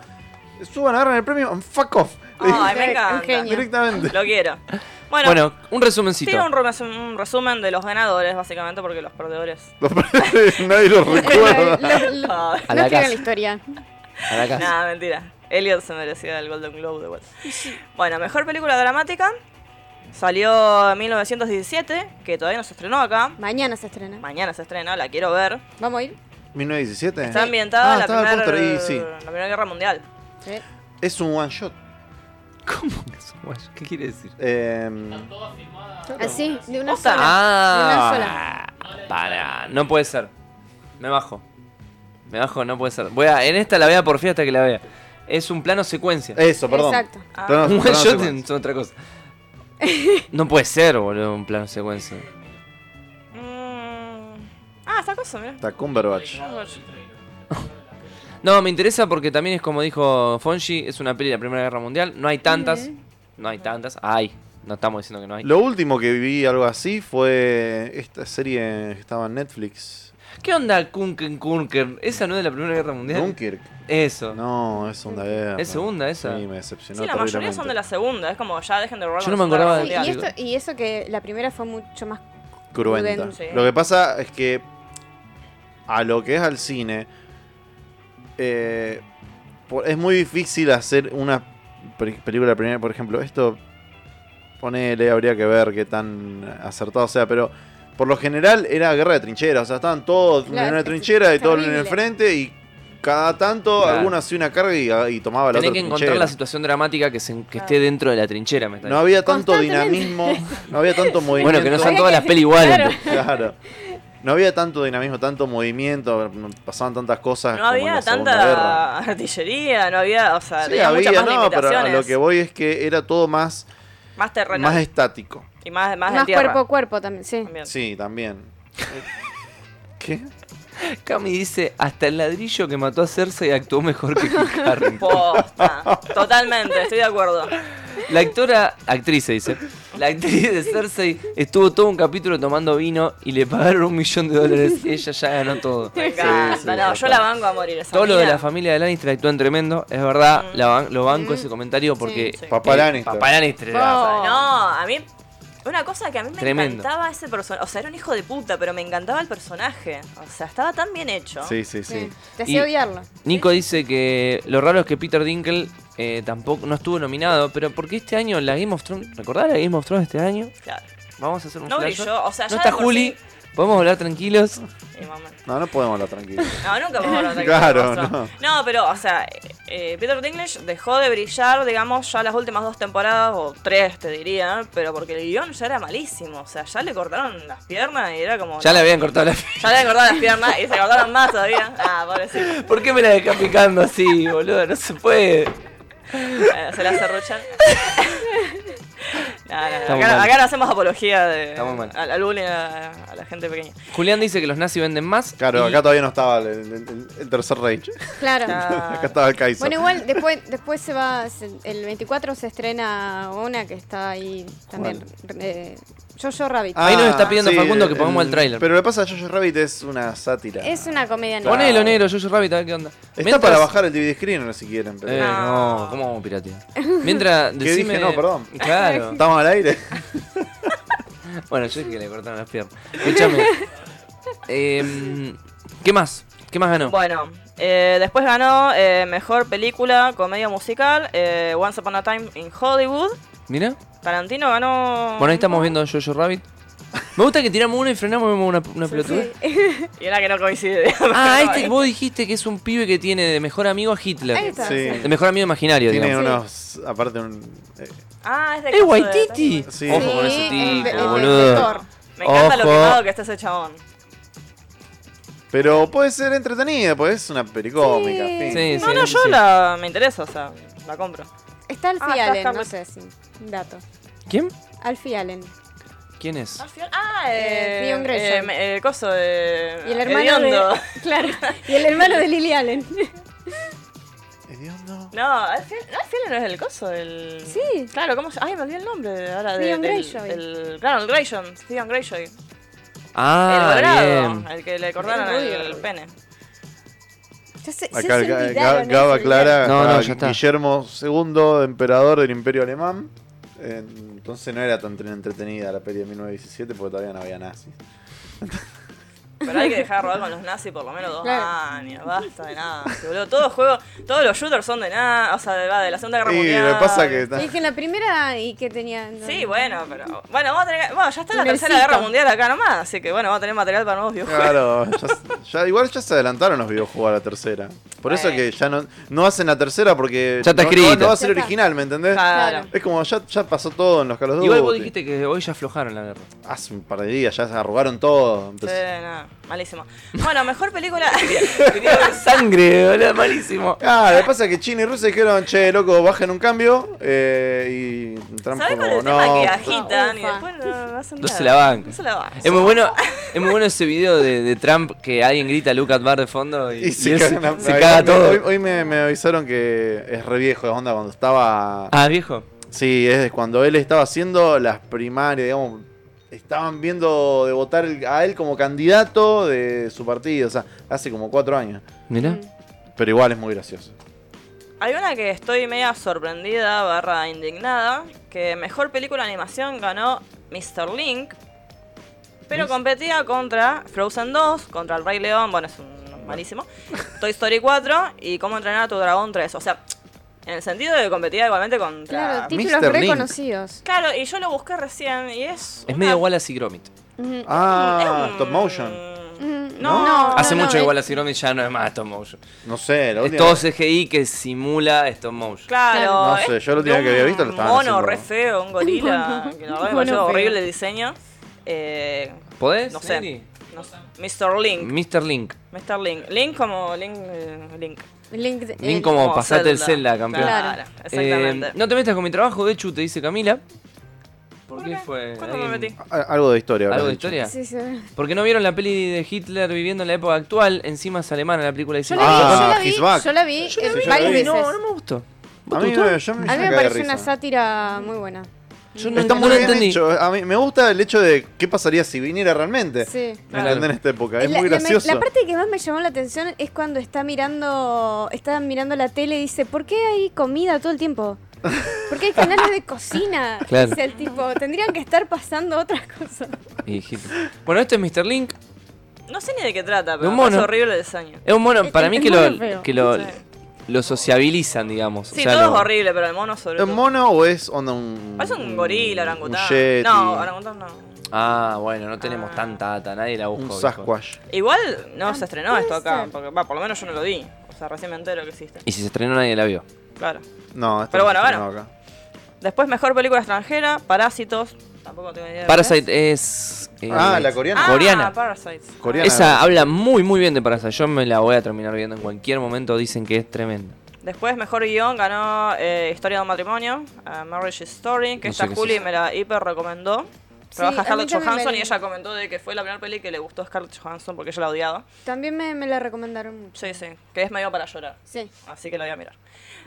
[SPEAKER 1] Suban, agarran el premio and fuck off. Le dijo
[SPEAKER 4] Ay, me
[SPEAKER 3] Un genio.
[SPEAKER 4] encanta.
[SPEAKER 1] directamente. *laughs*
[SPEAKER 4] Lo quiero. Bueno,
[SPEAKER 2] Bueno, un resumencito.
[SPEAKER 4] tiene un resumen, un resumen de los ganadores, básicamente, porque los perdedores.
[SPEAKER 1] Los perdedores, Nadie los recuerda.
[SPEAKER 3] Lo- lo-
[SPEAKER 4] Ah,
[SPEAKER 2] *laughs* A
[SPEAKER 3] no
[SPEAKER 2] la
[SPEAKER 3] escriban
[SPEAKER 2] casa.
[SPEAKER 3] la historia.
[SPEAKER 2] A
[SPEAKER 4] *laughs*
[SPEAKER 2] la casa.
[SPEAKER 4] Nada, mentira. Elliot se merecía el Golden Globe de vuelta. Bueno, mejor película dramática. Salió en 1917, que todavía no se estrenó acá.
[SPEAKER 3] Mañana se estrena.
[SPEAKER 4] Mañana se estrena, la quiero ver.
[SPEAKER 3] ¿Vamos a ir?
[SPEAKER 1] 1917.
[SPEAKER 4] Está ambientada
[SPEAKER 1] Ah,
[SPEAKER 4] en la,
[SPEAKER 1] estaba el
[SPEAKER 4] primer-
[SPEAKER 1] póster ahí, sí.
[SPEAKER 4] la Primera Guerra Mundial.
[SPEAKER 3] Sí.
[SPEAKER 1] Es un one shot.
[SPEAKER 2] ¿Cómo que es un guayo? ¿Qué quiere decir?
[SPEAKER 1] Eh,
[SPEAKER 3] Así, de una
[SPEAKER 4] Posta.
[SPEAKER 3] sola.
[SPEAKER 2] Ah, para, no puede ser. Me bajo. Me bajo, no puede ser. Voy a, en esta la vea por fin hasta que la vea. Es un plano secuencia.
[SPEAKER 1] eso, perdón.
[SPEAKER 3] Exacto.
[SPEAKER 4] Ah.
[SPEAKER 2] *laughs*
[SPEAKER 1] Perdón,
[SPEAKER 2] un one
[SPEAKER 1] perdón,
[SPEAKER 2] shot
[SPEAKER 1] perdón.
[SPEAKER 2] es otra cosa. No puede ser, boludo, un plano secuencia.
[SPEAKER 4] Mm. Ah, esa cosa, mirá.
[SPEAKER 1] Está Cumberbatch.
[SPEAKER 2] No, me interesa porque también es como dijo Fonji, es una peli de la Primera Guerra Mundial. No hay tantas. No hay tantas. Hay. No estamos diciendo que no hay.
[SPEAKER 1] Lo último que vi algo así fue esta serie que estaba en Netflix.
[SPEAKER 2] ¿Qué onda Kunken Kunker? ¿Esa no es de la Primera Guerra Mundial?
[SPEAKER 1] Dunkirk.
[SPEAKER 2] Eso.
[SPEAKER 1] No, es segunda guerra.
[SPEAKER 2] Es segunda esa.
[SPEAKER 1] Sí, me decepcionó.
[SPEAKER 4] Sí, la mayoría son de la segunda. Es como ya dejen de robar.
[SPEAKER 2] Yo no
[SPEAKER 4] con
[SPEAKER 2] me
[SPEAKER 4] la
[SPEAKER 2] acordaba
[SPEAKER 4] Segunda
[SPEAKER 2] de-
[SPEAKER 3] Sí,
[SPEAKER 4] Guerra
[SPEAKER 3] y,
[SPEAKER 4] Mundial.
[SPEAKER 3] esto, y eso que la primera fue mucho más.
[SPEAKER 1] Cruenta.
[SPEAKER 4] Sí.
[SPEAKER 1] Lo que pasa es que a lo que es al cine, eh, por- es muy difícil hacer una pe- película primera. Por ejemplo, esto, ponele, habría que ver qué tan acertado sea, pero por lo general era guerra de trincheras. O sea, estaban todos
[SPEAKER 3] Claro,
[SPEAKER 1] en una
[SPEAKER 3] es-
[SPEAKER 1] trinchera y todos en el
[SPEAKER 3] terrible.
[SPEAKER 1] frente y cada tanto
[SPEAKER 2] Claro.
[SPEAKER 1] alguno hacía una carga y, y tomaba la
[SPEAKER 2] Tenés
[SPEAKER 1] otra
[SPEAKER 2] que encontrar
[SPEAKER 1] trinchera.
[SPEAKER 2] la situación dramática que, se- que esté dentro de la trinchera, me está
[SPEAKER 1] No
[SPEAKER 2] diciendo.
[SPEAKER 1] había tanto
[SPEAKER 3] Constantemente.
[SPEAKER 1] dinamismo, no
[SPEAKER 3] *laughs*
[SPEAKER 1] había tanto movimiento.
[SPEAKER 2] Bueno, que no sean
[SPEAKER 3] Había
[SPEAKER 2] todas
[SPEAKER 3] que-
[SPEAKER 2] las pelis iguales.
[SPEAKER 3] Claro.
[SPEAKER 2] entonces.
[SPEAKER 1] Claro. No había tanto dinamismo, tanto movimiento, pasaban tantas cosas.
[SPEAKER 4] No
[SPEAKER 1] Ah, como en
[SPEAKER 4] había
[SPEAKER 1] la Segunda Guerra.
[SPEAKER 4] tanta artillería, no había, o sea,
[SPEAKER 1] Sí,
[SPEAKER 4] tenía
[SPEAKER 1] había,
[SPEAKER 4] muchas más
[SPEAKER 1] no, pero a
[SPEAKER 4] limitaciones.
[SPEAKER 1] lo que voy es que era todo más,
[SPEAKER 4] Más terrenal
[SPEAKER 1] más estático.
[SPEAKER 4] y más, más, de
[SPEAKER 3] Más
[SPEAKER 4] tierra.
[SPEAKER 3] cuerpo a cuerpo también, sí.
[SPEAKER 4] también.
[SPEAKER 1] Sí, también. ¿Qué?
[SPEAKER 2] Cami dice, hasta el ladrillo que mató a Cersei actuó mejor que Kit Harington".
[SPEAKER 1] *laughs*
[SPEAKER 4] Posta. Totalmente, estoy de acuerdo.
[SPEAKER 2] *laughs* La actora, actriz se dice, la actriz de Cersei estuvo todo un capítulo tomando vino y le pagaron un millón de
[SPEAKER 4] *laughs*
[SPEAKER 2] dólares. Ella ya ganó todo.
[SPEAKER 4] Me encanta.
[SPEAKER 1] sí,
[SPEAKER 4] no, yo
[SPEAKER 1] total.
[SPEAKER 4] la banco a morir. Esa
[SPEAKER 2] Todo lo de
[SPEAKER 4] mina.
[SPEAKER 2] la familia de Lannister actuó en tremendo, es verdad, la ban- lo banco ese comentario porque...
[SPEAKER 4] Mm. sí.
[SPEAKER 1] Papá
[SPEAKER 2] eh,
[SPEAKER 1] Lannister.
[SPEAKER 2] Papá Lannister era-
[SPEAKER 3] Oh.
[SPEAKER 4] No, a mí. Una cosa que a mí me
[SPEAKER 2] Tremendo.
[SPEAKER 4] encantaba ese personaje. O sea, era un hijo de puta, pero me encantaba el personaje. O sea, estaba tan bien hecho.
[SPEAKER 1] Sí, sí, sí.
[SPEAKER 3] Te
[SPEAKER 2] Y-
[SPEAKER 3] hacía odiarlo.
[SPEAKER 2] Nico dice que lo raro es que Peter Dinkle eh, tampoco no estuvo nominado, pero porque este año la Game of Thrones, ¿recordás la Game of Thrones este año?
[SPEAKER 4] Claro.
[SPEAKER 2] Vamos a hacer un
[SPEAKER 4] No
[SPEAKER 2] flash.
[SPEAKER 4] brilló, o sea,
[SPEAKER 2] no
[SPEAKER 4] ya
[SPEAKER 2] está
[SPEAKER 4] de por
[SPEAKER 2] Juli,
[SPEAKER 4] sí-
[SPEAKER 2] ¿Podemos hablar tranquilos?
[SPEAKER 4] Y mamá.
[SPEAKER 1] No, no podemos hablar tranquilos.
[SPEAKER 4] No, nunca vamos a
[SPEAKER 1] *laughs*
[SPEAKER 4] hablar de
[SPEAKER 1] Claro,
[SPEAKER 4] Game of Thrones. no. pero, o sea, eh, Peter Dinklage dejó de brillar, digamos, ya las últimas dos temporadas, o tres, te diría, pero porque el guión ya era malísimo. O sea, ya le cortaron las piernas y era como.
[SPEAKER 2] Ya le habían cortado la... *laughs*
[SPEAKER 4] Ya le cortaron las piernas y se cortaron más todavía. Ah, pobrecito.
[SPEAKER 2] ¿Por qué me la dejás picando así, boludo? No se puede.
[SPEAKER 4] Eh, se la cerruchan. No, no, no,
[SPEAKER 2] Estamos
[SPEAKER 4] acá,
[SPEAKER 2] mal.
[SPEAKER 4] acá no hacemos apología de,
[SPEAKER 2] Estamos mal.
[SPEAKER 4] al, al bullying a, a la gente
[SPEAKER 1] *laughs*
[SPEAKER 4] pequeña.
[SPEAKER 2] Julián dice que los nazis venden más.
[SPEAKER 1] Claro,
[SPEAKER 2] y-
[SPEAKER 1] acá todavía no estaba el, el- el- el tercer Reich.
[SPEAKER 3] Claro.
[SPEAKER 4] Ah,
[SPEAKER 1] *laughs* acá estaba el Kaiser.
[SPEAKER 3] Bueno, igual después, después se va, se- el 24 se estrena una que está ahí también. eh, Jojo Rabbit.
[SPEAKER 2] Ahí nos está pidiendo Facundo que pongamos el tráiler.
[SPEAKER 1] Ah, Pero lo que pasa es que Jojo Rabbit es una sátira.
[SPEAKER 3] Es una comedia negra.
[SPEAKER 2] Ponelo negro, Jojo Rabbit, a ver qué onda.
[SPEAKER 1] Está
[SPEAKER 2] Mientras-
[SPEAKER 1] para bajar el DVD screener si quieren. Pero...
[SPEAKER 2] Eh, no, ¿cómo vamos a
[SPEAKER 4] *laughs*
[SPEAKER 2] piratear? Mientras,
[SPEAKER 1] ¿Qué dije?
[SPEAKER 2] decime...
[SPEAKER 1] No, perdón.
[SPEAKER 2] Claro.
[SPEAKER 1] ¿Estamos al aire?
[SPEAKER 2] Bueno, yo es que le cortaron las piernas. Escúchame. Em, ¿Qué más? ¿Qué más ganó?
[SPEAKER 4] Bueno, eh, después ganó eh, Mejor Película, Comedia Musical, eh, Once Upon a Time in Hollywood.
[SPEAKER 2] Mira.
[SPEAKER 4] Tarantino ganó...
[SPEAKER 2] Bueno, ahí estamos viendo Jojo Rabbit. Me gusta que tiramos una y frenamos y vemos una, una pelotudez.
[SPEAKER 4] Y era que no coincide. *laughs*
[SPEAKER 2] Ah, este vos dijiste que es un pibe que tiene de mejor amigo a Hitler.
[SPEAKER 3] Ahí está.
[SPEAKER 1] Sí.
[SPEAKER 2] De mejor amigo imaginario,
[SPEAKER 1] Tiene
[SPEAKER 2] digamos.
[SPEAKER 1] unos. Aparte, un. eh,
[SPEAKER 4] Ah, es de...
[SPEAKER 2] ¡Eh,
[SPEAKER 4] coso de-
[SPEAKER 2] Waititi!
[SPEAKER 1] Sí.
[SPEAKER 2] Ojo con
[SPEAKER 3] Sí,
[SPEAKER 2] ese
[SPEAKER 3] el-
[SPEAKER 2] tipo,
[SPEAKER 3] el- el
[SPEAKER 2] boludo.
[SPEAKER 3] director.
[SPEAKER 4] Me encanta lo
[SPEAKER 2] Ojo.
[SPEAKER 4] quemado que está ese chabón.
[SPEAKER 1] pero puede ser entretenida, porque es una pericómica.
[SPEAKER 3] Sí.
[SPEAKER 1] en fin.
[SPEAKER 2] Sí, sí,
[SPEAKER 4] No, no,
[SPEAKER 2] sí.
[SPEAKER 4] yo la... me interesa, o sea, la compro.
[SPEAKER 3] Está
[SPEAKER 4] Ah,
[SPEAKER 3] Alfie
[SPEAKER 4] está
[SPEAKER 3] Allen, no
[SPEAKER 4] Scarlett.
[SPEAKER 3] sé si. un Dato.
[SPEAKER 2] ¿Quién?
[SPEAKER 3] Alfie Allen.
[SPEAKER 2] ¿Quién es?
[SPEAKER 4] Ah,
[SPEAKER 3] eh,
[SPEAKER 4] eh...
[SPEAKER 3] Theon Greyjoy.
[SPEAKER 4] eh, me- eh, coso Ah, de...
[SPEAKER 3] Y el hermano
[SPEAKER 4] Hediondo. *laughs*
[SPEAKER 3] de, *laughs* claro, y el hermano de Lily Allen. *laughs*
[SPEAKER 1] Hediondo.
[SPEAKER 4] No, ah, Alfiel, no, Alfiel no es el coso, el...
[SPEAKER 3] Sí.
[SPEAKER 4] Claro, ¿cómo se...? Ay, me olvidé el nombre ahora de...
[SPEAKER 3] Theon
[SPEAKER 4] del-
[SPEAKER 3] Greyjoy.
[SPEAKER 4] del- Claro, el Grayson, Theon Greyjoy. el
[SPEAKER 2] Ah,
[SPEAKER 4] dorado,
[SPEAKER 2] bien.
[SPEAKER 4] el que le cortaron
[SPEAKER 3] El
[SPEAKER 4] el,
[SPEAKER 3] rubio, el rubio.
[SPEAKER 4] pene.
[SPEAKER 3] Ya se, ya
[SPEAKER 1] Acá
[SPEAKER 3] se
[SPEAKER 1] Ga- Ga-
[SPEAKER 3] olvidaron,
[SPEAKER 1] Gaba
[SPEAKER 3] se
[SPEAKER 1] Clara,
[SPEAKER 2] No, no,
[SPEAKER 1] acá
[SPEAKER 2] ya está.
[SPEAKER 1] Guillermo II, emperador del Imperio Alemán. Eh, Entonces no era tan entretenida la peli de 1917 porque todavía no había nazis.
[SPEAKER 4] Pero hay que dejar de robar con los nazis por lo menos dos
[SPEAKER 3] Claro.
[SPEAKER 4] años, basta de nada. Boludo, todos juegos, todos los shooters son de nada, o sea, de, va, de la Segunda Guerra
[SPEAKER 1] Y
[SPEAKER 4] Mundial.
[SPEAKER 1] lo que pasa que.
[SPEAKER 3] olvidaron. Dije la primera y que tenía. no.
[SPEAKER 4] Sí, bueno, pero. Bueno, vamos a tener que- Bueno, ya está la
[SPEAKER 3] Tunelcito.
[SPEAKER 4] Tercera Guerra Mundial acá nomás, así que bueno, vamos a tener material para nuevos videojuegos.
[SPEAKER 1] Claro, ya- ya- igual ya se adelantaron los videojuegos a la tercera. Por eso
[SPEAKER 4] Bueno.
[SPEAKER 1] que ya no, no hacen la tercera porque
[SPEAKER 2] Ya está
[SPEAKER 1] no, no-
[SPEAKER 2] escrita.
[SPEAKER 1] no va a ser
[SPEAKER 3] Ya está.
[SPEAKER 1] original, ¿me entendés?
[SPEAKER 4] *laughs* Claro.
[SPEAKER 1] Es como ya, ya pasó todo en los Call of Duty.
[SPEAKER 2] Igual vos dijiste que hoy ya aflojaron la guerra. *laughs*
[SPEAKER 1] Hace un par de días ya se arrugaron todo.
[SPEAKER 4] Sí,
[SPEAKER 1] Empezó-
[SPEAKER 4] nada, malísimo. Bueno,
[SPEAKER 2] *laughs*
[SPEAKER 4] mejor película. *laughs*
[SPEAKER 2] Tenía sangre, boludo, malísimo.
[SPEAKER 1] Ah, lo que pasa es que China y Rusia dijeron, che, loco, bajen un cambio. eh, y Trump
[SPEAKER 4] ¿Sabes cuál es
[SPEAKER 1] como,
[SPEAKER 4] el tema
[SPEAKER 1] no.
[SPEAKER 4] que agitan y
[SPEAKER 3] Ufa.
[SPEAKER 4] después no, no hacen
[SPEAKER 2] No
[SPEAKER 4] nada?
[SPEAKER 2] se la banca.
[SPEAKER 4] No se la banca.
[SPEAKER 2] Es muy bueno, es muy bueno ese video de, de Trump que alguien grita Look at Bar de fondo y,
[SPEAKER 1] Y se,
[SPEAKER 2] y él se-
[SPEAKER 1] cagan a-
[SPEAKER 2] se
[SPEAKER 1] a-
[SPEAKER 2] caga
[SPEAKER 1] hoy- Hoy, *laughs*
[SPEAKER 2] todo.
[SPEAKER 1] hoy me, me avisaron que es re viejo de onda cuando estaba...
[SPEAKER 2] Ah, viejo.
[SPEAKER 1] Sí, es de cuando él estaba haciendo las primarias, digamos, estaban viendo de votar el- a él como candidato de su partido, o sea, hace como cuatro años.
[SPEAKER 4] Mm,
[SPEAKER 2] Mira.
[SPEAKER 1] Pero igual es muy gracioso.
[SPEAKER 4] Hay una que estoy media sorprendida, barra indignada, que mejor película de animación ganó Mr. Link, pero competía contra Frozen 2, contra El Rey León, bueno, es un malísimo, Toy Story 4 y Cómo entrenar a tu dragón 3. O sea, en el sentido de que competía igualmente
[SPEAKER 3] Claro,
[SPEAKER 4] contra...
[SPEAKER 3] títulos
[SPEAKER 1] Mr. Link.
[SPEAKER 3] reconocidos.
[SPEAKER 4] Claro, y yo lo busqué recién y es...
[SPEAKER 2] Es
[SPEAKER 4] una-
[SPEAKER 2] medio Wallace y Gromit.
[SPEAKER 3] Ujú.
[SPEAKER 1] Ah,
[SPEAKER 4] es un-
[SPEAKER 1] stop motion.
[SPEAKER 3] Mm,
[SPEAKER 4] No.
[SPEAKER 2] Hace mucho que
[SPEAKER 3] es-
[SPEAKER 2] Wallace y Gromit ya no es más stop motion.
[SPEAKER 1] No sé, la
[SPEAKER 2] Es
[SPEAKER 1] última-
[SPEAKER 2] todo CGI que simula stop motion.
[SPEAKER 4] Claro.
[SPEAKER 1] No sé,
[SPEAKER 4] es
[SPEAKER 1] yo lo tenía
[SPEAKER 4] de
[SPEAKER 1] que había visto, lo
[SPEAKER 4] un
[SPEAKER 1] estaban
[SPEAKER 4] mono
[SPEAKER 1] haciendo.
[SPEAKER 4] re feo, un gorila, que la verdad me
[SPEAKER 3] Mono
[SPEAKER 4] pareció
[SPEAKER 3] feo.
[SPEAKER 4] horrible el diseño. Eh,
[SPEAKER 2] ¿Podés?
[SPEAKER 4] No sé.
[SPEAKER 2] Nelly?
[SPEAKER 4] No sé. Mr. Link.
[SPEAKER 2] Mr. Link.
[SPEAKER 4] Mr. Link. Link como Link. eh, Link.
[SPEAKER 3] Link, de-
[SPEAKER 2] Link
[SPEAKER 3] eh,
[SPEAKER 2] como- pasate el Zelda, campeón.
[SPEAKER 4] Claro, exactamente.
[SPEAKER 2] Eh, no te metas con mi trabajo, de hecho, te dice Camila. ¿Por
[SPEAKER 4] ¿Por
[SPEAKER 2] qué
[SPEAKER 4] qué?
[SPEAKER 2] fue?
[SPEAKER 4] ¿Cuándo me
[SPEAKER 2] Alguien-
[SPEAKER 4] metí?
[SPEAKER 1] A- Algo de historia,
[SPEAKER 2] ¿Algo
[SPEAKER 1] habrás
[SPEAKER 2] de
[SPEAKER 1] dicho.
[SPEAKER 2] historia?
[SPEAKER 3] sí, sí.
[SPEAKER 2] Porque no vieron la peli de Hitler viviendo en la época actual, encima es alemana la película. y
[SPEAKER 3] Yo
[SPEAKER 2] se-
[SPEAKER 3] la vi,
[SPEAKER 1] Ah,
[SPEAKER 3] yo
[SPEAKER 1] he's
[SPEAKER 3] la
[SPEAKER 1] back.
[SPEAKER 3] vi, yo la vi, eh,
[SPEAKER 1] la vi,
[SPEAKER 3] varias
[SPEAKER 1] yo la vi,
[SPEAKER 3] veces.
[SPEAKER 2] No, no me gustó.
[SPEAKER 1] A mí, me- yo me,
[SPEAKER 3] A mí
[SPEAKER 1] cagué
[SPEAKER 3] me
[SPEAKER 1] de
[SPEAKER 3] parece
[SPEAKER 1] risa.
[SPEAKER 3] una sátira muy buena.
[SPEAKER 2] Yo no,
[SPEAKER 1] Está
[SPEAKER 2] no
[SPEAKER 1] muy
[SPEAKER 2] la
[SPEAKER 1] bien
[SPEAKER 2] entendí.
[SPEAKER 1] hecho. A mí me gusta el hecho de qué pasaría si viniera realmente.
[SPEAKER 3] Sí.
[SPEAKER 1] ¿Me entendés? en esta época? Es
[SPEAKER 3] La-
[SPEAKER 1] muy
[SPEAKER 3] la me-
[SPEAKER 1] gracioso.
[SPEAKER 3] La, parte que más me llamó la atención es cuando está mirando, está mirando la tele y dice, ¿por qué hay comida todo el tiempo? ¿Por qué hay canales de cocina?
[SPEAKER 2] Claro.
[SPEAKER 3] Dice el tipo, tendrían que estar pasando otras cosas.
[SPEAKER 2] Y Hitler. Bueno, este es Mr. Link.
[SPEAKER 4] No sé ni de qué trata, pero
[SPEAKER 2] un
[SPEAKER 4] es
[SPEAKER 2] mono.
[SPEAKER 4] horrible el diseño.
[SPEAKER 2] Es un mono,
[SPEAKER 3] Es-
[SPEAKER 2] para
[SPEAKER 3] es-
[SPEAKER 2] mí
[SPEAKER 3] es
[SPEAKER 2] que
[SPEAKER 3] mono
[SPEAKER 2] lo,
[SPEAKER 3] feo.
[SPEAKER 2] que lo,
[SPEAKER 4] Sí.
[SPEAKER 2] lo sociabilizan, digamos. O
[SPEAKER 4] Sí,
[SPEAKER 2] sea,
[SPEAKER 4] todo
[SPEAKER 2] lo-
[SPEAKER 4] es horrible, pero el mono sobre
[SPEAKER 1] ¿Es
[SPEAKER 4] todo.
[SPEAKER 1] mono o es onda un.
[SPEAKER 4] Parece un gorila,
[SPEAKER 1] un
[SPEAKER 4] orangután.
[SPEAKER 1] yeti?
[SPEAKER 4] No, orangután no.
[SPEAKER 2] Ah, bueno, no tenemos
[SPEAKER 4] Ah.
[SPEAKER 2] tanta data, nadie la buscó.
[SPEAKER 1] Un
[SPEAKER 2] viejo.
[SPEAKER 1] Sasquatch.
[SPEAKER 4] Igual no
[SPEAKER 3] Ah,
[SPEAKER 4] se estrenó
[SPEAKER 3] puede
[SPEAKER 4] esto acá,
[SPEAKER 3] ser.
[SPEAKER 4] porque va, por lo menos yo no lo vi. O sea, recién me entero que existe.
[SPEAKER 2] Y si se estrenó, nadie la vio.
[SPEAKER 4] Claro.
[SPEAKER 1] No, esto
[SPEAKER 4] Pero
[SPEAKER 1] no
[SPEAKER 4] bueno,
[SPEAKER 1] se
[SPEAKER 4] bueno.
[SPEAKER 1] estrenó acá. *laughs*
[SPEAKER 4] Después, mejor película extranjera, Parásitos. Tampoco tengo idea. de cuál
[SPEAKER 2] Parasite es. eh,
[SPEAKER 1] Ah, la coreana.
[SPEAKER 4] es.
[SPEAKER 2] coreana.
[SPEAKER 4] Ah, Parasites.
[SPEAKER 1] Coreana.
[SPEAKER 2] Esa habla muy, muy bien de Parasite. Yo me la voy a terminar viendo en cualquier momento. Dicen que es tremenda.
[SPEAKER 4] Después, mejor guión ganó eh, Historia de un matrimonio, eh, Marriage Story, que
[SPEAKER 2] No sé
[SPEAKER 4] esta
[SPEAKER 2] qué es
[SPEAKER 4] Juli
[SPEAKER 2] eso.
[SPEAKER 4] me la hiper recomendó.
[SPEAKER 3] Sí,
[SPEAKER 4] Trabaja
[SPEAKER 3] a mí
[SPEAKER 4] Scarlett
[SPEAKER 3] también me
[SPEAKER 4] Johansson
[SPEAKER 3] la-
[SPEAKER 4] y ella comentó de que fue la primera peli que le gustó a Scarlett Johansson porque ella la odiaba.
[SPEAKER 3] También me, me la recomendaron mucho.
[SPEAKER 4] Sí, sí, que es medio para llorar.
[SPEAKER 3] Sí,
[SPEAKER 4] Así que la voy a mirar.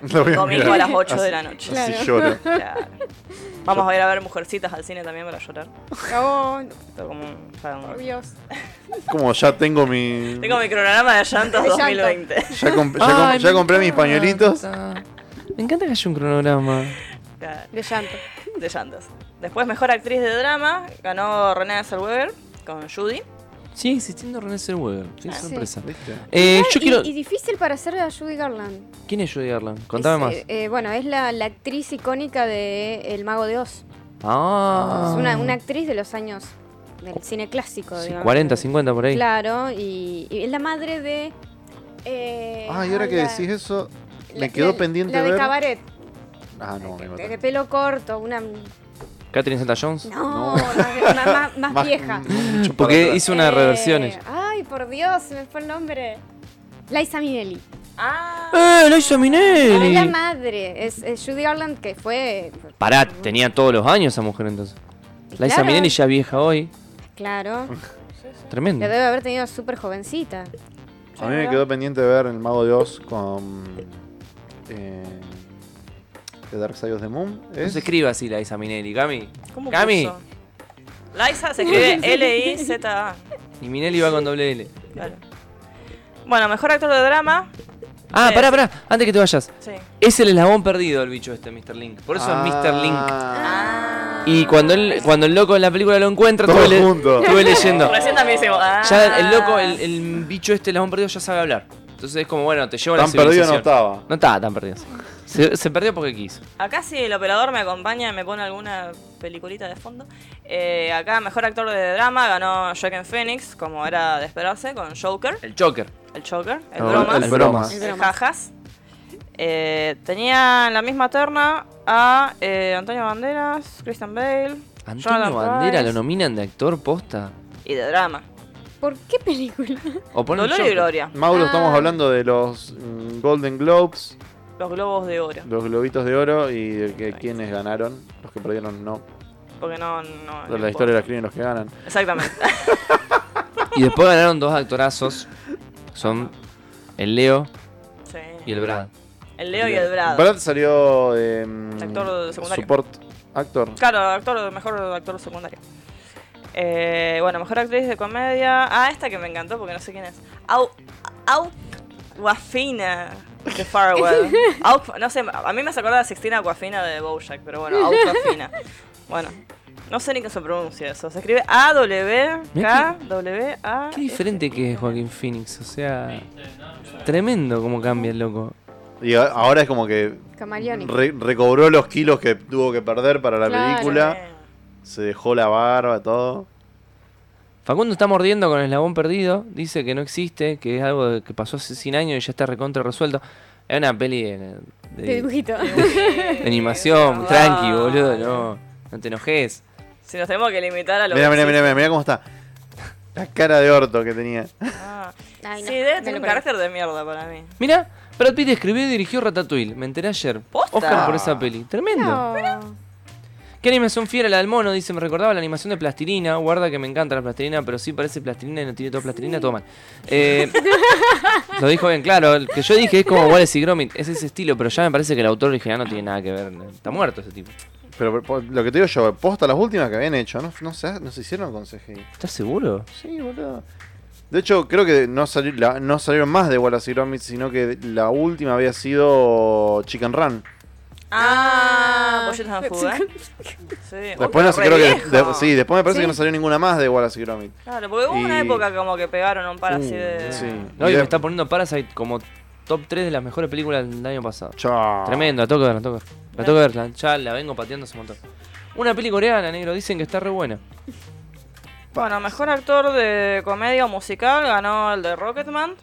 [SPEAKER 1] Lo voy a
[SPEAKER 4] Domingo
[SPEAKER 1] mirar.
[SPEAKER 4] a las 8 de
[SPEAKER 1] Así-
[SPEAKER 4] la noche.
[SPEAKER 1] Así
[SPEAKER 3] Claro.
[SPEAKER 1] lloro.
[SPEAKER 4] Claro. Vamos a ir a ver mujercitas al cine también para llorar.
[SPEAKER 3] Oh, no,
[SPEAKER 4] Tengo como un- para un-
[SPEAKER 3] por Dios.
[SPEAKER 1] Como ya tengo mi.
[SPEAKER 4] Tengo mi cronograma de llantos
[SPEAKER 3] De llanto.
[SPEAKER 4] 2020.
[SPEAKER 1] Ya, comp- ya comp-
[SPEAKER 2] Ay,
[SPEAKER 1] ya
[SPEAKER 2] me
[SPEAKER 1] compré mis
[SPEAKER 2] encanta.
[SPEAKER 1] pañuelitos.
[SPEAKER 2] Me encanta que haya un cronograma.
[SPEAKER 4] Claro,
[SPEAKER 3] De llanto.
[SPEAKER 4] de llantos. Después, mejor actriz de drama ganó Renée Zellweger con Judy.
[SPEAKER 2] Sigue existiendo René Zellweger. Qué
[SPEAKER 4] Ah, sí.
[SPEAKER 2] sorpresa.
[SPEAKER 1] ¿Viste?
[SPEAKER 2] Eh,
[SPEAKER 3] Ah,
[SPEAKER 2] yo
[SPEAKER 3] y,
[SPEAKER 2] quiero.
[SPEAKER 3] y difícil para hacer a Judy Garland.
[SPEAKER 2] ¿Quién es Judy Garland? Contame
[SPEAKER 3] Es,
[SPEAKER 2] más.
[SPEAKER 3] eh, eh, bueno, es la, la actriz icónica de El Mago de Oz.
[SPEAKER 2] ah.
[SPEAKER 3] eh, Es una, una actriz de los años del cine clásico,
[SPEAKER 2] Sí,
[SPEAKER 3] digamos.
[SPEAKER 2] 40, 50 por ahí.
[SPEAKER 3] Claro, y, y es la madre de. eh,
[SPEAKER 1] Ah, y ahora que
[SPEAKER 3] la-
[SPEAKER 1] decís eso, me
[SPEAKER 3] la-
[SPEAKER 1] quedó
[SPEAKER 3] la-
[SPEAKER 1] pendiente
[SPEAKER 3] La de
[SPEAKER 1] ver.
[SPEAKER 3] Cabaret,
[SPEAKER 1] Ah, no,
[SPEAKER 3] de,
[SPEAKER 1] me
[SPEAKER 3] de
[SPEAKER 1] mataste.
[SPEAKER 3] pelo corto, una. No,
[SPEAKER 2] Catherine Zeta Jones.
[SPEAKER 1] No.
[SPEAKER 3] Más, *laughs* más- más- más
[SPEAKER 1] Más-
[SPEAKER 3] vieja.
[SPEAKER 1] mucho para
[SPEAKER 2] Porque
[SPEAKER 1] atrás.
[SPEAKER 2] hizo unas
[SPEAKER 3] Eh,
[SPEAKER 2] reversiones.
[SPEAKER 3] Ay, por Dios, se me fue el nombre. Liza Minnelli.
[SPEAKER 4] Ah,
[SPEAKER 2] ¡Eh! ¡La hizo
[SPEAKER 3] Es la
[SPEAKER 2] Minelli!
[SPEAKER 3] madre. Es, es Judy Garland que fue.
[SPEAKER 2] Pará, tenía todos los años esa mujer entonces. La Isa
[SPEAKER 3] Claro,
[SPEAKER 2] Minelli ya vieja hoy.
[SPEAKER 3] Claro.
[SPEAKER 2] Tremendo.
[SPEAKER 3] La debe haber tenido súper jovencita.
[SPEAKER 1] A mí me quedó pendiente ver El Mago de Oz con. Eh, The Dark Side of the Moon.
[SPEAKER 2] No
[SPEAKER 1] ¿es?
[SPEAKER 2] se escribe así la Isa Minelli, Cami.
[SPEAKER 4] ¿cómo
[SPEAKER 2] Cami.
[SPEAKER 4] puso? Liza se escribe L-I-Z-A.
[SPEAKER 2] Y Minelli va con doble L.
[SPEAKER 4] Claro. Bueno, mejor actor de drama.
[SPEAKER 2] Ah,
[SPEAKER 4] Sí.
[SPEAKER 2] pará, pará, antes que te vayas.
[SPEAKER 4] Sí.
[SPEAKER 2] Es el eslabón perdido el bicho este, Mr. Link. Por eso es Mr. Link.
[SPEAKER 4] Ah.
[SPEAKER 2] Ah. Y cuando el, cuando el loco en la película lo encuentra,
[SPEAKER 1] Todos
[SPEAKER 2] estuve, le-
[SPEAKER 1] juntos.
[SPEAKER 2] estuve leyendo.
[SPEAKER 4] Recién también hicimos. ah.
[SPEAKER 2] *laughs* Ya el loco, el, el bicho este, el eslabón perdido, ya sabe hablar. Entonces es como, bueno, te llevo a la
[SPEAKER 1] Tan perdido no
[SPEAKER 2] civilización.
[SPEAKER 1] estaba.
[SPEAKER 2] No estaba tan perdido. Se, se perdió porque quiso.
[SPEAKER 4] Acá si el operador me acompaña y me pone alguna peliculita de fondo. Eh, acá mejor actor de drama ganó Joaquin Phoenix, como era de esperarse, con Joker,
[SPEAKER 2] El Joker.
[SPEAKER 4] el Joker, el
[SPEAKER 1] No,
[SPEAKER 4] Bromas,
[SPEAKER 1] el Bromas.
[SPEAKER 4] el
[SPEAKER 3] El Bromas.
[SPEAKER 4] Jajas. Eh, tenía en la misma terna a eh, Antonio Banderas, Christian Bale,
[SPEAKER 2] Antonio
[SPEAKER 4] Jonathan
[SPEAKER 2] Bandera
[SPEAKER 4] Pryce
[SPEAKER 2] lo nominan de actor posta.
[SPEAKER 4] y de drama.
[SPEAKER 3] ¿Por qué película?
[SPEAKER 2] O ponen
[SPEAKER 4] Dolor y
[SPEAKER 2] Joker.
[SPEAKER 4] Gloria,
[SPEAKER 1] Mauro, estamos
[SPEAKER 3] Ah.
[SPEAKER 1] hablando de los mm, Golden Globes,
[SPEAKER 4] los globos de oro.
[SPEAKER 1] los globitos de oro y de que quienes ganaron, los que perdieron no.
[SPEAKER 4] Porque no, no. no
[SPEAKER 1] Pero la
[SPEAKER 4] importa.
[SPEAKER 1] historia la escriben los que ganan.
[SPEAKER 4] Exactamente.
[SPEAKER 2] *laughs* Y después ganaron dos actorazos. Son el Leo
[SPEAKER 4] Sí.
[SPEAKER 2] y el Brad.
[SPEAKER 4] El Leo y el Brad.
[SPEAKER 1] Brad salió eh, mm,
[SPEAKER 4] Actor secundario.
[SPEAKER 1] Support actor.
[SPEAKER 4] Claro, actor, mejor actor secundario. Eh, bueno, mejor actriz de comedia. Ah, esta que me encantó porque no sé quién es. Au. Au. Guafina de Farwell. Au, no sé, a mí me hace acordar a Sixtina Guafina de Bojack, pero bueno, Au Guafina. Bueno, no sé ni qué se pronuncia eso. Se escribe
[SPEAKER 2] Mirá
[SPEAKER 4] A-W-K-W-A.
[SPEAKER 2] Qué diferente que es Joaquín Phoenix. O sea, tremendo como cambia el loco.
[SPEAKER 1] Y a- ahora es como que
[SPEAKER 3] Camaleónica.
[SPEAKER 1] re- recobró los kilos que tuvo que perder para la
[SPEAKER 3] Claro.
[SPEAKER 1] película. Se dejó la barba, todo.
[SPEAKER 2] Facundo está mordiendo con el eslabón perdido. Dice que no existe, que es algo de- que pasó hace 100 años y ya está recontra resuelto. Es una peli de, de-
[SPEAKER 3] De dibujito.
[SPEAKER 2] de animación, tranqui, boludo. No, no te enojes.
[SPEAKER 4] Ah, Si nos tenemos que limitar a lo
[SPEAKER 1] Mira,
[SPEAKER 4] que
[SPEAKER 1] mira,
[SPEAKER 4] existe.
[SPEAKER 1] mira, mira cómo está. La cara de orto que tenía.
[SPEAKER 4] Ah.
[SPEAKER 3] Ay, no,
[SPEAKER 4] sí, debe
[SPEAKER 3] me
[SPEAKER 4] tener
[SPEAKER 3] lo
[SPEAKER 4] un
[SPEAKER 3] perdí.
[SPEAKER 4] carácter de mierda para mí.
[SPEAKER 2] Mira, Brad Pitt escribió y dirigió Ratatouille. Me enteré ayer.
[SPEAKER 4] ¿Posta?
[SPEAKER 2] Oscar por esa peli. Tremendo.
[SPEAKER 3] No.
[SPEAKER 2] ¿Qué animación fiera la del mono? Dice, me recordaba la animación de plastilina. Guarda que me encanta la plastilina, pero sí parece plastilina y no tiene todo plastilina, todo mal. *laughs* Eh, lo dijo bien claro. El que yo dije es como Wallace y Gromit. Es ese estilo, pero ya me parece que el autor original no tiene nada que ver. Está muerto ese tipo.
[SPEAKER 1] Pero, pero, po- lo que te digo yo, posta las últimas que habían hecho, no, no, se, no se hicieron con CGI.
[SPEAKER 2] ¿Estás seguro?
[SPEAKER 1] Sí, boludo. De hecho, creo que no, sali- la- no salieron más de Wallace y Gromit, sino que la última había sido Chicken Run.
[SPEAKER 4] Ah, pollitos en fuga. Sí.
[SPEAKER 1] Después no sé,
[SPEAKER 4] re
[SPEAKER 1] creo que.
[SPEAKER 4] viejo.
[SPEAKER 1] de- sí, después me parece
[SPEAKER 3] Sí.
[SPEAKER 1] que no salió ninguna más de Wallace y Gromit.
[SPEAKER 4] Claro, porque hubo una
[SPEAKER 1] Y- Uh,
[SPEAKER 4] época como que pegaron un par así de.
[SPEAKER 1] Sí.
[SPEAKER 2] No,
[SPEAKER 1] Y
[SPEAKER 2] y
[SPEAKER 1] de-
[SPEAKER 2] me está poniendo Parasite como top 3 de las mejores películas del año pasado.
[SPEAKER 1] Chao.
[SPEAKER 2] Tremendo, la tengo que ver, la tengo que ver. La tengo que ver, la- ya la vengo pateando hace un montón. Una peli coreana, negro, dicen que está re buena.
[SPEAKER 4] Bueno, mejor actor de comedia o musical ganó el de Rocketman,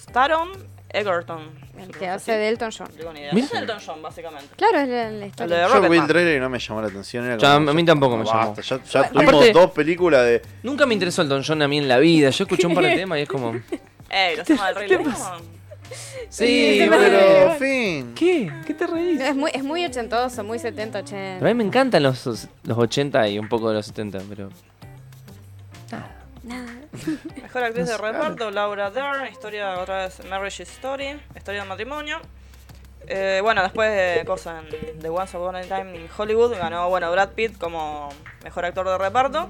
[SPEAKER 4] Staron Egerton.
[SPEAKER 3] que hace de Elton John.
[SPEAKER 4] No tengo ni idea.
[SPEAKER 2] Mira.
[SPEAKER 4] Es Elton John, básicamente.
[SPEAKER 3] Claro, es la, la historia.
[SPEAKER 4] de
[SPEAKER 1] Yo vi el
[SPEAKER 4] Rocketman.
[SPEAKER 1] trailer y no me llamó la atención. era
[SPEAKER 2] Ya,
[SPEAKER 1] como,
[SPEAKER 2] a mí tampoco me
[SPEAKER 1] basta,
[SPEAKER 2] llamó.
[SPEAKER 1] Ya, ya
[SPEAKER 2] Aparte-
[SPEAKER 1] tuvimos dos películas de.
[SPEAKER 2] Nunca me interesó el Don John a mí en la vida. Yo escuché un par *laughs* de temas y es como.
[SPEAKER 4] Ey, lo llama el Rey León.
[SPEAKER 2] Sí,
[SPEAKER 3] Sí,
[SPEAKER 2] pero.
[SPEAKER 1] Pero, fin.
[SPEAKER 2] ¿Qué? ¿Qué te reís?
[SPEAKER 3] No, es, muy, es muy ochentoso, muy 70, 80.
[SPEAKER 2] Pero a mí me encantan los, los 80 y un poco de los 70, pero.
[SPEAKER 4] Mejor actriz de reparto, Laura Dern. Historia, otra vez, Marriage Story. Historia de matrimonio. Eh, bueno, después de cosas en The Once Upon a Time in Hollywood, ganó, bueno, Brad Pitt como mejor actor de reparto.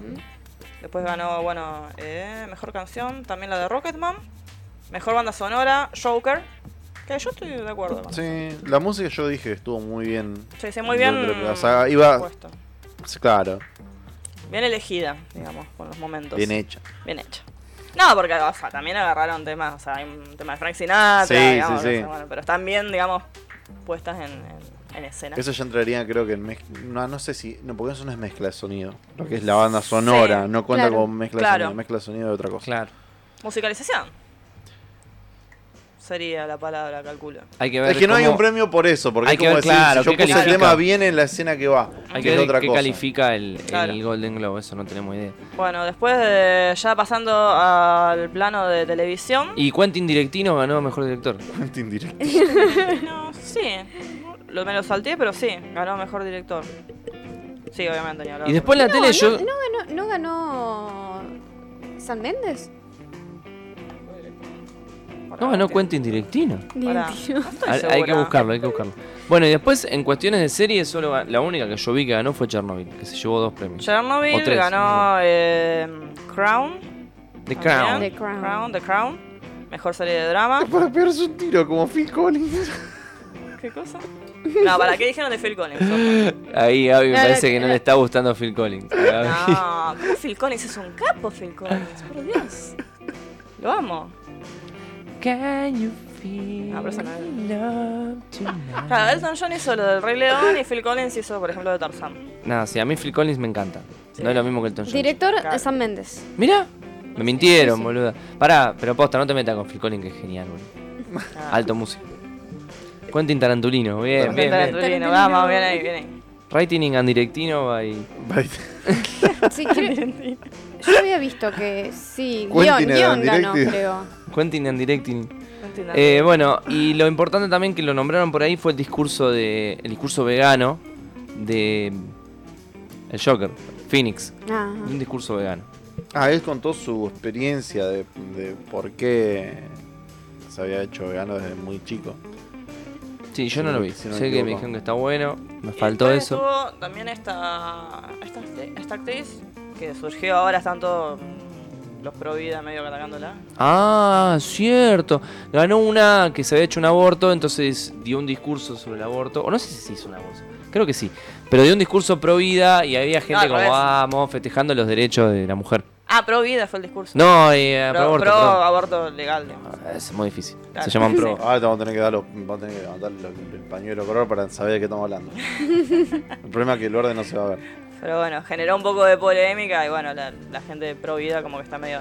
[SPEAKER 4] Después ganó, bueno, eh, mejor canción, también la de Rocketman. Mejor banda sonora, Joker. Que yo estoy de acuerdo con eso.
[SPEAKER 1] Sí, la música yo dije que estuvo muy bien.
[SPEAKER 4] Sí, sí, muy bien.
[SPEAKER 1] Dentro de la saga. Iba-
[SPEAKER 4] puesto.
[SPEAKER 1] Claro,
[SPEAKER 4] Bien elegida, digamos, con los momentos.
[SPEAKER 1] bien hecha.
[SPEAKER 4] Bien hecho. No, porque o sea, también agarraron temas, o sea, hay un tema de Frank Sinatra,
[SPEAKER 1] Sí, sí,
[SPEAKER 4] digamos,
[SPEAKER 1] sí.
[SPEAKER 4] no sé, bueno, pero están bien, digamos, puestas en, en- en escena.
[SPEAKER 1] Eso ya entraría, creo que en mez- no, no sé si. No, porque eso no es mezcla de sonido. Lo que es la banda sonora.
[SPEAKER 4] Sí,
[SPEAKER 1] no cuenta
[SPEAKER 3] claro,
[SPEAKER 1] con mezcla de
[SPEAKER 4] claro.
[SPEAKER 1] sonido. Mezcla de sonido es otra cosa.
[SPEAKER 2] Claro.
[SPEAKER 4] Musicalización. Sería la palabra, calculo.
[SPEAKER 2] Hay que ver.
[SPEAKER 1] Es que no hay un
[SPEAKER 2] cómo-
[SPEAKER 1] premio por eso, porque
[SPEAKER 2] Hay
[SPEAKER 1] es
[SPEAKER 2] que
[SPEAKER 1] como
[SPEAKER 2] ver,
[SPEAKER 1] decir,
[SPEAKER 2] claro,
[SPEAKER 1] si yo
[SPEAKER 2] qué
[SPEAKER 1] puse el
[SPEAKER 2] califica.
[SPEAKER 1] tema bien en la escena que va,
[SPEAKER 2] Hay
[SPEAKER 1] que
[SPEAKER 2] que
[SPEAKER 1] es
[SPEAKER 2] ver
[SPEAKER 1] otra
[SPEAKER 2] qué
[SPEAKER 1] cosa. *laughs*
[SPEAKER 2] califica el, el
[SPEAKER 4] Claro.
[SPEAKER 2] Golden Globe, eso no tenemos idea.
[SPEAKER 4] Bueno, después de- ya pasando al plano de televisión.
[SPEAKER 2] Y Quentin Directino ganó Mejor Director.
[SPEAKER 1] Quentin Directino.
[SPEAKER 4] *laughs* No, sí. Lo, me lo salté, pero sí, ganó mejor director. Sí, obviamente, ni hablar.
[SPEAKER 2] Y después en la
[SPEAKER 3] No,
[SPEAKER 2] tele yo...
[SPEAKER 3] no, ganó, ¿No ganó San Méndez?
[SPEAKER 2] No ganó Quentin Directino.
[SPEAKER 4] Pará.
[SPEAKER 3] Divertido.
[SPEAKER 4] No estoy
[SPEAKER 2] Hay, hay que
[SPEAKER 4] segura.
[SPEAKER 2] buscarlo, hay que buscarlo. Bueno, y después en cuestiones de series, solo ga- la única que yo vi que ganó fue Chernobyl, que se llevó dos premios.
[SPEAKER 4] Chernobyl
[SPEAKER 2] O tres,
[SPEAKER 4] ganó eh, Crown.
[SPEAKER 2] The
[SPEAKER 4] También.
[SPEAKER 2] Crown.
[SPEAKER 3] The Crown.
[SPEAKER 4] The Crown. Mejor serie
[SPEAKER 2] *laughs*
[SPEAKER 4] de drama.
[SPEAKER 1] Para pegarse un tiro, como Phil Collins.
[SPEAKER 4] ¿Qué cosa? No, ¿para qué dijeron de
[SPEAKER 2] *laughs*
[SPEAKER 4] Phil Collins?
[SPEAKER 2] Ahí Gaby me
[SPEAKER 3] No, no,
[SPEAKER 2] parece que no
[SPEAKER 3] no.
[SPEAKER 2] le está gustando Phil Collins. a Gaby.
[SPEAKER 4] No, ¿cómo Phil Collins? Es un capo Phil Collins, por Dios. Lo amo.
[SPEAKER 2] *laughs* Can you feel
[SPEAKER 4] No, pero eso no es.
[SPEAKER 2] love tonight?
[SPEAKER 4] Claro, Elton John hizo lo del Rey León y Phil Collins hizo, por ejemplo, de Tarzán.
[SPEAKER 2] No, sí, a mí Phil Collins me encanta. No es lo mismo que el John.
[SPEAKER 3] Director
[SPEAKER 4] Claro.
[SPEAKER 3] San Méndez.
[SPEAKER 4] *laughs*
[SPEAKER 2] Mira, me mintieron, boluda. Pará, pero posta, no te metas con Phil Collins, que es genial, boludo.
[SPEAKER 4] Ah,
[SPEAKER 2] Alto músico. Ah. Quentin Tarantulino, bien, bien, bien.
[SPEAKER 4] Tarantulino, vamos, bien ahí, bien ahí.
[SPEAKER 2] Writing and Directino by...
[SPEAKER 3] Sí, creo- yo había visto que sí. Guión,
[SPEAKER 1] Quentin era
[SPEAKER 3] guión
[SPEAKER 1] en
[SPEAKER 3] ganó,
[SPEAKER 1] directo.
[SPEAKER 3] creo.
[SPEAKER 2] Quentin and Directing.
[SPEAKER 4] No entiendo.
[SPEAKER 2] Eh, bueno, y lo importante también que lo nombraron por ahí fue el discurso de el discurso vegano de el Joker, Phoenix,
[SPEAKER 3] Ah.
[SPEAKER 2] un discurso vegano.
[SPEAKER 1] Ah, él contó su experiencia de, de por qué se había hecho vegano desde muy chico.
[SPEAKER 2] Sí, yo no lo vi.
[SPEAKER 1] Si no me
[SPEAKER 2] sé que me
[SPEAKER 1] equivoco.
[SPEAKER 2] dijeron que está bueno, me
[SPEAKER 4] Y
[SPEAKER 2] faltó
[SPEAKER 4] después
[SPEAKER 2] eso.
[SPEAKER 4] estuvo también esta, esta, esta actriz que surgió ahora, están todos los pro vida medio que atacándola.
[SPEAKER 2] Ah, cierto. Ganó una que se había hecho un aborto, entonces dio un discurso sobre el aborto. O no sé si se hizo un aborto. Creo que sí. Pero dio un discurso pro vida y había gente
[SPEAKER 4] al
[SPEAKER 2] como,
[SPEAKER 4] revés.
[SPEAKER 2] vamos, festejando los derechos de la mujer.
[SPEAKER 4] Ah, pro vida fue el discurso.
[SPEAKER 2] No, eh,
[SPEAKER 4] pro,
[SPEAKER 2] pro aborto.
[SPEAKER 4] pro
[SPEAKER 2] perdón.
[SPEAKER 4] aborto legal, digamos.
[SPEAKER 2] Ah, Es muy difícil. Se
[SPEAKER 4] Claro.
[SPEAKER 2] llaman
[SPEAKER 4] *laughs*
[SPEAKER 2] pro.
[SPEAKER 1] Ahora te vamos a tener que dar los- vamos a tener que levantar los- el pañuelo color para saber de qué estamos
[SPEAKER 4] *laughs*
[SPEAKER 1] hablando. el problema es que el orden no se va a ver.
[SPEAKER 4] Pero bueno, generó un poco de polémica y bueno, la, la gente de pro vida como que está medio...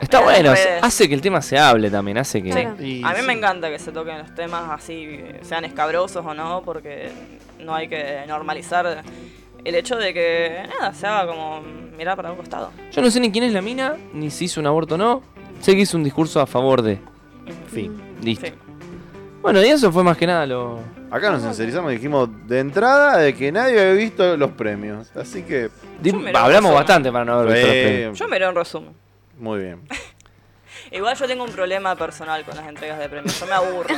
[SPEAKER 2] Está
[SPEAKER 4] medio
[SPEAKER 2] bueno,
[SPEAKER 4] en redes.
[SPEAKER 2] hace que el tema se hable también, hace que...
[SPEAKER 3] Claro.
[SPEAKER 1] Y
[SPEAKER 4] A mí
[SPEAKER 1] sí.
[SPEAKER 4] me encanta que se toquen los temas así, sean escabrosos o no, porque no hay que normalizar el hecho de que nada, se haga como mirar para un costado.
[SPEAKER 2] Yo no sé ni quién es la mina, ni si hizo un aborto o no. Sé que hizo un discurso a favor de...
[SPEAKER 1] Fin.
[SPEAKER 2] Listo.
[SPEAKER 4] Sí.
[SPEAKER 2] Bueno, y eso fue más que nada lo...
[SPEAKER 1] Acá nos sincerizamos y dijimos de entrada de que nadie había visto los premios. Así que.
[SPEAKER 2] Di-
[SPEAKER 4] me lo
[SPEAKER 2] Hablamos
[SPEAKER 4] paso.
[SPEAKER 2] bastante para no haber visto los
[SPEAKER 1] eh,
[SPEAKER 2] premios.
[SPEAKER 4] Yo miré un resumen.
[SPEAKER 1] muy bien.
[SPEAKER 4] Igual yo tengo un problema personal con las entregas de premios, yo me aburro.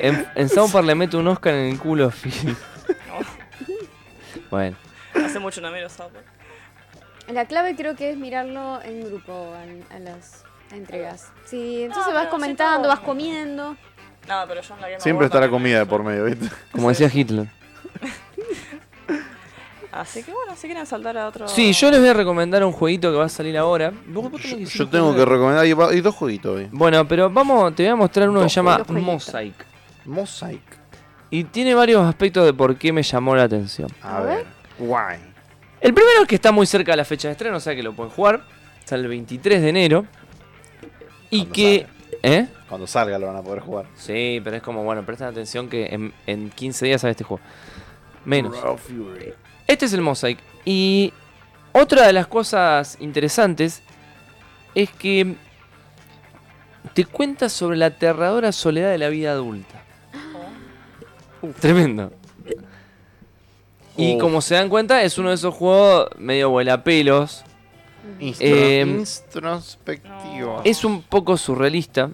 [SPEAKER 2] En, en Soundpark le meto un Oscar en el culo a Phil. Bueno.
[SPEAKER 4] Hace mucho no miro South Park.
[SPEAKER 3] La clave creo que es mirarlo en grupo al- a, las entregas. Sí, entonces
[SPEAKER 4] pero
[SPEAKER 3] vas
[SPEAKER 4] sí
[SPEAKER 3] comentando,
[SPEAKER 4] todo.
[SPEAKER 3] vas comiendo.
[SPEAKER 4] No, pero yo en la Game
[SPEAKER 1] Siempre
[SPEAKER 4] Award
[SPEAKER 1] está la
[SPEAKER 4] también-
[SPEAKER 1] comida de por medio, ¿viste?
[SPEAKER 2] Como decía Hitler.
[SPEAKER 4] Así que bueno, si quieren saltar a otro...
[SPEAKER 2] Sí, yo les voy a recomendar un jueguito que va a salir ahora. Vos- vos
[SPEAKER 1] Yo,
[SPEAKER 2] tenés
[SPEAKER 1] yo
[SPEAKER 2] decir
[SPEAKER 1] tengo
[SPEAKER 2] un
[SPEAKER 1] que
[SPEAKER 2] juego.
[SPEAKER 1] recomendar. Hay, va- hay dos jueguitos hoy.
[SPEAKER 2] Bueno, pero vamos, te voy a mostrar uno que se llama
[SPEAKER 3] Los jueguitos.
[SPEAKER 2] Mosaic.
[SPEAKER 1] Mosaic.
[SPEAKER 2] Y tiene varios aspectos de por qué me llamó la atención.
[SPEAKER 1] A,
[SPEAKER 3] A
[SPEAKER 1] ver. Guay.
[SPEAKER 2] El primero es que está muy cerca de la fecha de estreno, o sea que lo pueden jugar. Sale el 23 de enero. Y
[SPEAKER 1] Cuando
[SPEAKER 2] que. ¿Eh?
[SPEAKER 1] Cuando salga lo van a poder jugar.
[SPEAKER 2] Sí, pero es como, bueno, presten atención que en, en 15 días sale este juego. Menos.
[SPEAKER 1] Raw Fury.
[SPEAKER 2] Este es el Mosaic. Y otra de las cosas interesantes es que te cuenta sobre la aterradora soledad de la vida adulta. *laughs* Tremendo. Y
[SPEAKER 1] Uf.
[SPEAKER 2] como se dan cuenta, es uno de esos juegos medio vuelapelos.
[SPEAKER 1] Instro-
[SPEAKER 2] Eh,
[SPEAKER 1] introspectivo. Es,
[SPEAKER 2] Es un poco surrealista.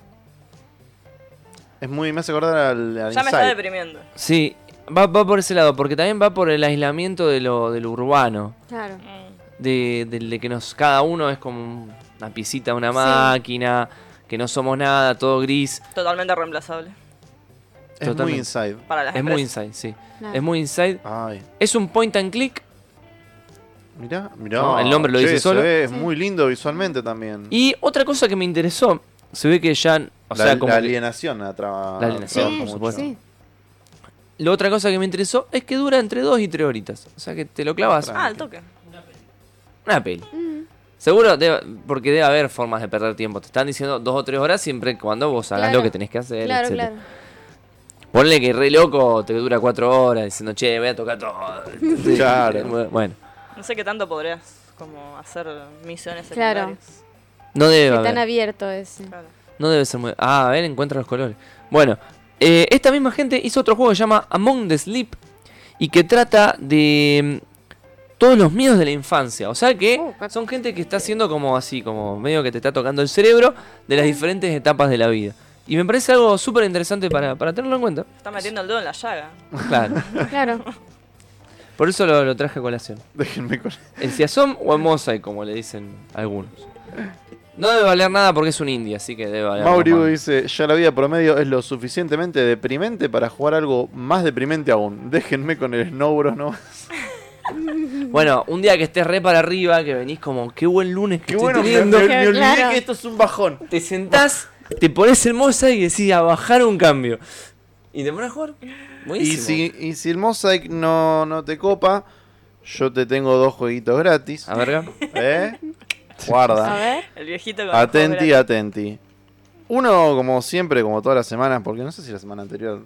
[SPEAKER 1] muy. Me hace acordar al, al
[SPEAKER 4] Ya me está
[SPEAKER 1] Inside.
[SPEAKER 4] deprimiendo.
[SPEAKER 2] Sí, va, va por ese lado, porque también va por el aislamiento de lo, de lo urbano.
[SPEAKER 3] Claro.
[SPEAKER 4] Mm.
[SPEAKER 2] de, del- de que nos cada uno es como una piecita de una
[SPEAKER 3] Sí.
[SPEAKER 2] máquina, que no somos nada, todo gris.
[SPEAKER 4] Totalmente reemplazable.
[SPEAKER 1] Es muy
[SPEAKER 2] Totalmente.
[SPEAKER 1] Inside.
[SPEAKER 4] Para
[SPEAKER 3] Ah,
[SPEAKER 4] las
[SPEAKER 2] es muy
[SPEAKER 4] empresas.
[SPEAKER 2] inside, sí.
[SPEAKER 3] Claro.
[SPEAKER 2] Es muy inside.
[SPEAKER 1] Ay.
[SPEAKER 2] Es un point and click
[SPEAKER 1] Mirá, mirá.
[SPEAKER 2] No, el nombre lo
[SPEAKER 1] Che,
[SPEAKER 2] dice
[SPEAKER 1] se
[SPEAKER 2] solo.
[SPEAKER 1] ve, es
[SPEAKER 3] Sí.
[SPEAKER 1] muy lindo visualmente también.
[SPEAKER 2] y otra cosa que me interesó, se ve que ya, o
[SPEAKER 1] la,
[SPEAKER 2] sea, como
[SPEAKER 1] la
[SPEAKER 2] que-
[SPEAKER 1] alienación atraba.
[SPEAKER 2] La alienación,
[SPEAKER 1] atrapa
[SPEAKER 2] por
[SPEAKER 1] mucho.
[SPEAKER 2] supuesto. la otra cosa que me interesó es que dura entre 2 y 3 horitas, o sea que te lo clavas
[SPEAKER 1] Otra.
[SPEAKER 4] Ah, al toque.
[SPEAKER 2] una peli.
[SPEAKER 3] Mm.
[SPEAKER 2] Seguro debe- porque debe haber formas de perder tiempo. Te están diciendo 2 o 3 horas siempre y cuando vos hagas
[SPEAKER 3] Claro.
[SPEAKER 2] lo que tenés que hacer,
[SPEAKER 3] Claro,
[SPEAKER 2] etcétera.
[SPEAKER 3] claro.
[SPEAKER 2] Ponle que re loco te dura cuatro horas diciendo, che, voy a tocar
[SPEAKER 1] *laughs*
[SPEAKER 2] todo. Sí.
[SPEAKER 1] Claro.
[SPEAKER 2] *laughs* Bueno,
[SPEAKER 4] No sé qué tanto podrías como hacer misiones
[SPEAKER 3] Claro.
[SPEAKER 4] secundarias.
[SPEAKER 2] no
[SPEAKER 3] Que
[SPEAKER 2] debe
[SPEAKER 3] tan
[SPEAKER 2] haber,
[SPEAKER 3] abierto ese.
[SPEAKER 1] *laughs*
[SPEAKER 4] Claro.
[SPEAKER 2] No debe ser muy... Ah, a ver, encuentra los colores. Bueno, eh, esta misma gente hizo otro juego que se llama Among the Sleep y que trata de mm, todos los miedos de la infancia. O sea que
[SPEAKER 3] Uh,
[SPEAKER 2] son gente que está haciendo como así, como medio que te está tocando el cerebro de
[SPEAKER 3] Ah.
[SPEAKER 2] las diferentes etapas de la vida. Y me parece algo súper interesante para, para tenerlo en cuenta.
[SPEAKER 4] Está metiendo el dedo en la llaga.
[SPEAKER 2] Claro.
[SPEAKER 3] *laughs* Claro.
[SPEAKER 2] Por eso lo, lo traje a colación.
[SPEAKER 1] Déjenme
[SPEAKER 2] *laughs*
[SPEAKER 1] con.
[SPEAKER 2] El Siasom o el Mosaic, como le dicen algunos. No debe valer nada porque es un indie, así que debe valer.
[SPEAKER 1] Mauri
[SPEAKER 2] más.
[SPEAKER 1] dice: Ya la vida promedio es lo suficientemente deprimente para jugar algo más deprimente aún. Déjenme con el Snowbro, ¿no?
[SPEAKER 2] Bueno, un día que estés re para arriba, que venís como, qué buen lunes que
[SPEAKER 1] Qué
[SPEAKER 2] estoy
[SPEAKER 1] bueno, me,
[SPEAKER 2] teniendo",
[SPEAKER 1] me- me olvidé
[SPEAKER 3] Claro.
[SPEAKER 1] que esto es un bajón.
[SPEAKER 2] Te sentás, te pones el Mosaic y decís a bajar un cambio. Y te pones a jugar.
[SPEAKER 1] Y
[SPEAKER 2] Buenísimo.
[SPEAKER 1] si, y si el Mosaic no, no te copa, yo te tengo dos jueguitos gratis.
[SPEAKER 2] A verga.
[SPEAKER 1] ¿Eh?
[SPEAKER 2] *laughs*
[SPEAKER 3] A
[SPEAKER 1] Guarda.
[SPEAKER 3] ver.
[SPEAKER 4] El viejito con
[SPEAKER 1] Atenti,
[SPEAKER 4] el cobre.
[SPEAKER 1] atenti. Uno, como siempre, como todas las semanas, porque no sé si la semana anterior.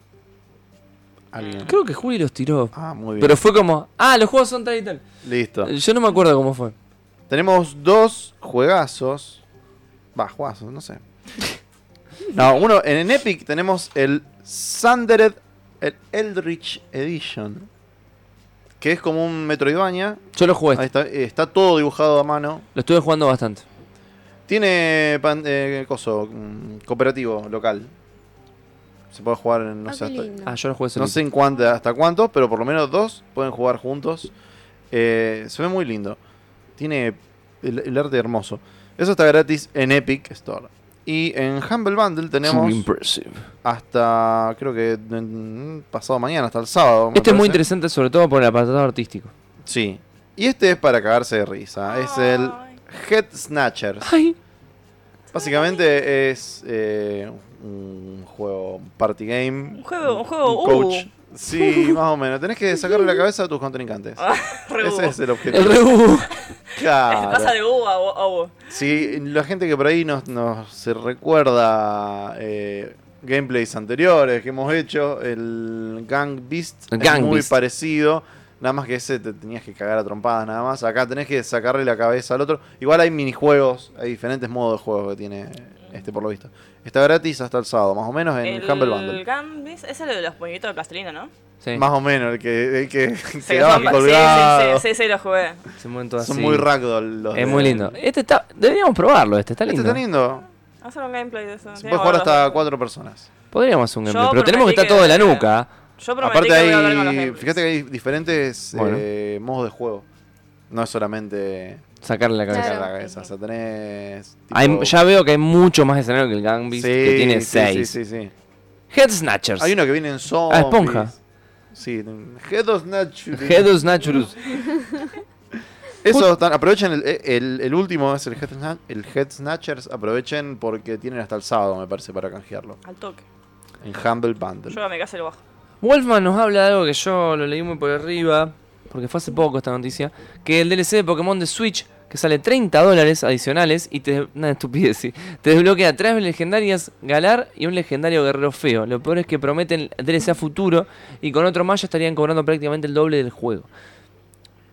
[SPEAKER 1] Alguien.
[SPEAKER 2] Creo que Juli los tiró.
[SPEAKER 1] Ah, muy bien.
[SPEAKER 2] Pero Eh, fue como, ah, los juegos son tal y tal.
[SPEAKER 1] Listo.
[SPEAKER 2] Yo no me acuerdo cómo fue.
[SPEAKER 1] Tenemos dos juegazos. Va, juegazos, no sé. No, uno, en, en Epic tenemos el Sundered el Eldritch Edition. Que es como un Metroidvania.
[SPEAKER 2] Yo lo jugué.
[SPEAKER 1] Ahí está, eh, está todo dibujado a mano.
[SPEAKER 2] Lo estuve jugando bastante.
[SPEAKER 1] Tiene pan- eh, coso, mm, cooperativo local. Se puede jugar en, no
[SPEAKER 3] Ah,
[SPEAKER 1] sé,
[SPEAKER 3] qué
[SPEAKER 1] hasta-
[SPEAKER 3] lindo.
[SPEAKER 2] Ah, yo lo jugué
[SPEAKER 1] no
[SPEAKER 2] solito.
[SPEAKER 1] sé en cuánta- hasta cuántos, pero por lo menos dos pueden jugar juntos. Eh, se ve muy lindo. Tiene el, el arte hermoso. Eso está gratis en Epic Store. Y en Humble Bundle tenemos hasta, creo que mm, pasado mañana, hasta el sábado. me
[SPEAKER 2] Este es muy
[SPEAKER 1] parece.
[SPEAKER 2] interesante, sobre todo por el apartado
[SPEAKER 1] *laughs*
[SPEAKER 2] artístico.
[SPEAKER 1] Sí. Y este es para cagarse de risa. Es el
[SPEAKER 4] Ay.
[SPEAKER 1] Head Snatchers.
[SPEAKER 2] Ay,
[SPEAKER 1] Básicamente es eh, un juego un party game.
[SPEAKER 4] Un juego- un juego, uh.
[SPEAKER 1] coach. Sí, más o menos. Tenés que sacarle la cabeza a tus contrincantes.
[SPEAKER 4] Ah, re
[SPEAKER 1] Ese
[SPEAKER 4] bobo.
[SPEAKER 1] es el Ah,
[SPEAKER 2] el
[SPEAKER 1] objetivo.
[SPEAKER 2] rebu.
[SPEAKER 1] Claro.
[SPEAKER 4] Pasa de uva a uva a uva.
[SPEAKER 1] Sí, la gente que por ahí nos, nos se recuerda eh, gameplays anteriores que hemos hecho, el Gang Beast
[SPEAKER 2] El
[SPEAKER 1] es
[SPEAKER 2] Gang
[SPEAKER 1] muy
[SPEAKER 2] Beast.
[SPEAKER 1] parecido. Nada más que ese te tenías que cagar a trompadas nada más. Acá tenés que sacarle la cabeza al otro. Igual hay minijuegos, hay diferentes modos de juego que tiene este por lo visto. Está gratis hasta el sábado, más o menos en
[SPEAKER 4] El
[SPEAKER 1] Humble Bundle.
[SPEAKER 4] Gambis es el de los puñitos de plastilina, ¿no?
[SPEAKER 2] Sí,
[SPEAKER 1] Más o menos, el que, el que
[SPEAKER 4] Se
[SPEAKER 1] quedaba
[SPEAKER 4] llama- sí,
[SPEAKER 1] ah, colgado.
[SPEAKER 4] sí, sí, sí, sí, lo jugué.
[SPEAKER 2] se mueven todas
[SPEAKER 1] Son
[SPEAKER 2] así.
[SPEAKER 1] muy ragdoll los
[SPEAKER 2] Es
[SPEAKER 1] de-
[SPEAKER 2] muy lindo. Este está, deberíamos probarlo, este está
[SPEAKER 1] Este
[SPEAKER 2] lindo.
[SPEAKER 1] está lindo.
[SPEAKER 4] Hacer un gameplay de eso.
[SPEAKER 1] Se
[SPEAKER 4] Tiene
[SPEAKER 1] puede
[SPEAKER 4] que
[SPEAKER 1] jugar
[SPEAKER 4] volver a
[SPEAKER 1] hasta
[SPEAKER 4] hacer.
[SPEAKER 1] cuatro personas.
[SPEAKER 2] Podríamos hacer un
[SPEAKER 4] Yo
[SPEAKER 2] gameplay, pero tenemos que
[SPEAKER 4] prometí
[SPEAKER 2] estar todo de la
[SPEAKER 4] que-
[SPEAKER 2] nuca.
[SPEAKER 4] Yo prometí
[SPEAKER 1] Aparte
[SPEAKER 4] que voy a hablar con los
[SPEAKER 1] hay,
[SPEAKER 4] gameplays.
[SPEAKER 1] fíjate que hay diferentes
[SPEAKER 2] Bueno.
[SPEAKER 1] eh, modos de juego. No es solamente
[SPEAKER 2] Sacarle la cabeza.
[SPEAKER 1] sacar la
[SPEAKER 3] Claro.
[SPEAKER 1] cabeza, o sea, tenés... tipo-
[SPEAKER 2] Hay- ya veo que hay mucho más escenario que el Gangbis,
[SPEAKER 1] Sí,
[SPEAKER 2] que tiene
[SPEAKER 1] sí,
[SPEAKER 2] 6.
[SPEAKER 1] Sí, sí, sí.
[SPEAKER 2] Head Snatchers.
[SPEAKER 1] Hay uno que viene en zombies.
[SPEAKER 2] Ah, esponja.
[SPEAKER 1] Sí, Head of Natural.
[SPEAKER 2] Head Snatchers.
[SPEAKER 1] Eso están- aprovechen el, eh, el- el último, es el Head, Sna- el Head Snatchers. Aprovechen porque tienen hasta el sábado, me parece, para canjearlo.
[SPEAKER 4] Al toque.
[SPEAKER 1] En Humble Bundle.
[SPEAKER 4] Yo a mi casa lo bajo.
[SPEAKER 2] Wolfman nos habla de algo que yo lo leí muy por arriba. porque fue hace poco esta noticia, que el DLC de Pokémon de Switch, que sale 30 dólares adicionales y te... Una estupidez, sí. Te desbloquea tres legendarias Galar y un legendario Guerrero Feo. Lo peor es que prometen DLC a futuro y con otro más ya estarían cobrando prácticamente el doble del juego.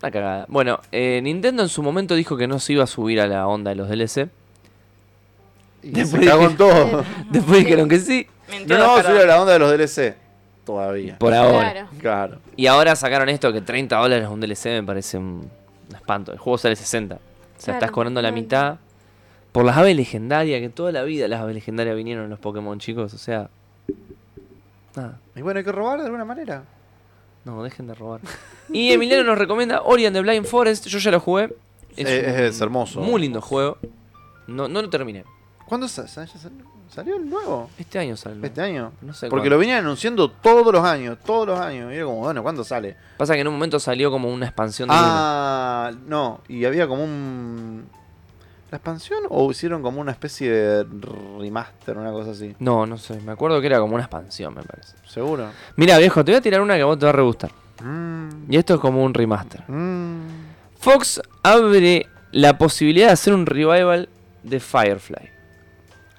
[SPEAKER 2] Una cagada. Bueno, eh, Nintendo en su momento dijo que no se iba a subir a la onda de los DLC.
[SPEAKER 1] Y se
[SPEAKER 2] Después
[SPEAKER 1] cagó
[SPEAKER 2] dije- *laughs*
[SPEAKER 1] en todo.
[SPEAKER 2] Después dijeron que sí.
[SPEAKER 1] No
[SPEAKER 4] Mintió
[SPEAKER 1] nos vamos a
[SPEAKER 4] descarado.
[SPEAKER 1] subir a la onda de los DLC. Todavía.
[SPEAKER 2] Por ahora.
[SPEAKER 3] Claro.
[SPEAKER 1] Claro.
[SPEAKER 2] Y ahora sacaron esto que 30 dólares un DLC me parece un, un espanto. El juego sale 60. O sea,
[SPEAKER 3] Claro,
[SPEAKER 2] estás cobrando la
[SPEAKER 3] claro.
[SPEAKER 2] mitad por las aves legendarias, que toda la vida las aves legendarias vinieron en los Pokémon, chicos. O sea... Nada.
[SPEAKER 1] Y bueno, hay que robar de alguna manera.
[SPEAKER 2] No, dejen de robar. Y Emiliano nos recomienda Ori and the Blind Forest. Yo ya lo jugué.
[SPEAKER 1] Eh,
[SPEAKER 2] un
[SPEAKER 1] es hermoso.
[SPEAKER 2] Muy lindo juego. No, no lo terminé.
[SPEAKER 1] ¿Cuándo sa- sa- sa- salió el nuevo?
[SPEAKER 2] Este año sale. ¿no?
[SPEAKER 1] Este año.
[SPEAKER 2] No sé
[SPEAKER 1] Porque
[SPEAKER 2] cuándo.
[SPEAKER 1] lo venían anunciando todos los años, todos los años. Y era como, bueno, ¿cuándo sale?
[SPEAKER 2] Pasa que en un momento salió como una expansión de uno.
[SPEAKER 1] Ah, no. Y había como un. ¿La expansión? ¿O hicieron como una especie de remaster, una cosa así?
[SPEAKER 2] No, no sé. Me acuerdo que era como una expansión, me parece.
[SPEAKER 1] ¿Seguro?
[SPEAKER 2] Mira, viejo, te voy a tirar una que a vos te va a re gustar.
[SPEAKER 1] Mm,
[SPEAKER 2] Y esto es como un remaster.
[SPEAKER 1] mm.
[SPEAKER 2] Fox abre la posibilidad de hacer un revival de Firefly.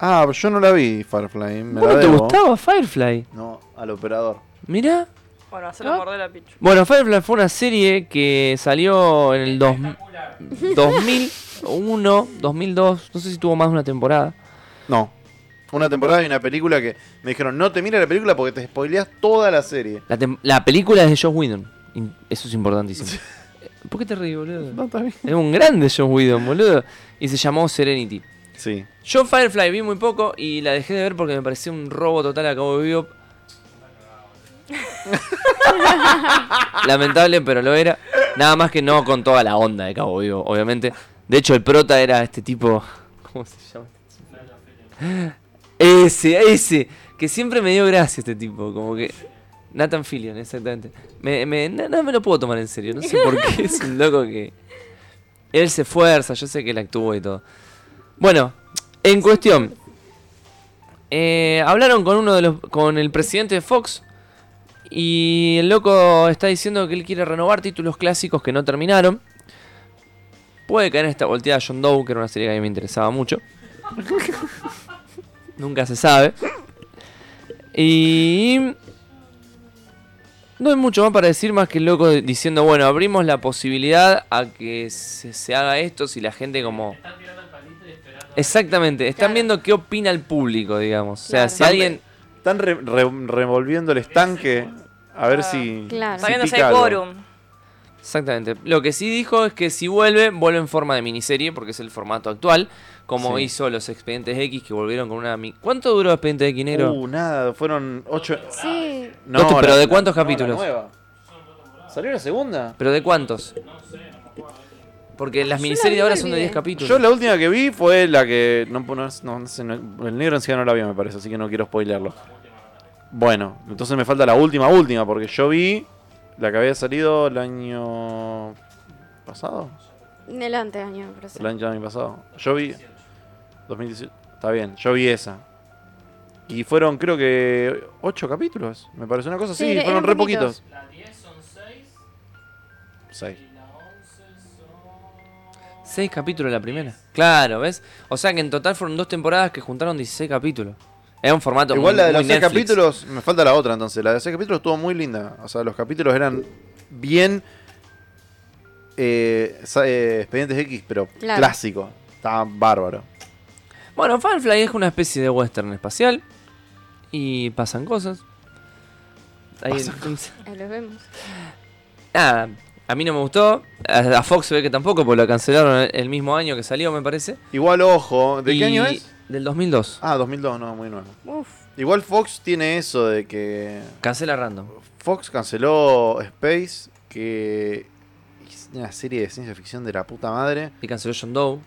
[SPEAKER 1] Ah, pero yo no la vi, Firefly. Me
[SPEAKER 2] ¿Vos
[SPEAKER 1] la
[SPEAKER 2] no te
[SPEAKER 1] debo.
[SPEAKER 2] gustaba Firefly?
[SPEAKER 1] No, al operador.
[SPEAKER 2] Mira.
[SPEAKER 4] Bueno, hacerlo
[SPEAKER 3] ¿Ah?
[SPEAKER 4] morder a Pichu.
[SPEAKER 2] Bueno, Firefly fue una serie que salió en el dos- 2001, 2002, no sé si tuvo más de una temporada.
[SPEAKER 1] No. Una temporada y una película que me dijeron, no te mires la película porque te spoileas toda la serie.
[SPEAKER 2] La, tem- la película es de Josh Whedon. In- Eso es importantísimo. ¿Por qué te reí, boludo?
[SPEAKER 1] está bien.
[SPEAKER 2] Es un grande Josh Whedon, boludo. Y se llamó Serenity.
[SPEAKER 1] Sí.
[SPEAKER 2] Yo Firefly vi muy poco y la dejé de ver porque me parecía un robo total a Cabo Vivo. Lamentable, pero lo era. Nada más que no con toda la onda de Cabo Vivo, obviamente. De hecho, el prota era este tipo. ¿Cómo se llama? Ese, ese. Que siempre me dio gracia este tipo. Como que. Nathan Fillion, exactamente. Me, me, no, no me lo puedo tomar en serio. No sé por qué. Es un loco que. Él se esfuerza, yo sé que él actúa y todo. Bueno, en cuestión. eh, hablaron con uno de los. con el presidente de Fox. Y el loco está diciendo que él quiere renovar títulos clásicos que no terminaron. Puede caer en esta volteada John Doe, que era una serie que a mí me interesaba
[SPEAKER 3] *laughs*
[SPEAKER 2] mucho. Nunca se sabe. Y. No hay mucho más para decir más que el loco diciendo, bueno, abrimos la posibilidad a que se, se haga esto si la gente como... Exactamente, están
[SPEAKER 3] Claro.
[SPEAKER 2] viendo qué opina el público, digamos. O sea,
[SPEAKER 3] Claro.
[SPEAKER 2] si alguien...
[SPEAKER 1] Están re- re- revolviendo el estanque a ver si.
[SPEAKER 3] Claro.
[SPEAKER 4] Está
[SPEAKER 1] si
[SPEAKER 4] viendo si
[SPEAKER 1] pica
[SPEAKER 4] hay
[SPEAKER 1] algo.
[SPEAKER 4] quórum.
[SPEAKER 2] Exactamente. Lo que sí dijo es que si vuelve, vuelve en forma de miniserie, porque es el formato actual, como
[SPEAKER 1] Sí.
[SPEAKER 2] hizo los Expedientes X, que volvieron con una... mi- ¿Cuánto duró Expediente X Negro?
[SPEAKER 1] Uh, nada, fueron ocho.
[SPEAKER 3] Sí.
[SPEAKER 1] No,
[SPEAKER 2] Dos te- pero
[SPEAKER 1] la-
[SPEAKER 2] ¿de cuántos
[SPEAKER 1] no, la
[SPEAKER 2] capítulos?
[SPEAKER 1] nueva. ¿Salió la segunda?
[SPEAKER 2] ¿Pero de cuántos? Porque las
[SPEAKER 3] Yo la
[SPEAKER 2] miniseries
[SPEAKER 3] vi,
[SPEAKER 2] de ahora
[SPEAKER 3] me
[SPEAKER 2] son de
[SPEAKER 3] olvidé.
[SPEAKER 2] 10 capítulos.
[SPEAKER 1] Yo la última que vi fue la que. No, no, no, no sé, no- el negro encima no la vio, me parece, así que no quiero spoilearlo. Bueno, entonces me falta la última, última, porque yo vi la que había salido el año. ¿Pasado?
[SPEAKER 3] En el anteaño, pero sí.
[SPEAKER 1] El año, año pasado. Yo vi. 2018. Está bien, yo vi esa. Y fueron, creo que. 8 capítulos. Me pareció una cosa
[SPEAKER 3] Sí,
[SPEAKER 1] así.
[SPEAKER 3] era-
[SPEAKER 1] fueron
[SPEAKER 3] eran
[SPEAKER 1] re
[SPEAKER 3] poquitos.
[SPEAKER 1] poquitos. La 10 son 6. 6.
[SPEAKER 2] Seis capítulos la primera. Claro, ¿ves? O sea que en total fueron dos temporadas que juntaron 16 capítulos. Es un formato
[SPEAKER 1] Igual
[SPEAKER 2] muy-
[SPEAKER 1] la de
[SPEAKER 2] muy
[SPEAKER 1] los 6
[SPEAKER 2] Netflix.
[SPEAKER 1] capítulos. Me falta la otra entonces. La de 6 capítulos estuvo muy linda. O sea, los capítulos eran bien. eh, sa- eh, Expedientes X, pero
[SPEAKER 3] Claro.
[SPEAKER 1] clásico. Estaba bárbaro.
[SPEAKER 2] Bueno, Firefly es una especie de western espacial. Y pasan cosas. Ahí
[SPEAKER 3] Ahí los vemos.
[SPEAKER 2] Nada, a mí no me gustó. A a Fox se ve que tampoco, porque lo cancelaron el- el mismo año que salió, me parece.
[SPEAKER 1] Igual, ojo. ¿De
[SPEAKER 2] Y-
[SPEAKER 1] qué año es?
[SPEAKER 2] Del 2002.
[SPEAKER 1] Ah, 2002, no, muy nuevo.
[SPEAKER 3] Uf.
[SPEAKER 1] Igual Fox tiene eso de que
[SPEAKER 2] Cancela random.
[SPEAKER 1] Fox canceló Space, que es una serie de ciencia ficción de la puta madre.
[SPEAKER 2] Y canceló John Doe.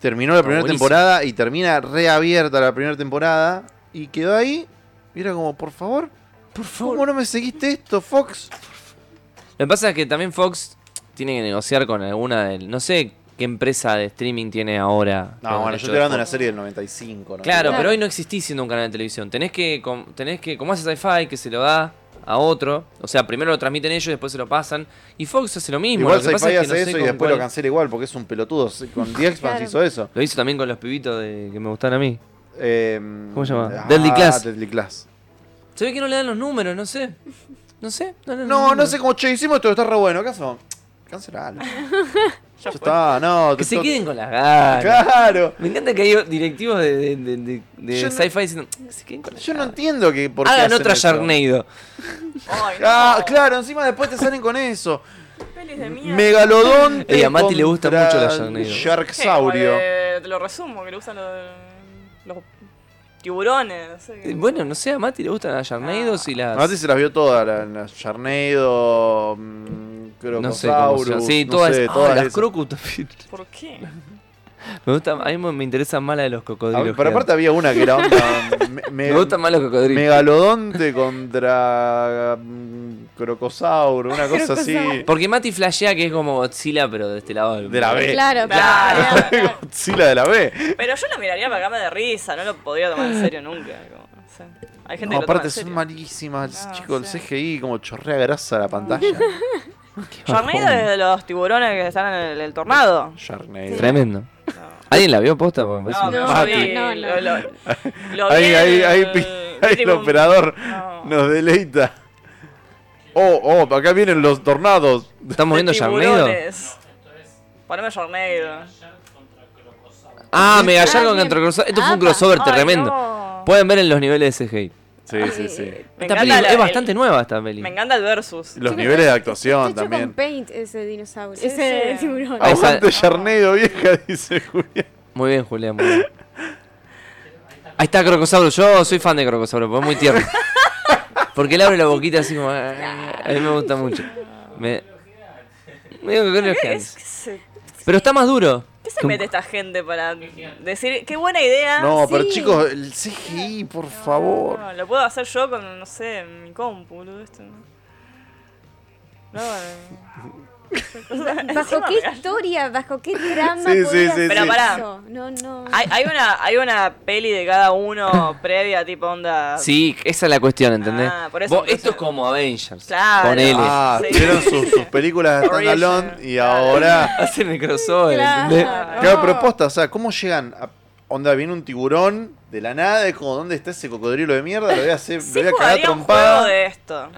[SPEAKER 1] Terminó la
[SPEAKER 2] Está
[SPEAKER 1] primera
[SPEAKER 2] buenísimo.
[SPEAKER 1] temporada y termina reabierta la primera temporada y quedó ahí. Y era como, por favor,
[SPEAKER 2] Por
[SPEAKER 1] ¿cómo no me seguiste esto, Fox?
[SPEAKER 2] Lo que pasa es que también Fox tiene que negociar con alguna del. No sé qué empresa de streaming tiene ahora. los
[SPEAKER 1] No, bueno, yo
[SPEAKER 2] derechos
[SPEAKER 1] estoy hablando de una
[SPEAKER 2] Fox.
[SPEAKER 1] serie del 95. ¿no?
[SPEAKER 2] Claro,
[SPEAKER 3] Claro.
[SPEAKER 2] pero hoy no existís siendo un canal de televisión. Tenés que. com- Tenés que como hace sci-fi que se lo da a otro. O sea, primero lo transmiten ellos, después se lo pasan. Y Fox hace lo mismo.
[SPEAKER 1] Igual
[SPEAKER 2] lo que pasa
[SPEAKER 1] Sci-Fi
[SPEAKER 2] es que
[SPEAKER 1] hace
[SPEAKER 2] no sé
[SPEAKER 1] eso y
[SPEAKER 2] con
[SPEAKER 1] después lo
[SPEAKER 2] cuál-
[SPEAKER 1] cancela igual porque es un
[SPEAKER 2] *laughs*
[SPEAKER 1] pelotudo. Sí, Con The Expanse
[SPEAKER 3] Claro.
[SPEAKER 1] hizo eso.
[SPEAKER 2] Lo hizo también con los pibitos de, que me gustan a mí.
[SPEAKER 1] Eh,
[SPEAKER 2] ¿Cómo se llama?
[SPEAKER 1] ah,
[SPEAKER 2] Deadly Class.
[SPEAKER 1] Deadly Class.
[SPEAKER 2] Se ve que no le dan los números, no sé. No sé. No, no,
[SPEAKER 1] No, no sé cómo che, hicimos esto, está re bueno. ¿Qué hacemos?
[SPEAKER 2] *laughs*
[SPEAKER 1] Cancelalo. ya está, no.
[SPEAKER 2] Que
[SPEAKER 1] te-
[SPEAKER 2] se
[SPEAKER 1] to-
[SPEAKER 2] queden con las ganas.
[SPEAKER 1] Claro.
[SPEAKER 2] Me encanta que hay directivos de, de, de, de- de
[SPEAKER 1] Yo no-
[SPEAKER 2] sci-fi diciendo que se queden con las
[SPEAKER 1] Yo no
[SPEAKER 2] ganas.
[SPEAKER 1] entiendo que por qué
[SPEAKER 2] Hagan
[SPEAKER 1] hacen
[SPEAKER 2] otra
[SPEAKER 1] eso.
[SPEAKER 2] Sharknado.
[SPEAKER 4] Ay, no.
[SPEAKER 1] Ah, claro, encima después te salen con eso.
[SPEAKER 4] Pelis de mierda.
[SPEAKER 1] Megalodonte.
[SPEAKER 2] Ey, a Mati le gusta
[SPEAKER 1] contra
[SPEAKER 2] mucho la Sharknado.
[SPEAKER 1] Sharksaurio.
[SPEAKER 4] Sí, porque Te lo resumo, que le usan los, los tiburones. no sé.
[SPEAKER 2] Eh, Bueno, no sé, a Mati le gustan las Sharknados y las.
[SPEAKER 1] Ah. Mati se las vio todas, la, la Sharknado, mm,
[SPEAKER 2] no sé cómo se llama.
[SPEAKER 1] Crocosaurus,
[SPEAKER 2] Sí,
[SPEAKER 1] no
[SPEAKER 2] todas,
[SPEAKER 1] sé,
[SPEAKER 2] ah,
[SPEAKER 1] todas
[SPEAKER 2] las
[SPEAKER 1] esas.
[SPEAKER 2] Crocus también.
[SPEAKER 4] ¿Por qué?
[SPEAKER 2] Me gusta, a mí me me interesan más las de los
[SPEAKER 1] A mí-
[SPEAKER 2] cocodrilos.
[SPEAKER 1] Ah, Pero aparte eh,
[SPEAKER 2] gigantes.
[SPEAKER 1] había una que era
[SPEAKER 2] *laughs*
[SPEAKER 1] onda, me- me-
[SPEAKER 2] me gustan más los cocodrilos.
[SPEAKER 1] Megalodonte contra mm, Crocosauro, una cosa así.
[SPEAKER 2] Porque Mati flashea que es como Godzilla, pero de este lado. del-
[SPEAKER 1] De la B. *laughs*
[SPEAKER 3] Claro,
[SPEAKER 4] Claro.
[SPEAKER 3] claro.
[SPEAKER 4] claro.
[SPEAKER 1] Godzilla de la B.
[SPEAKER 4] Pero yo lo miraría para acá de risa, no lo podía tomar en serio nunca. como, no sé.
[SPEAKER 1] Ah. No,
[SPEAKER 4] Hay gente que lo toma
[SPEAKER 1] aparte
[SPEAKER 4] en
[SPEAKER 1] son
[SPEAKER 4] serio.
[SPEAKER 1] malísimas,
[SPEAKER 4] Ah,
[SPEAKER 1] chicos,
[SPEAKER 4] sí.
[SPEAKER 1] el CGI como chorrea grasa a
[SPEAKER 3] *laughs*
[SPEAKER 1] la pantalla.
[SPEAKER 2] Qué bajón.
[SPEAKER 4] Sharknado es de los tiburones que están en el, el tornado.
[SPEAKER 1] Sharknado.
[SPEAKER 2] Tremendo. ¿Alguien la vio posta? Porque me parece
[SPEAKER 4] No,
[SPEAKER 2] un-
[SPEAKER 4] no,
[SPEAKER 1] Mati.
[SPEAKER 4] vi,
[SPEAKER 3] No, no.
[SPEAKER 4] Lo, lo- lo vi
[SPEAKER 1] Ahí,
[SPEAKER 4] en
[SPEAKER 1] ahí, ahí,
[SPEAKER 4] el-
[SPEAKER 1] pi-
[SPEAKER 4] vi
[SPEAKER 1] ahí el
[SPEAKER 4] tipo eh, un-
[SPEAKER 1] operador
[SPEAKER 4] No.
[SPEAKER 1] nos deleita. Oh, oh, acá vienen los tornados.
[SPEAKER 2] ¿Estamos viendo
[SPEAKER 4] de
[SPEAKER 2] Sharknado?
[SPEAKER 4] tiburones. Poneme Sharknado.
[SPEAKER 2] Ah, Mega
[SPEAKER 3] Ah,
[SPEAKER 2] Shark
[SPEAKER 3] bien.
[SPEAKER 2] contra crossover. Esto fue un
[SPEAKER 3] Apa.
[SPEAKER 2] crossover
[SPEAKER 4] Ay,
[SPEAKER 2] tremendo.
[SPEAKER 4] no.
[SPEAKER 2] Pueden ver en los niveles de CGI.
[SPEAKER 1] Sí, sí, sí.
[SPEAKER 4] Me
[SPEAKER 2] Esta
[SPEAKER 4] encanta
[SPEAKER 2] peli
[SPEAKER 4] la-
[SPEAKER 2] es
[SPEAKER 4] el-
[SPEAKER 2] bastante nueva esta peli.
[SPEAKER 4] Me encanta el
[SPEAKER 1] Los
[SPEAKER 4] versus.
[SPEAKER 3] eh, Chicos,
[SPEAKER 1] niveles de
[SPEAKER 3] Está
[SPEAKER 1] actuación
[SPEAKER 3] hecho con
[SPEAKER 1] también.
[SPEAKER 3] paint ese dinosaurio.
[SPEAKER 4] Sí,
[SPEAKER 3] ese
[SPEAKER 4] sí.
[SPEAKER 3] tiburón.
[SPEAKER 2] Ahí está.
[SPEAKER 4] Ah.
[SPEAKER 1] Aguante Sharknado, vieja, *laughs* dice Julián.
[SPEAKER 2] Muy bien, Julián. muy bien. Ahí está Crocosauro. Yo soy fan de Crocosauro, porque es muy
[SPEAKER 4] *laughs*
[SPEAKER 2] tierno. Porque él abre la boquita así como. "Ah", A mí me gusta mucho. Me. Medio que creo que
[SPEAKER 4] ¿Qué,
[SPEAKER 2] antes.
[SPEAKER 4] es- qué se,
[SPEAKER 2] Pero está más duro.
[SPEAKER 4] qué se mete esta gente para decir qué buena idea?
[SPEAKER 1] No, pero
[SPEAKER 3] Ah, sí.
[SPEAKER 1] chicos, el CGI, por favor.
[SPEAKER 4] No, lo puedo hacer yo con, no sé, mi compu, boludo, esto. No, no.
[SPEAKER 3] ¿Bajo
[SPEAKER 4] Encima
[SPEAKER 3] qué
[SPEAKER 4] me-
[SPEAKER 3] historia? ¿Bajo qué drama?
[SPEAKER 1] *laughs* Sí, sí,
[SPEAKER 3] podría
[SPEAKER 1] sí,
[SPEAKER 3] hacer
[SPEAKER 4] Pero sí. pará.
[SPEAKER 3] eso? No, no.
[SPEAKER 4] Hay, hay una, hay una peli de cada *laughs* uno previa, tipo onda.
[SPEAKER 2] Sí, esa es la cuestión, ¿entendés?
[SPEAKER 4] Ah, por eso
[SPEAKER 2] Vos-
[SPEAKER 4] entonces-
[SPEAKER 2] esto es como Avengers.
[SPEAKER 4] Claro.
[SPEAKER 2] Ponele.
[SPEAKER 1] Ah,
[SPEAKER 4] Sí.
[SPEAKER 1] tuvieron sus,
[SPEAKER 4] *laughs*
[SPEAKER 1] sus películas de
[SPEAKER 4] Origin.
[SPEAKER 1] standalone y ahora.
[SPEAKER 2] Hacen el crossover, ¿entendés?
[SPEAKER 4] Ah,
[SPEAKER 3] Claro.
[SPEAKER 1] Claro, pero posta, o sea, ¿cómo llegan? A... Onda, viene un tiburón de la nada, es como, ¿dónde está ese cocodrilo de mierda? Lo voy a hacer,
[SPEAKER 4] *laughs* Sí
[SPEAKER 1] lo voy a cagar
[SPEAKER 4] jugaría un juego
[SPEAKER 1] trompada.
[SPEAKER 4] de esto.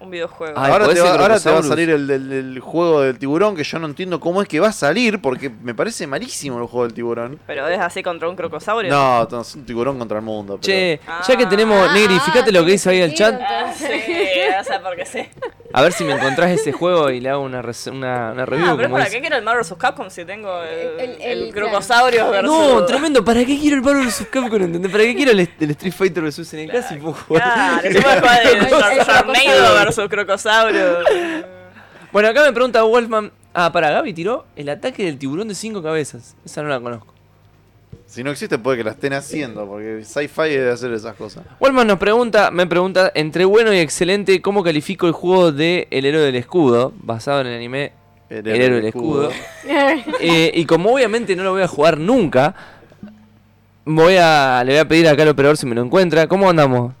[SPEAKER 4] Un videojuego.
[SPEAKER 2] Ay,
[SPEAKER 1] ahora,
[SPEAKER 2] podés
[SPEAKER 1] te va,
[SPEAKER 2] ser
[SPEAKER 1] ahora te va a
[SPEAKER 2] Crocosaurus.
[SPEAKER 1] salir el, del del juego del tiburón, que yo no entiendo cómo es que va a salir, porque me parece malísimo el juego del tiburón.
[SPEAKER 4] Pero es así contra un crocosaurio.
[SPEAKER 1] No, es un tiburón contra el mundo. pero-
[SPEAKER 2] Che, ya que tenemos.
[SPEAKER 3] Ah,
[SPEAKER 2] Negri,
[SPEAKER 3] ah,
[SPEAKER 2] fíjate lo que
[SPEAKER 3] tiene
[SPEAKER 2] dice ahí el
[SPEAKER 3] sentido,
[SPEAKER 2] chat.
[SPEAKER 4] Ah, sí, o sea, porque sí.
[SPEAKER 2] A ver si me encontrás ese juego y le hago una, res- una, una review.
[SPEAKER 4] Ah, pero
[SPEAKER 2] como
[SPEAKER 4] ¿para
[SPEAKER 2] dice.
[SPEAKER 4] qué quiero el Marvel vs. Capcom si tengo el,
[SPEAKER 3] El-
[SPEAKER 4] el,
[SPEAKER 3] el- claro.
[SPEAKER 4] crocosaurio versus...
[SPEAKER 2] No, tremendo. ¿Para qué quiero el Marvel vs. Capcom? ¿Entendés? ¿Para qué quiero el, el Street Fighter vs. NK si puedo jugar? *laughs*
[SPEAKER 4] Claro, yo me jugar el
[SPEAKER 3] El- el
[SPEAKER 4] Sharknado versus crocosaurio.
[SPEAKER 2] Bueno, acá me pregunta Wolfman. Ah, para, Gaby tiró el ataque del tiburón de cinco cabezas. Esa no la conozco.
[SPEAKER 1] Si no existe, puede que la estén haciendo, porque sci-fi debe hacer esas cosas.
[SPEAKER 2] Wolfman nos pregunta, me pregunta, entre bueno y excelente, ¿cómo califico el juego de El héroe del escudo? Basado en el anime El, héroe del escudo.
[SPEAKER 3] *laughs*
[SPEAKER 2] Eh, y como obviamente no lo voy a jugar nunca, voy a, le voy a pedir acá al operador si me lo encuentra. ¿Cómo andamos?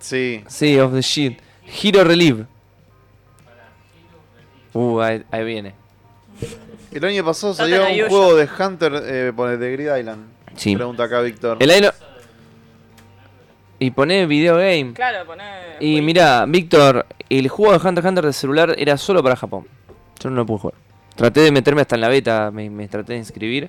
[SPEAKER 1] Sí.
[SPEAKER 2] Sí, of the shit. Hero Relief. Uh, ahí, ahí viene.
[SPEAKER 1] El año pasado
[SPEAKER 4] Data
[SPEAKER 1] salió
[SPEAKER 4] no
[SPEAKER 1] un
[SPEAKER 4] usual.
[SPEAKER 1] juego de Hunter eh, por el de Grid Island.
[SPEAKER 2] Sí.
[SPEAKER 1] Pregunta acá Víctor.
[SPEAKER 2] El Ailo- Y poné video game.
[SPEAKER 4] *laughs* Claro, poné...
[SPEAKER 2] Y mira, Víctor, el juego de Hunter x Hunter de celular era solo para Japón. Yo no lo pude jugar. Traté de meterme hasta en la beta, me, me traté de inscribir.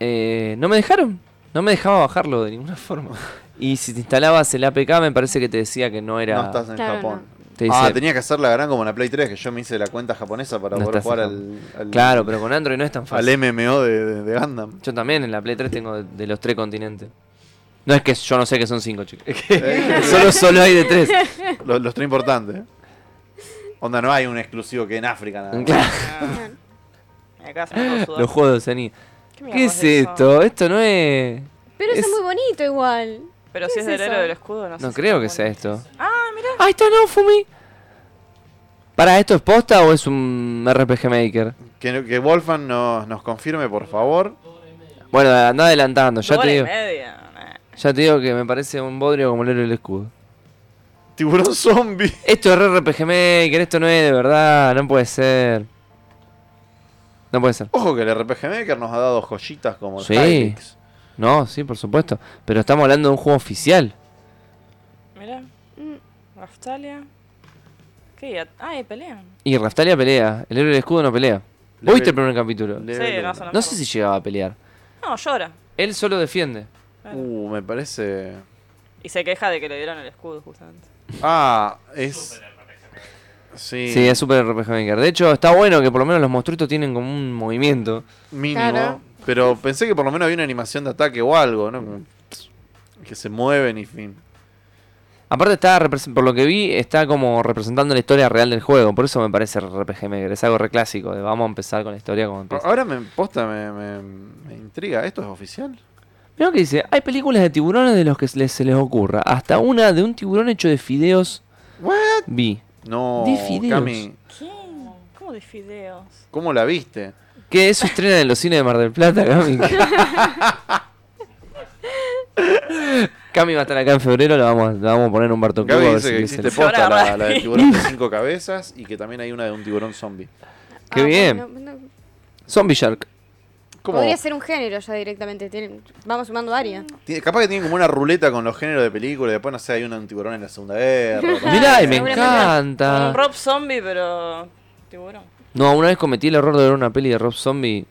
[SPEAKER 2] Eh, no me dejaron. No me dejaba bajarlo de ninguna *laughs* forma. Y si te instalabas el APK, me parece que te decía que no era.
[SPEAKER 1] No estás en
[SPEAKER 3] Claro,
[SPEAKER 1] Japón.
[SPEAKER 2] te dice-
[SPEAKER 1] Ah, tenía que hacer la gran como en la Play 3, que yo me hice la cuenta japonesa para
[SPEAKER 2] No
[SPEAKER 1] poder
[SPEAKER 2] estás
[SPEAKER 1] jugar
[SPEAKER 2] en
[SPEAKER 1] al, al-
[SPEAKER 2] Claro, pero con Android no es tan
[SPEAKER 1] al
[SPEAKER 2] fácil.
[SPEAKER 1] MMO de, de,
[SPEAKER 2] *laughs*
[SPEAKER 1] de Gundam.
[SPEAKER 2] Yo también en la Play 3 tengo de, de los tres continentes. No es que yo no sé que son cinco, chicos. Es que
[SPEAKER 1] *laughs* Eh,
[SPEAKER 2] solo, solo hay de tres.
[SPEAKER 1] Lo, lo estoy importante. eh. Onda, no hay un exclusivo que en África nada. más.
[SPEAKER 2] Claro,
[SPEAKER 4] Ah. Acá se me acabó sudar.
[SPEAKER 2] los juegos de Oceanía.
[SPEAKER 4] mierda
[SPEAKER 2] ¿Qué es
[SPEAKER 4] es eso?
[SPEAKER 2] esto? Esto no es.
[SPEAKER 3] Pero eso
[SPEAKER 2] Es-
[SPEAKER 3] es muy bonito igual.
[SPEAKER 4] Pero
[SPEAKER 3] ¿Qué
[SPEAKER 4] si es
[SPEAKER 3] es
[SPEAKER 4] del
[SPEAKER 3] eso?
[SPEAKER 4] héroe del escudo, no sé
[SPEAKER 2] No
[SPEAKER 4] si
[SPEAKER 2] creo
[SPEAKER 4] está
[SPEAKER 2] que
[SPEAKER 4] bueno.
[SPEAKER 2] sea esto.
[SPEAKER 4] Ah, mirá.
[SPEAKER 2] ¡Ahí está Naofumi! ¿Para esto es posta o es un RPG Maker?
[SPEAKER 1] Que, que Wolfan nos, nos confirme, por favor.
[SPEAKER 2] Bueno, anda adelantando,
[SPEAKER 4] Ya
[SPEAKER 2] ya te, digo,
[SPEAKER 4] media. nah.
[SPEAKER 2] ya te digo que me parece un bodrio como el héroe del escudo.
[SPEAKER 1] Tiburón *laughs* zombie.
[SPEAKER 2] Esto es re RPG Maker, esto no es de verdad, no puede ser. No puede ser.
[SPEAKER 1] Ojo que el RPG Maker nos ha dado joyitas como el
[SPEAKER 2] Sí.
[SPEAKER 1] Hyrix.
[SPEAKER 2] No, sí, por supuesto. Pero estamos hablando de un juego oficial.
[SPEAKER 4] Mira, Australia. Mm. ¿Qué? Ya- Ay, pelean.
[SPEAKER 2] Y Raftalia pelea, el héroe del escudo no pelea. ¿Vos
[SPEAKER 1] Le
[SPEAKER 2] viste el
[SPEAKER 1] pe-
[SPEAKER 2] primer capítulo?
[SPEAKER 1] le-
[SPEAKER 4] Sí, no, son
[SPEAKER 2] No sé si llegaba a pelear.
[SPEAKER 4] No, llora.
[SPEAKER 2] Él solo defiende.
[SPEAKER 1] Uh, me parece.
[SPEAKER 4] Y se queja de que le dieron el escudo, justamente.
[SPEAKER 1] Ah, es. Sí.
[SPEAKER 2] Sí, es súper RPG Maker. De hecho, está bueno que por lo menos los monstruitos tienen como un movimiento.
[SPEAKER 1] mínimo.
[SPEAKER 3] Claro.
[SPEAKER 1] Pero pensé que por lo menos había una animación de ataque o algo, ¿no? Como Que se mueven y fin.
[SPEAKER 2] Aparte está, represen- por lo que vi, está como representando la historia real del juego. Por eso me parece RPG Maker. Es algo re clásico. De vamos a empezar con la historia como empieza.
[SPEAKER 1] Ahora me posta, me, me- me intriga. ¿Esto es oficial?
[SPEAKER 2] Mirá lo que dice. Hay películas de tiburones de los que se les, se les ocurra. Hasta una de un tiburón hecho de fideos
[SPEAKER 1] ¿What?
[SPEAKER 2] vi.
[SPEAKER 1] No,
[SPEAKER 2] De fideos.
[SPEAKER 1] Cami,
[SPEAKER 4] ¿Qué? ¿Cómo de fideos?
[SPEAKER 1] ¿cómo la viste?
[SPEAKER 2] Que eso estrena en los cines de Mar del Plata,
[SPEAKER 1] *laughs*
[SPEAKER 2] Cami. Cami va a estar acá en febrero, la vamos, la vamos a poner en un Barton Cubo a
[SPEAKER 1] Gaby
[SPEAKER 2] ver
[SPEAKER 1] dice
[SPEAKER 2] si
[SPEAKER 1] que
[SPEAKER 2] ves el-
[SPEAKER 1] existe
[SPEAKER 4] Se van a
[SPEAKER 1] posta la,
[SPEAKER 4] agarrar.
[SPEAKER 1] la de tiburón de cinco cabezas y que también hay una de un tiburón zombie.
[SPEAKER 2] Qué
[SPEAKER 3] Ah,
[SPEAKER 2] bien.
[SPEAKER 3] bueno, no-
[SPEAKER 2] Zombie Shark.
[SPEAKER 1] ¿Cómo?
[SPEAKER 3] Podría ser un género ya directamente. tienen- vamos sumando área.
[SPEAKER 1] Tiene- capaz que tienen como una ruleta con los géneros de películas y después, no sé, hay una de un tiburón en la Segunda Guerra.
[SPEAKER 4] *laughs*
[SPEAKER 1] otra-
[SPEAKER 2] Mirá, y me
[SPEAKER 3] seguramente.
[SPEAKER 2] encanta.
[SPEAKER 4] Un Rob Zombie, pero. Tiburón.
[SPEAKER 2] No, una vez cometí el error de ver una peli de Rob Zombie.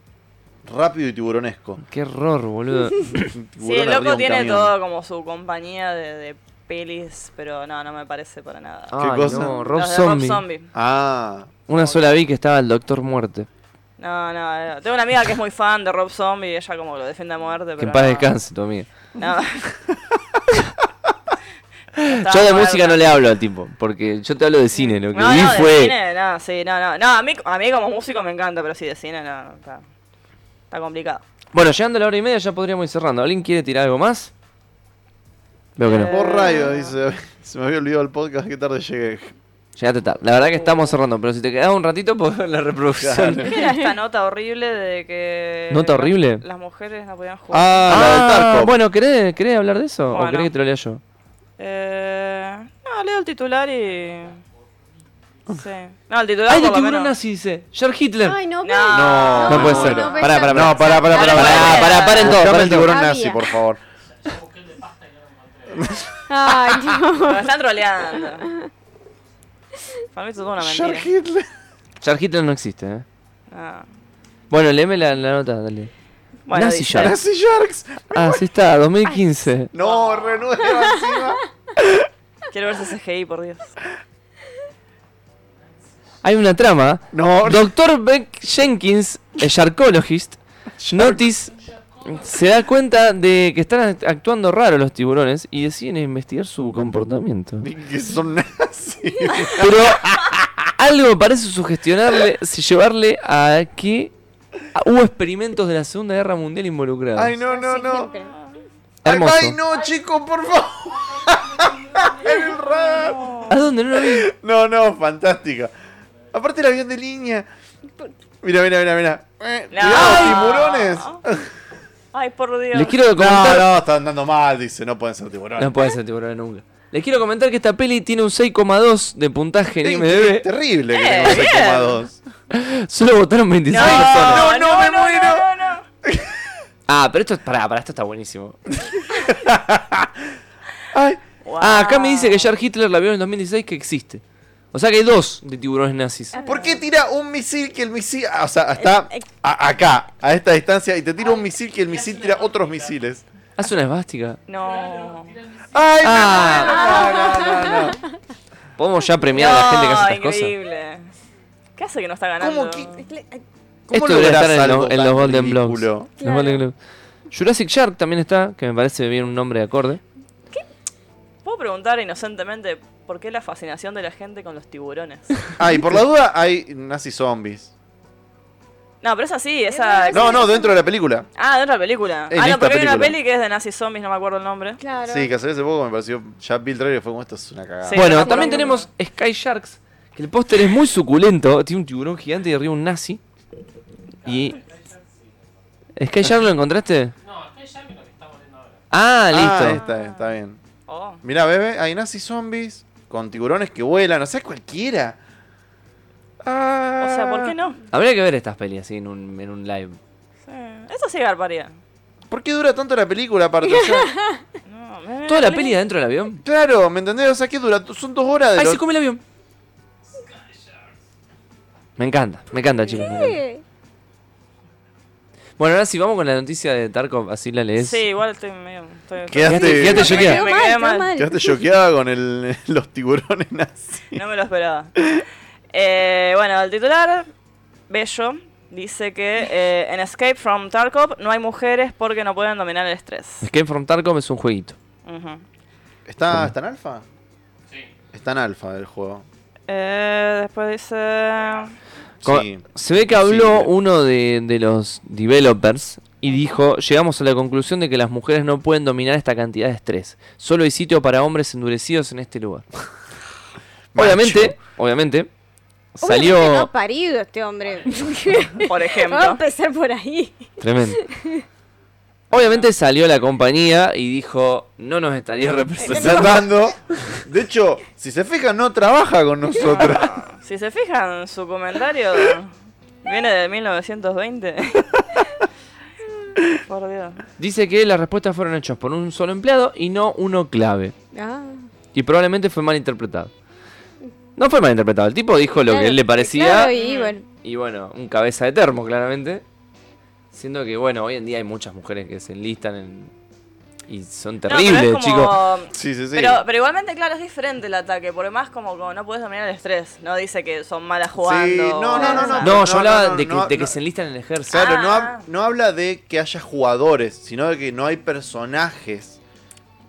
[SPEAKER 1] Rápido y tiburonesco.
[SPEAKER 2] Qué error, boludo.
[SPEAKER 1] Un
[SPEAKER 4] Sí,
[SPEAKER 1] tiburón
[SPEAKER 4] el
[SPEAKER 1] arriba de
[SPEAKER 4] loco
[SPEAKER 1] un
[SPEAKER 4] tiene
[SPEAKER 1] camión.
[SPEAKER 4] todo como su compañía de, de pelis, pero no, no me parece para nada.
[SPEAKER 2] Ay,
[SPEAKER 1] cosa?
[SPEAKER 2] no, Ah, Rob
[SPEAKER 4] Los de
[SPEAKER 2] Zombie.
[SPEAKER 4] Rob Zombie.
[SPEAKER 1] Ah,
[SPEAKER 2] Una sola vi que estaba el Doctor Muerte.
[SPEAKER 4] No, no, no. tengo una amiga que es muy fan de Rob Zombie y ella como lo defiende a muerte, pero
[SPEAKER 2] que en paz
[SPEAKER 4] no.
[SPEAKER 2] descanse, tu amiga. *laughs*
[SPEAKER 4] No. *laughs*
[SPEAKER 2] Yo de música no le hablo al tipo, porque yo te hablo de cine. Lo que
[SPEAKER 4] No,
[SPEAKER 2] vi
[SPEAKER 4] no, de
[SPEAKER 2] fue.
[SPEAKER 4] cine, no, sí, no, no. No, a mí, a mí como músico me encanta, pero sí, de cine no, está, está complicado.
[SPEAKER 2] Bueno, llegando a la hora y media ya podríamos ir cerrando. ¿Alguien quiere tirar algo más? Veo que no.
[SPEAKER 4] Eh.
[SPEAKER 1] por rayo, dice. Se me había olvidado el podcast, qué tarde llegué.
[SPEAKER 2] Llegaste tarde. La verdad que estamos cerrando, pero si te quedás un ratito, *laughs* podés ver la reproducción.
[SPEAKER 4] *laughs* ¿Qué era esta nota horrible de que...
[SPEAKER 2] ¿Nota
[SPEAKER 4] las-
[SPEAKER 2] horrible?
[SPEAKER 4] Las mujeres no podían jugar.
[SPEAKER 1] Ah, la del Tarkov.
[SPEAKER 2] bueno, ¿querés, querés hablar de eso? ¿O
[SPEAKER 4] Bueno.
[SPEAKER 2] querés que te lo lea yo?
[SPEAKER 4] Eh, no, leo el titular y... Sí. No, el titular
[SPEAKER 2] ¡Ay, de
[SPEAKER 4] por lo
[SPEAKER 2] tiburón
[SPEAKER 4] menos.
[SPEAKER 2] nazi dice! ¡George Hitler!
[SPEAKER 3] Ay, no,
[SPEAKER 4] No.
[SPEAKER 3] pero-
[SPEAKER 1] No,
[SPEAKER 2] No
[SPEAKER 1] me
[SPEAKER 2] puede
[SPEAKER 1] muero.
[SPEAKER 2] ser. Pará,
[SPEAKER 3] no, pues
[SPEAKER 2] pará,
[SPEAKER 3] ya-
[SPEAKER 2] pará,
[SPEAKER 1] No, pará, pará, pará.
[SPEAKER 4] Pará,
[SPEAKER 1] pará.
[SPEAKER 2] pará, pará en todo,
[SPEAKER 1] Buscame
[SPEAKER 2] pará
[SPEAKER 1] el
[SPEAKER 2] en todo.
[SPEAKER 1] tiburón
[SPEAKER 3] Había.
[SPEAKER 1] nazi, por favor.
[SPEAKER 3] Ay, *laughs* no.
[SPEAKER 4] Me *laughs* están troleando.
[SPEAKER 2] *laughs*
[SPEAKER 4] Para mí esto es una mentira.
[SPEAKER 1] George Hitler.
[SPEAKER 2] George Hitler no existe, ¿eh?
[SPEAKER 4] Ah.
[SPEAKER 2] Bueno, léeme la, la nota, dale.
[SPEAKER 4] Bueno,
[SPEAKER 2] Nazi
[SPEAKER 4] dice,
[SPEAKER 2] Shark.
[SPEAKER 1] Nazi Sharks.
[SPEAKER 2] Ah, sí está, 2015.
[SPEAKER 1] No, renueva encima.
[SPEAKER 4] quiero ver ese CGI, por Dios.
[SPEAKER 2] Hay una trama.
[SPEAKER 1] *laughs* *laughs* No, no.
[SPEAKER 2] Doctor Beck Jenkins, el Sharkologist, Notice se da cuenta de que están act- actuando raro los tiburones y deciden investigar su comportamiento.
[SPEAKER 1] Ni Que son nazis.
[SPEAKER 2] Pero algo parece sugestionarle, si llevarle a que hubo experimentos de la Segunda Guerra Mundial involucrados.
[SPEAKER 1] Ay, no, no,
[SPEAKER 3] Sí,
[SPEAKER 1] no.
[SPEAKER 3] siempre.
[SPEAKER 2] Hermoso.
[SPEAKER 1] Ay, no, chicos, por favor. El rap.
[SPEAKER 2] ¿A dónde no lo vi?
[SPEAKER 1] No, no, fantástica. Aparte el avión de línea. Mira, mira, mira, mira. Eh,
[SPEAKER 4] No.
[SPEAKER 1] cuidado, tiburones.
[SPEAKER 4] Ay, por Dios.
[SPEAKER 2] Les quiero
[SPEAKER 1] No,
[SPEAKER 2] comentar.
[SPEAKER 1] no, están andando mal, dice, no pueden ser
[SPEAKER 2] no.
[SPEAKER 1] tiburones.
[SPEAKER 2] puede ser tiburones nunca. Les quiero comentar que esta peli tiene un 6,2 de puntaje en
[SPEAKER 1] Eh, Es
[SPEAKER 2] IMDb.
[SPEAKER 1] terrible que
[SPEAKER 4] Eh,
[SPEAKER 1] tengo 6,2.
[SPEAKER 2] Solo votaron 26 personas.
[SPEAKER 1] no, no, me muero.
[SPEAKER 4] no, no, no.
[SPEAKER 2] Ah, pero esto, pará, pará, esto está buenísimo.
[SPEAKER 1] Ay,
[SPEAKER 4] Wow.
[SPEAKER 2] Ah, acá me dice que George Hitler la vio en el 2016 que existe. O sea que hay dos de tiburones nazis.
[SPEAKER 1] ¿por qué tira un misil que el misil, ah, o sea, está
[SPEAKER 4] Eh,
[SPEAKER 1] a- acá, a esta distancia y te tira un misil que el misil tira otros misiles?
[SPEAKER 2] Hace una esvástica.
[SPEAKER 4] No.
[SPEAKER 1] Ay, me
[SPEAKER 2] Ah.
[SPEAKER 1] muero. no, no, no, no.
[SPEAKER 2] Podemos ya premiar a la gente que hace
[SPEAKER 4] No,
[SPEAKER 2] estas cosas.
[SPEAKER 4] increíble. ¿Qué hace que no está ganando?
[SPEAKER 1] ¿Cómo que-
[SPEAKER 2] Esto debería
[SPEAKER 1] lográs
[SPEAKER 2] estar en,
[SPEAKER 1] algo
[SPEAKER 2] los- en
[SPEAKER 1] tan
[SPEAKER 2] los Golden Globes.
[SPEAKER 1] ridículo?
[SPEAKER 2] Los Golden Globes. Jurassic Shark también está, que me parece bien un nombre de acorde.
[SPEAKER 4] Puedo preguntar inocentemente por qué la fascinación de la gente con los *laughs* tiburones.
[SPEAKER 1] Ah, y por la duda hay nazi zombies.
[SPEAKER 4] No, pero es así, esa.
[SPEAKER 1] No, no, dentro de la película.
[SPEAKER 4] Ah, de otra película.
[SPEAKER 1] En esta
[SPEAKER 4] ah, no, porque hay una
[SPEAKER 1] película.
[SPEAKER 4] peli que es de Nazi Zombies, no me acuerdo el nombre.
[SPEAKER 3] Claro.
[SPEAKER 1] Sí, que salió hace poco me pareció. Ya Bill Trailer fue como esto es una cagada.
[SPEAKER 4] Sí.
[SPEAKER 2] bueno,
[SPEAKER 4] no,
[SPEAKER 2] también
[SPEAKER 4] no, no.
[SPEAKER 2] tenemos Sky Sharks, que el póster es muy suculento. Tiene un tiburón gigante y arriba un nazi. Y. ¿Sky Shark lo encontraste? No, Sky Shark es lo que está volviendo ahora. Ah,
[SPEAKER 1] Ah,
[SPEAKER 2] listo.
[SPEAKER 1] está, está bien.
[SPEAKER 4] Oh.
[SPEAKER 1] Mirá, bebé, hay nazi zombies. con tiburones que vuelan, o sea, cualquiera.
[SPEAKER 4] O
[SPEAKER 1] Ah.
[SPEAKER 4] sea, ¿por qué no?
[SPEAKER 2] Habría que ver estas pelis así en un, en un live.
[SPEAKER 4] Ah, Sí. Eso sí garparía.
[SPEAKER 1] ¿Por qué dura tanto la película aparte? O
[SPEAKER 4] *laughs*
[SPEAKER 1] sea,
[SPEAKER 4] No, me-
[SPEAKER 2] ¿Toda la
[SPEAKER 4] me-
[SPEAKER 2] peli adentro del avión?
[SPEAKER 1] claro, ¿me entendés? O sea, ¿qué dura? Son dos horas de
[SPEAKER 2] ¡Ay,
[SPEAKER 1] lo-
[SPEAKER 2] se come el avión! Me encanta, me encanta, chicos. me encanta.
[SPEAKER 3] Sí.
[SPEAKER 2] Bueno, ahora sí, vamos con la noticia de Tarkov, así la lees.
[SPEAKER 4] Sí, igual estoy medio. estoy-
[SPEAKER 1] Quedaste-
[SPEAKER 2] Fíjate, fíjate, yo
[SPEAKER 4] Me
[SPEAKER 2] quedé.
[SPEAKER 4] quedé- me
[SPEAKER 3] Quedó
[SPEAKER 4] quedé
[SPEAKER 3] mal, quedó
[SPEAKER 4] mal.
[SPEAKER 1] Quedaste choqueada con el- *laughs* los tiburones nazis.
[SPEAKER 4] No me lo esperaba. *laughs* Eh, bueno, el titular, Bello, dice que eh, en Escape from Tarkov no hay mujeres porque no pueden dominar
[SPEAKER 1] *laughs*
[SPEAKER 4] el estrés.
[SPEAKER 2] Escape from Tarkov es un jueguito.
[SPEAKER 4] Ujú.
[SPEAKER 1] ¿Está, ¿Está en alfa? Sí. Está en alfa el juego.
[SPEAKER 4] Eh, después dice...
[SPEAKER 2] Co-
[SPEAKER 1] Sí.
[SPEAKER 2] Se ve que habló
[SPEAKER 1] Sí.
[SPEAKER 2] uno de, de los developers y dijo, llegamos a la conclusión de que las mujeres no pueden dominar esta cantidad de estrés. Solo hay sitio para hombres endurecidos en este
[SPEAKER 1] *laughs*
[SPEAKER 2] lugar. obviamente, obviamente,
[SPEAKER 3] Obviamente
[SPEAKER 2] salió...
[SPEAKER 3] no ha parido este *laughs* hombre.
[SPEAKER 1] *laughs*
[SPEAKER 4] Por
[SPEAKER 3] Vamos a
[SPEAKER 4] ejemplo.
[SPEAKER 3] empezar por ahí. *laughs*
[SPEAKER 2] Tremendo. Obviamente salió la compañía y dijo, no nos
[SPEAKER 1] *laughs*
[SPEAKER 2] estaría
[SPEAKER 1] Se
[SPEAKER 4] *laughs*
[SPEAKER 2] representando.
[SPEAKER 1] está dando. De hecho, si se fijan, no trabaja con
[SPEAKER 4] *laughs*
[SPEAKER 1] nosotros.
[SPEAKER 4] Si se fijan, su comentario viene
[SPEAKER 1] *laughs*
[SPEAKER 4] de 1920. Por Dios.
[SPEAKER 2] Dice que las respuestas fueron hechas por un solo empleado y no uno clave.
[SPEAKER 3] Ah.
[SPEAKER 2] Y probablemente fue mal interpretado. No fue mal interpretado. El tipo dijo lo que
[SPEAKER 3] Claro,
[SPEAKER 2] él le parecía.
[SPEAKER 3] claro, y bueno.
[SPEAKER 2] Y bueno, un cabeza de termo, claramente. Siendo que, bueno, hoy en día hay muchas mujeres que se enlistan en- y son
[SPEAKER 4] No, pero es
[SPEAKER 2] terribles,
[SPEAKER 4] como-
[SPEAKER 2] chicos.
[SPEAKER 1] Sí, sí, sí.
[SPEAKER 4] Pero, pero igualmente, claro, es diferente el ataque. Por más, como, como no puedes dominar el estrés. No dice que son malas jugando.
[SPEAKER 1] no, no, no,
[SPEAKER 2] No,
[SPEAKER 1] pero
[SPEAKER 2] yo hablaba
[SPEAKER 1] no, no,
[SPEAKER 2] de que,
[SPEAKER 1] no,
[SPEAKER 2] de que
[SPEAKER 1] no.
[SPEAKER 2] se enlistan en el ejército.
[SPEAKER 1] Claro, no,
[SPEAKER 4] Ah.
[SPEAKER 1] hab- no habla de que haya jugadores, sino de que no hay personajes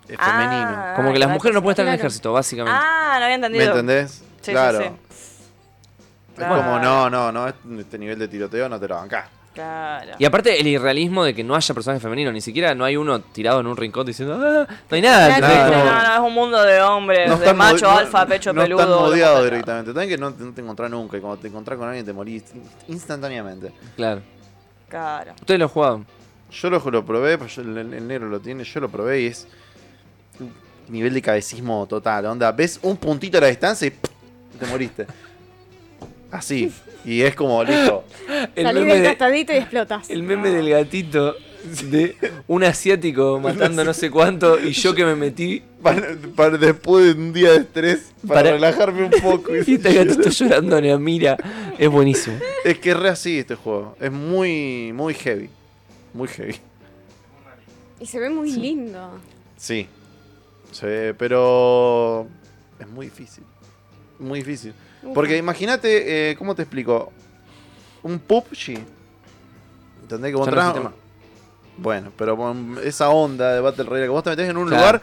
[SPEAKER 1] eh, femeninos.
[SPEAKER 4] Ah,
[SPEAKER 2] Como que las
[SPEAKER 4] no hay
[SPEAKER 2] mujeres no pueden estar en el
[SPEAKER 3] claro.
[SPEAKER 2] ejército, básicamente.
[SPEAKER 4] Ah, no había
[SPEAKER 1] ¿Me
[SPEAKER 4] entendido.
[SPEAKER 1] entendés?
[SPEAKER 4] Sí,
[SPEAKER 1] claro.
[SPEAKER 4] sí, Ah.
[SPEAKER 1] Es
[SPEAKER 4] Claro.
[SPEAKER 1] como, no, no, no, este nivel de tiroteo no te lo bancás.
[SPEAKER 4] Claro.
[SPEAKER 2] Y aparte el irrealismo de que no haya personajes femeninos, ni siquiera no hay uno tirado en un rincón diciendo, "Ah, no hay nada.
[SPEAKER 3] Claro.
[SPEAKER 2] ¿entendés?
[SPEAKER 4] No,
[SPEAKER 2] Como-
[SPEAKER 4] no, no, es un mundo de hombres, Eh, de
[SPEAKER 1] están
[SPEAKER 4] macho,
[SPEAKER 1] mod- no-
[SPEAKER 4] alfa, pecho
[SPEAKER 1] no
[SPEAKER 4] peludo.
[SPEAKER 1] están modeados
[SPEAKER 4] no,
[SPEAKER 1] directamente. También que no, no te encontrás nunca. Y cuando te encontrás con alguien te morís instantáneamente.
[SPEAKER 2] Claro.
[SPEAKER 4] Claro.
[SPEAKER 2] Ustedes lo jugaban.
[SPEAKER 1] Yo lo, lo probé, pues yo- el, el negro lo tiene, yo lo probé y es un nivel de cabecismo total. Onda, ves un puntito a la distancia y ¡pum! te moriste. Así. Y es como, listo.
[SPEAKER 3] Salí del castadito y explotas.
[SPEAKER 2] El meme del gatito de un asiático matando no sé cuánto y yo que me metí
[SPEAKER 1] Para, para después de un día de estrés, para,
[SPEAKER 2] Para-
[SPEAKER 1] relajarme un poco.
[SPEAKER 2] *laughs* y este gatito llorando en la mira. Es buenísimo.
[SPEAKER 1] Es que es re así este juego. Es muy, muy heavy. Muy heavy.
[SPEAKER 3] Ah. Y se ve muy lindo.
[SPEAKER 1] Sí. Se ve, pero es muy difícil. Muy difícil. Porque imagínate, eh, ¿cómo te explico? Un PUBG. ¿Entendés? Que vos
[SPEAKER 2] Ya no es
[SPEAKER 1] entrás-
[SPEAKER 2] un tema.
[SPEAKER 1] Bueno, pero con esa onda de Battle Royale, que vos te metés en un
[SPEAKER 2] Claro.
[SPEAKER 1] lugar,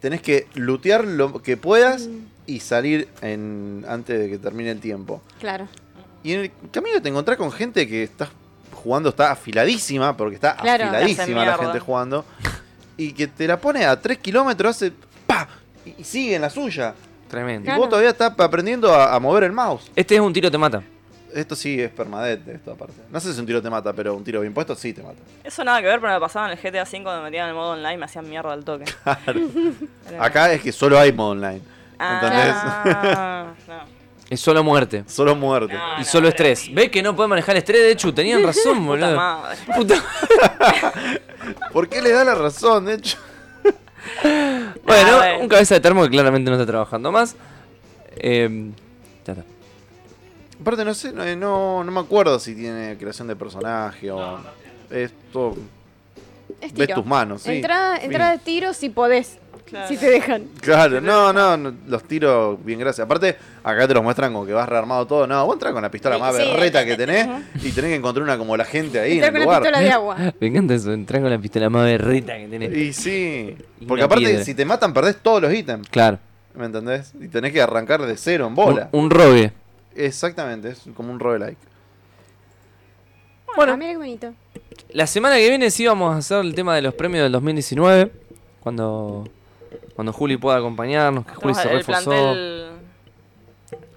[SPEAKER 1] tenés que lootear lo que puedas y salir en, antes de que termine el tiempo.
[SPEAKER 3] Claro.
[SPEAKER 1] Y en el camino te encontrás con gente que está jugando, está afiladísima, porque está
[SPEAKER 3] Claro,
[SPEAKER 4] hacen
[SPEAKER 1] afiladísima la
[SPEAKER 4] mierda.
[SPEAKER 1] gente jugando, y que te la pone a 3 kilómetros, hace ¡pa! Y, y sigue en la suya. Y
[SPEAKER 2] Tremendo.
[SPEAKER 3] Claro.
[SPEAKER 1] vos todavía estás aprendiendo a, a mover el mouse.
[SPEAKER 2] Este es un tiro te mata.
[SPEAKER 1] Esto sí es permanente, esto aparte. No sé si un tiro te mata, pero un tiro bien puesto sí te mata.
[SPEAKER 4] Eso nada que ver, pero me pasaba en el GTA V cuando me metían en el modo online me hacían mierda al toque. Era-
[SPEAKER 1] Acá es que solo hay modo online. ¿Entendés?
[SPEAKER 4] Ah, no.
[SPEAKER 2] Es solo muerte.
[SPEAKER 1] Solo muerte.
[SPEAKER 4] No,
[SPEAKER 2] Y
[SPEAKER 4] no,
[SPEAKER 2] solo
[SPEAKER 4] pero-
[SPEAKER 2] estrés. ¿Ves que no puede manejar estrés? De hecho, tenían razón,
[SPEAKER 4] *laughs* Puta
[SPEAKER 2] boludo.
[SPEAKER 4] madre.
[SPEAKER 2] Puta-
[SPEAKER 1] ¿Por qué le da la razón, de hecho?
[SPEAKER 4] Ah,
[SPEAKER 2] Bueno,
[SPEAKER 4] bueno.
[SPEAKER 2] un cabeza de termo que claramente no está trabajando más. Eh, ya está.
[SPEAKER 1] Aparte, no sé, no, no, no me acuerdo si tiene creación de personaje o. Esto.
[SPEAKER 3] Es
[SPEAKER 1] Ves
[SPEAKER 3] tiro.
[SPEAKER 1] tus manos, sí.
[SPEAKER 3] Entra,
[SPEAKER 1] Fin.
[SPEAKER 3] entra de tiro si podés.
[SPEAKER 4] Claro.
[SPEAKER 3] *laughs* Si te dejan.
[SPEAKER 1] Claro, no, no, no, los tiros, bien gracias. Aparte, acá te los muestran como que vas rearmado todo. No, vos entras con la pistola
[SPEAKER 4] Sí,
[SPEAKER 1] más
[SPEAKER 4] sí.
[SPEAKER 1] berreta que tenés y tenés que encontrar una como la gente ahí
[SPEAKER 3] Entra
[SPEAKER 1] en
[SPEAKER 3] con la
[SPEAKER 1] el lugar.
[SPEAKER 3] pistola de agua.
[SPEAKER 2] Me encanta eso. Entrás con la pistola más berrita que tenés.
[SPEAKER 1] Y sí.
[SPEAKER 2] Y
[SPEAKER 1] Porque
[SPEAKER 2] una
[SPEAKER 1] aparte,
[SPEAKER 2] piedra.
[SPEAKER 1] si te matan, perdés todos los ítems.
[SPEAKER 2] Claro.
[SPEAKER 1] ¿Me entendés? Y tenés que arrancar de cero en
[SPEAKER 2] Un,
[SPEAKER 1] bola.
[SPEAKER 2] un rogue.
[SPEAKER 1] Exactamente, es como un roguelike.
[SPEAKER 3] Bueno. mira qué bonito.
[SPEAKER 2] La semana que viene sí vamos a hacer el tema de los premios del 2019. Cuando, cuando Juli pueda acompañarnos, que Juli
[SPEAKER 4] Estamos-
[SPEAKER 2] se
[SPEAKER 4] el,
[SPEAKER 2] reforzó.
[SPEAKER 4] plantel,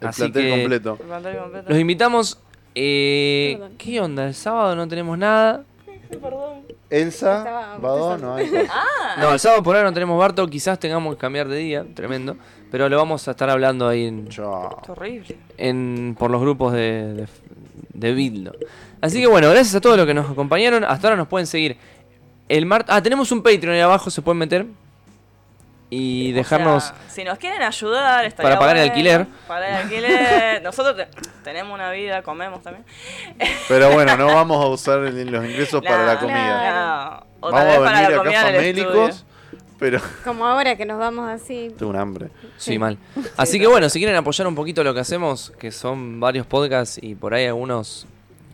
[SPEAKER 1] El
[SPEAKER 2] Así
[SPEAKER 1] plantel
[SPEAKER 2] que-
[SPEAKER 1] completo.
[SPEAKER 4] el plantel completo.
[SPEAKER 2] Los invitamos. eh,
[SPEAKER 3] Perdón.
[SPEAKER 2] ¿Qué onda? El sábado no tenemos nada.
[SPEAKER 4] Perdón.
[SPEAKER 1] Elsa,
[SPEAKER 3] Estaba
[SPEAKER 1] Badó, no
[SPEAKER 4] *laughs*
[SPEAKER 1] hay.
[SPEAKER 4] Ah.
[SPEAKER 2] No, el sábado por ahora no tenemos Barto, quizás tengamos que cambiar de día, tremendo. Pero lo vamos a estar hablando ahí en,
[SPEAKER 1] Yo.
[SPEAKER 4] Es horrible.
[SPEAKER 2] en- por los grupos de, de, de Bildo. Así que bueno, gracias a todos los que nos acompañaron. Hasta ahora nos pueden seguir. El mart ah, tenemos un Patreon ahí abajo, se pueden meter. Y
[SPEAKER 4] O
[SPEAKER 2] dejarnos...
[SPEAKER 4] sea, si nos quieren ayudar, estaría
[SPEAKER 2] Para pagar el
[SPEAKER 4] bueno,
[SPEAKER 2] alquiler.
[SPEAKER 4] Para el alquiler. *laughs* Nosotros te- tenemos una vida, comemos también.
[SPEAKER 1] Pero bueno, no vamos a usar el- los ingresos para la
[SPEAKER 4] Nah,
[SPEAKER 1] comida.
[SPEAKER 4] nah. O
[SPEAKER 1] Vamos
[SPEAKER 4] tal
[SPEAKER 1] a
[SPEAKER 4] vez para
[SPEAKER 1] venir
[SPEAKER 4] la comida
[SPEAKER 1] acá
[SPEAKER 4] en el
[SPEAKER 1] famélicos,
[SPEAKER 4] estudio.
[SPEAKER 1] pero *laughs*
[SPEAKER 3] Como ahora que nos vamos así.
[SPEAKER 1] tengo un hambre.
[SPEAKER 2] Sí,
[SPEAKER 3] *laughs*
[SPEAKER 2] mal. Así que bueno, si quieren apoyar un poquito lo que hacemos, que son varios podcasts y por ahí algunos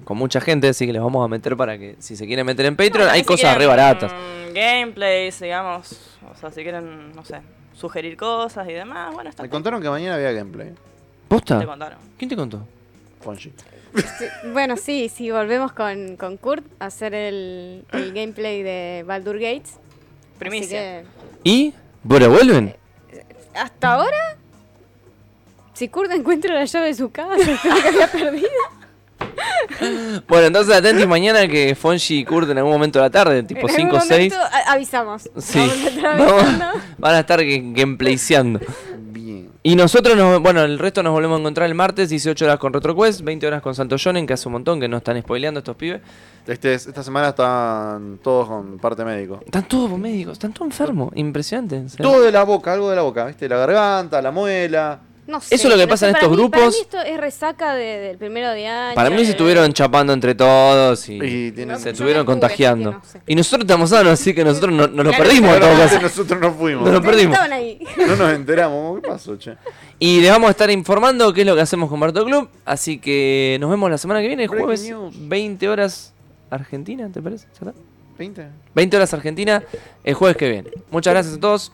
[SPEAKER 2] con mucha gente, así que les vamos a meter para que si se quieren meter en Patreon,
[SPEAKER 4] No,
[SPEAKER 2] hay
[SPEAKER 4] si
[SPEAKER 2] cosas
[SPEAKER 4] quieren,
[SPEAKER 2] re baratas.
[SPEAKER 4] mm, Gameplays, digamos. O sea, si quieren, no sé, sugerir cosas y demás. Bueno, está.
[SPEAKER 1] Me contaron que mañana había gameplay.
[SPEAKER 4] Te
[SPEAKER 2] ¿Posta?
[SPEAKER 4] contaron.
[SPEAKER 2] ¿Quién te contó?
[SPEAKER 1] Fonji.
[SPEAKER 3] Sí, Bueno, sí, sí, volvemos con, con Kurt a hacer el, el gameplay de Baldur Gates. Así
[SPEAKER 4] Primicia.
[SPEAKER 3] que,
[SPEAKER 2] ¿Y? ¿Bueno, vuelven?
[SPEAKER 3] hasta ahora, si Kurt encuentra la llave de su casa, *laughs* creo que había perdido.
[SPEAKER 2] Bueno, entonces atentos mañana que Fonji y Kurt en algún momento de la tarde, tipo
[SPEAKER 3] En
[SPEAKER 2] 5 o
[SPEAKER 3] algún
[SPEAKER 2] 6.
[SPEAKER 3] momento, a- avisamos.
[SPEAKER 2] Sí,
[SPEAKER 3] Vamos a estar
[SPEAKER 2] vamos-
[SPEAKER 3] avisando.
[SPEAKER 2] van a estar gue- gameplayseando.
[SPEAKER 1] Bien.
[SPEAKER 2] Y nosotros, nos, bueno, el resto nos volvemos a encontrar el martes, 18 horas con RetroQuest, 20 horas con Santo Jonen, que hace un montón que no están spoileando estos pibes.
[SPEAKER 1] Este, es- esta semana están todos con parte médico.
[SPEAKER 2] Están todos médicos, están todos enfermos, impresionante. en serio.
[SPEAKER 1] Todo de la boca, algo de la boca, ¿viste? La garganta, la muela.
[SPEAKER 3] No sé,
[SPEAKER 2] es lo que
[SPEAKER 3] no
[SPEAKER 2] pasa
[SPEAKER 3] sé,
[SPEAKER 2] en
[SPEAKER 3] para
[SPEAKER 2] estos
[SPEAKER 3] mí- para
[SPEAKER 2] grupos.
[SPEAKER 3] mí esto es resaca de- del primero de año.
[SPEAKER 2] Para mí se
[SPEAKER 3] de-
[SPEAKER 2] estuvieron chapando entre todos y,
[SPEAKER 1] Y tienen.
[SPEAKER 2] se
[SPEAKER 3] eh. yo
[SPEAKER 2] estuvieron
[SPEAKER 3] no estuve,
[SPEAKER 2] contagiando.
[SPEAKER 3] así que no sé.
[SPEAKER 2] Y nosotros estamos sanos, así que nosotros no, no lo
[SPEAKER 3] Claro,
[SPEAKER 2] perdimos en todo
[SPEAKER 1] Claramente
[SPEAKER 2] caso.
[SPEAKER 1] nosotros no fuimos.
[SPEAKER 2] No lo
[SPEAKER 1] No,
[SPEAKER 2] perdimos.
[SPEAKER 3] Estaban ahí.
[SPEAKER 1] nos enteramos. ¿Qué pasó, che?
[SPEAKER 2] Y les vamos a estar informando qué es lo que hacemos con Barto Club. Así que nos vemos la semana que viene, el
[SPEAKER 1] Breaking
[SPEAKER 2] jueves,
[SPEAKER 1] news. 20
[SPEAKER 2] 20 horas Argentina, ¿te parece? ¿Ya está?
[SPEAKER 1] ¿20?
[SPEAKER 2] 20 horas Argentina, el jueves que viene. Muchas gracias a todos.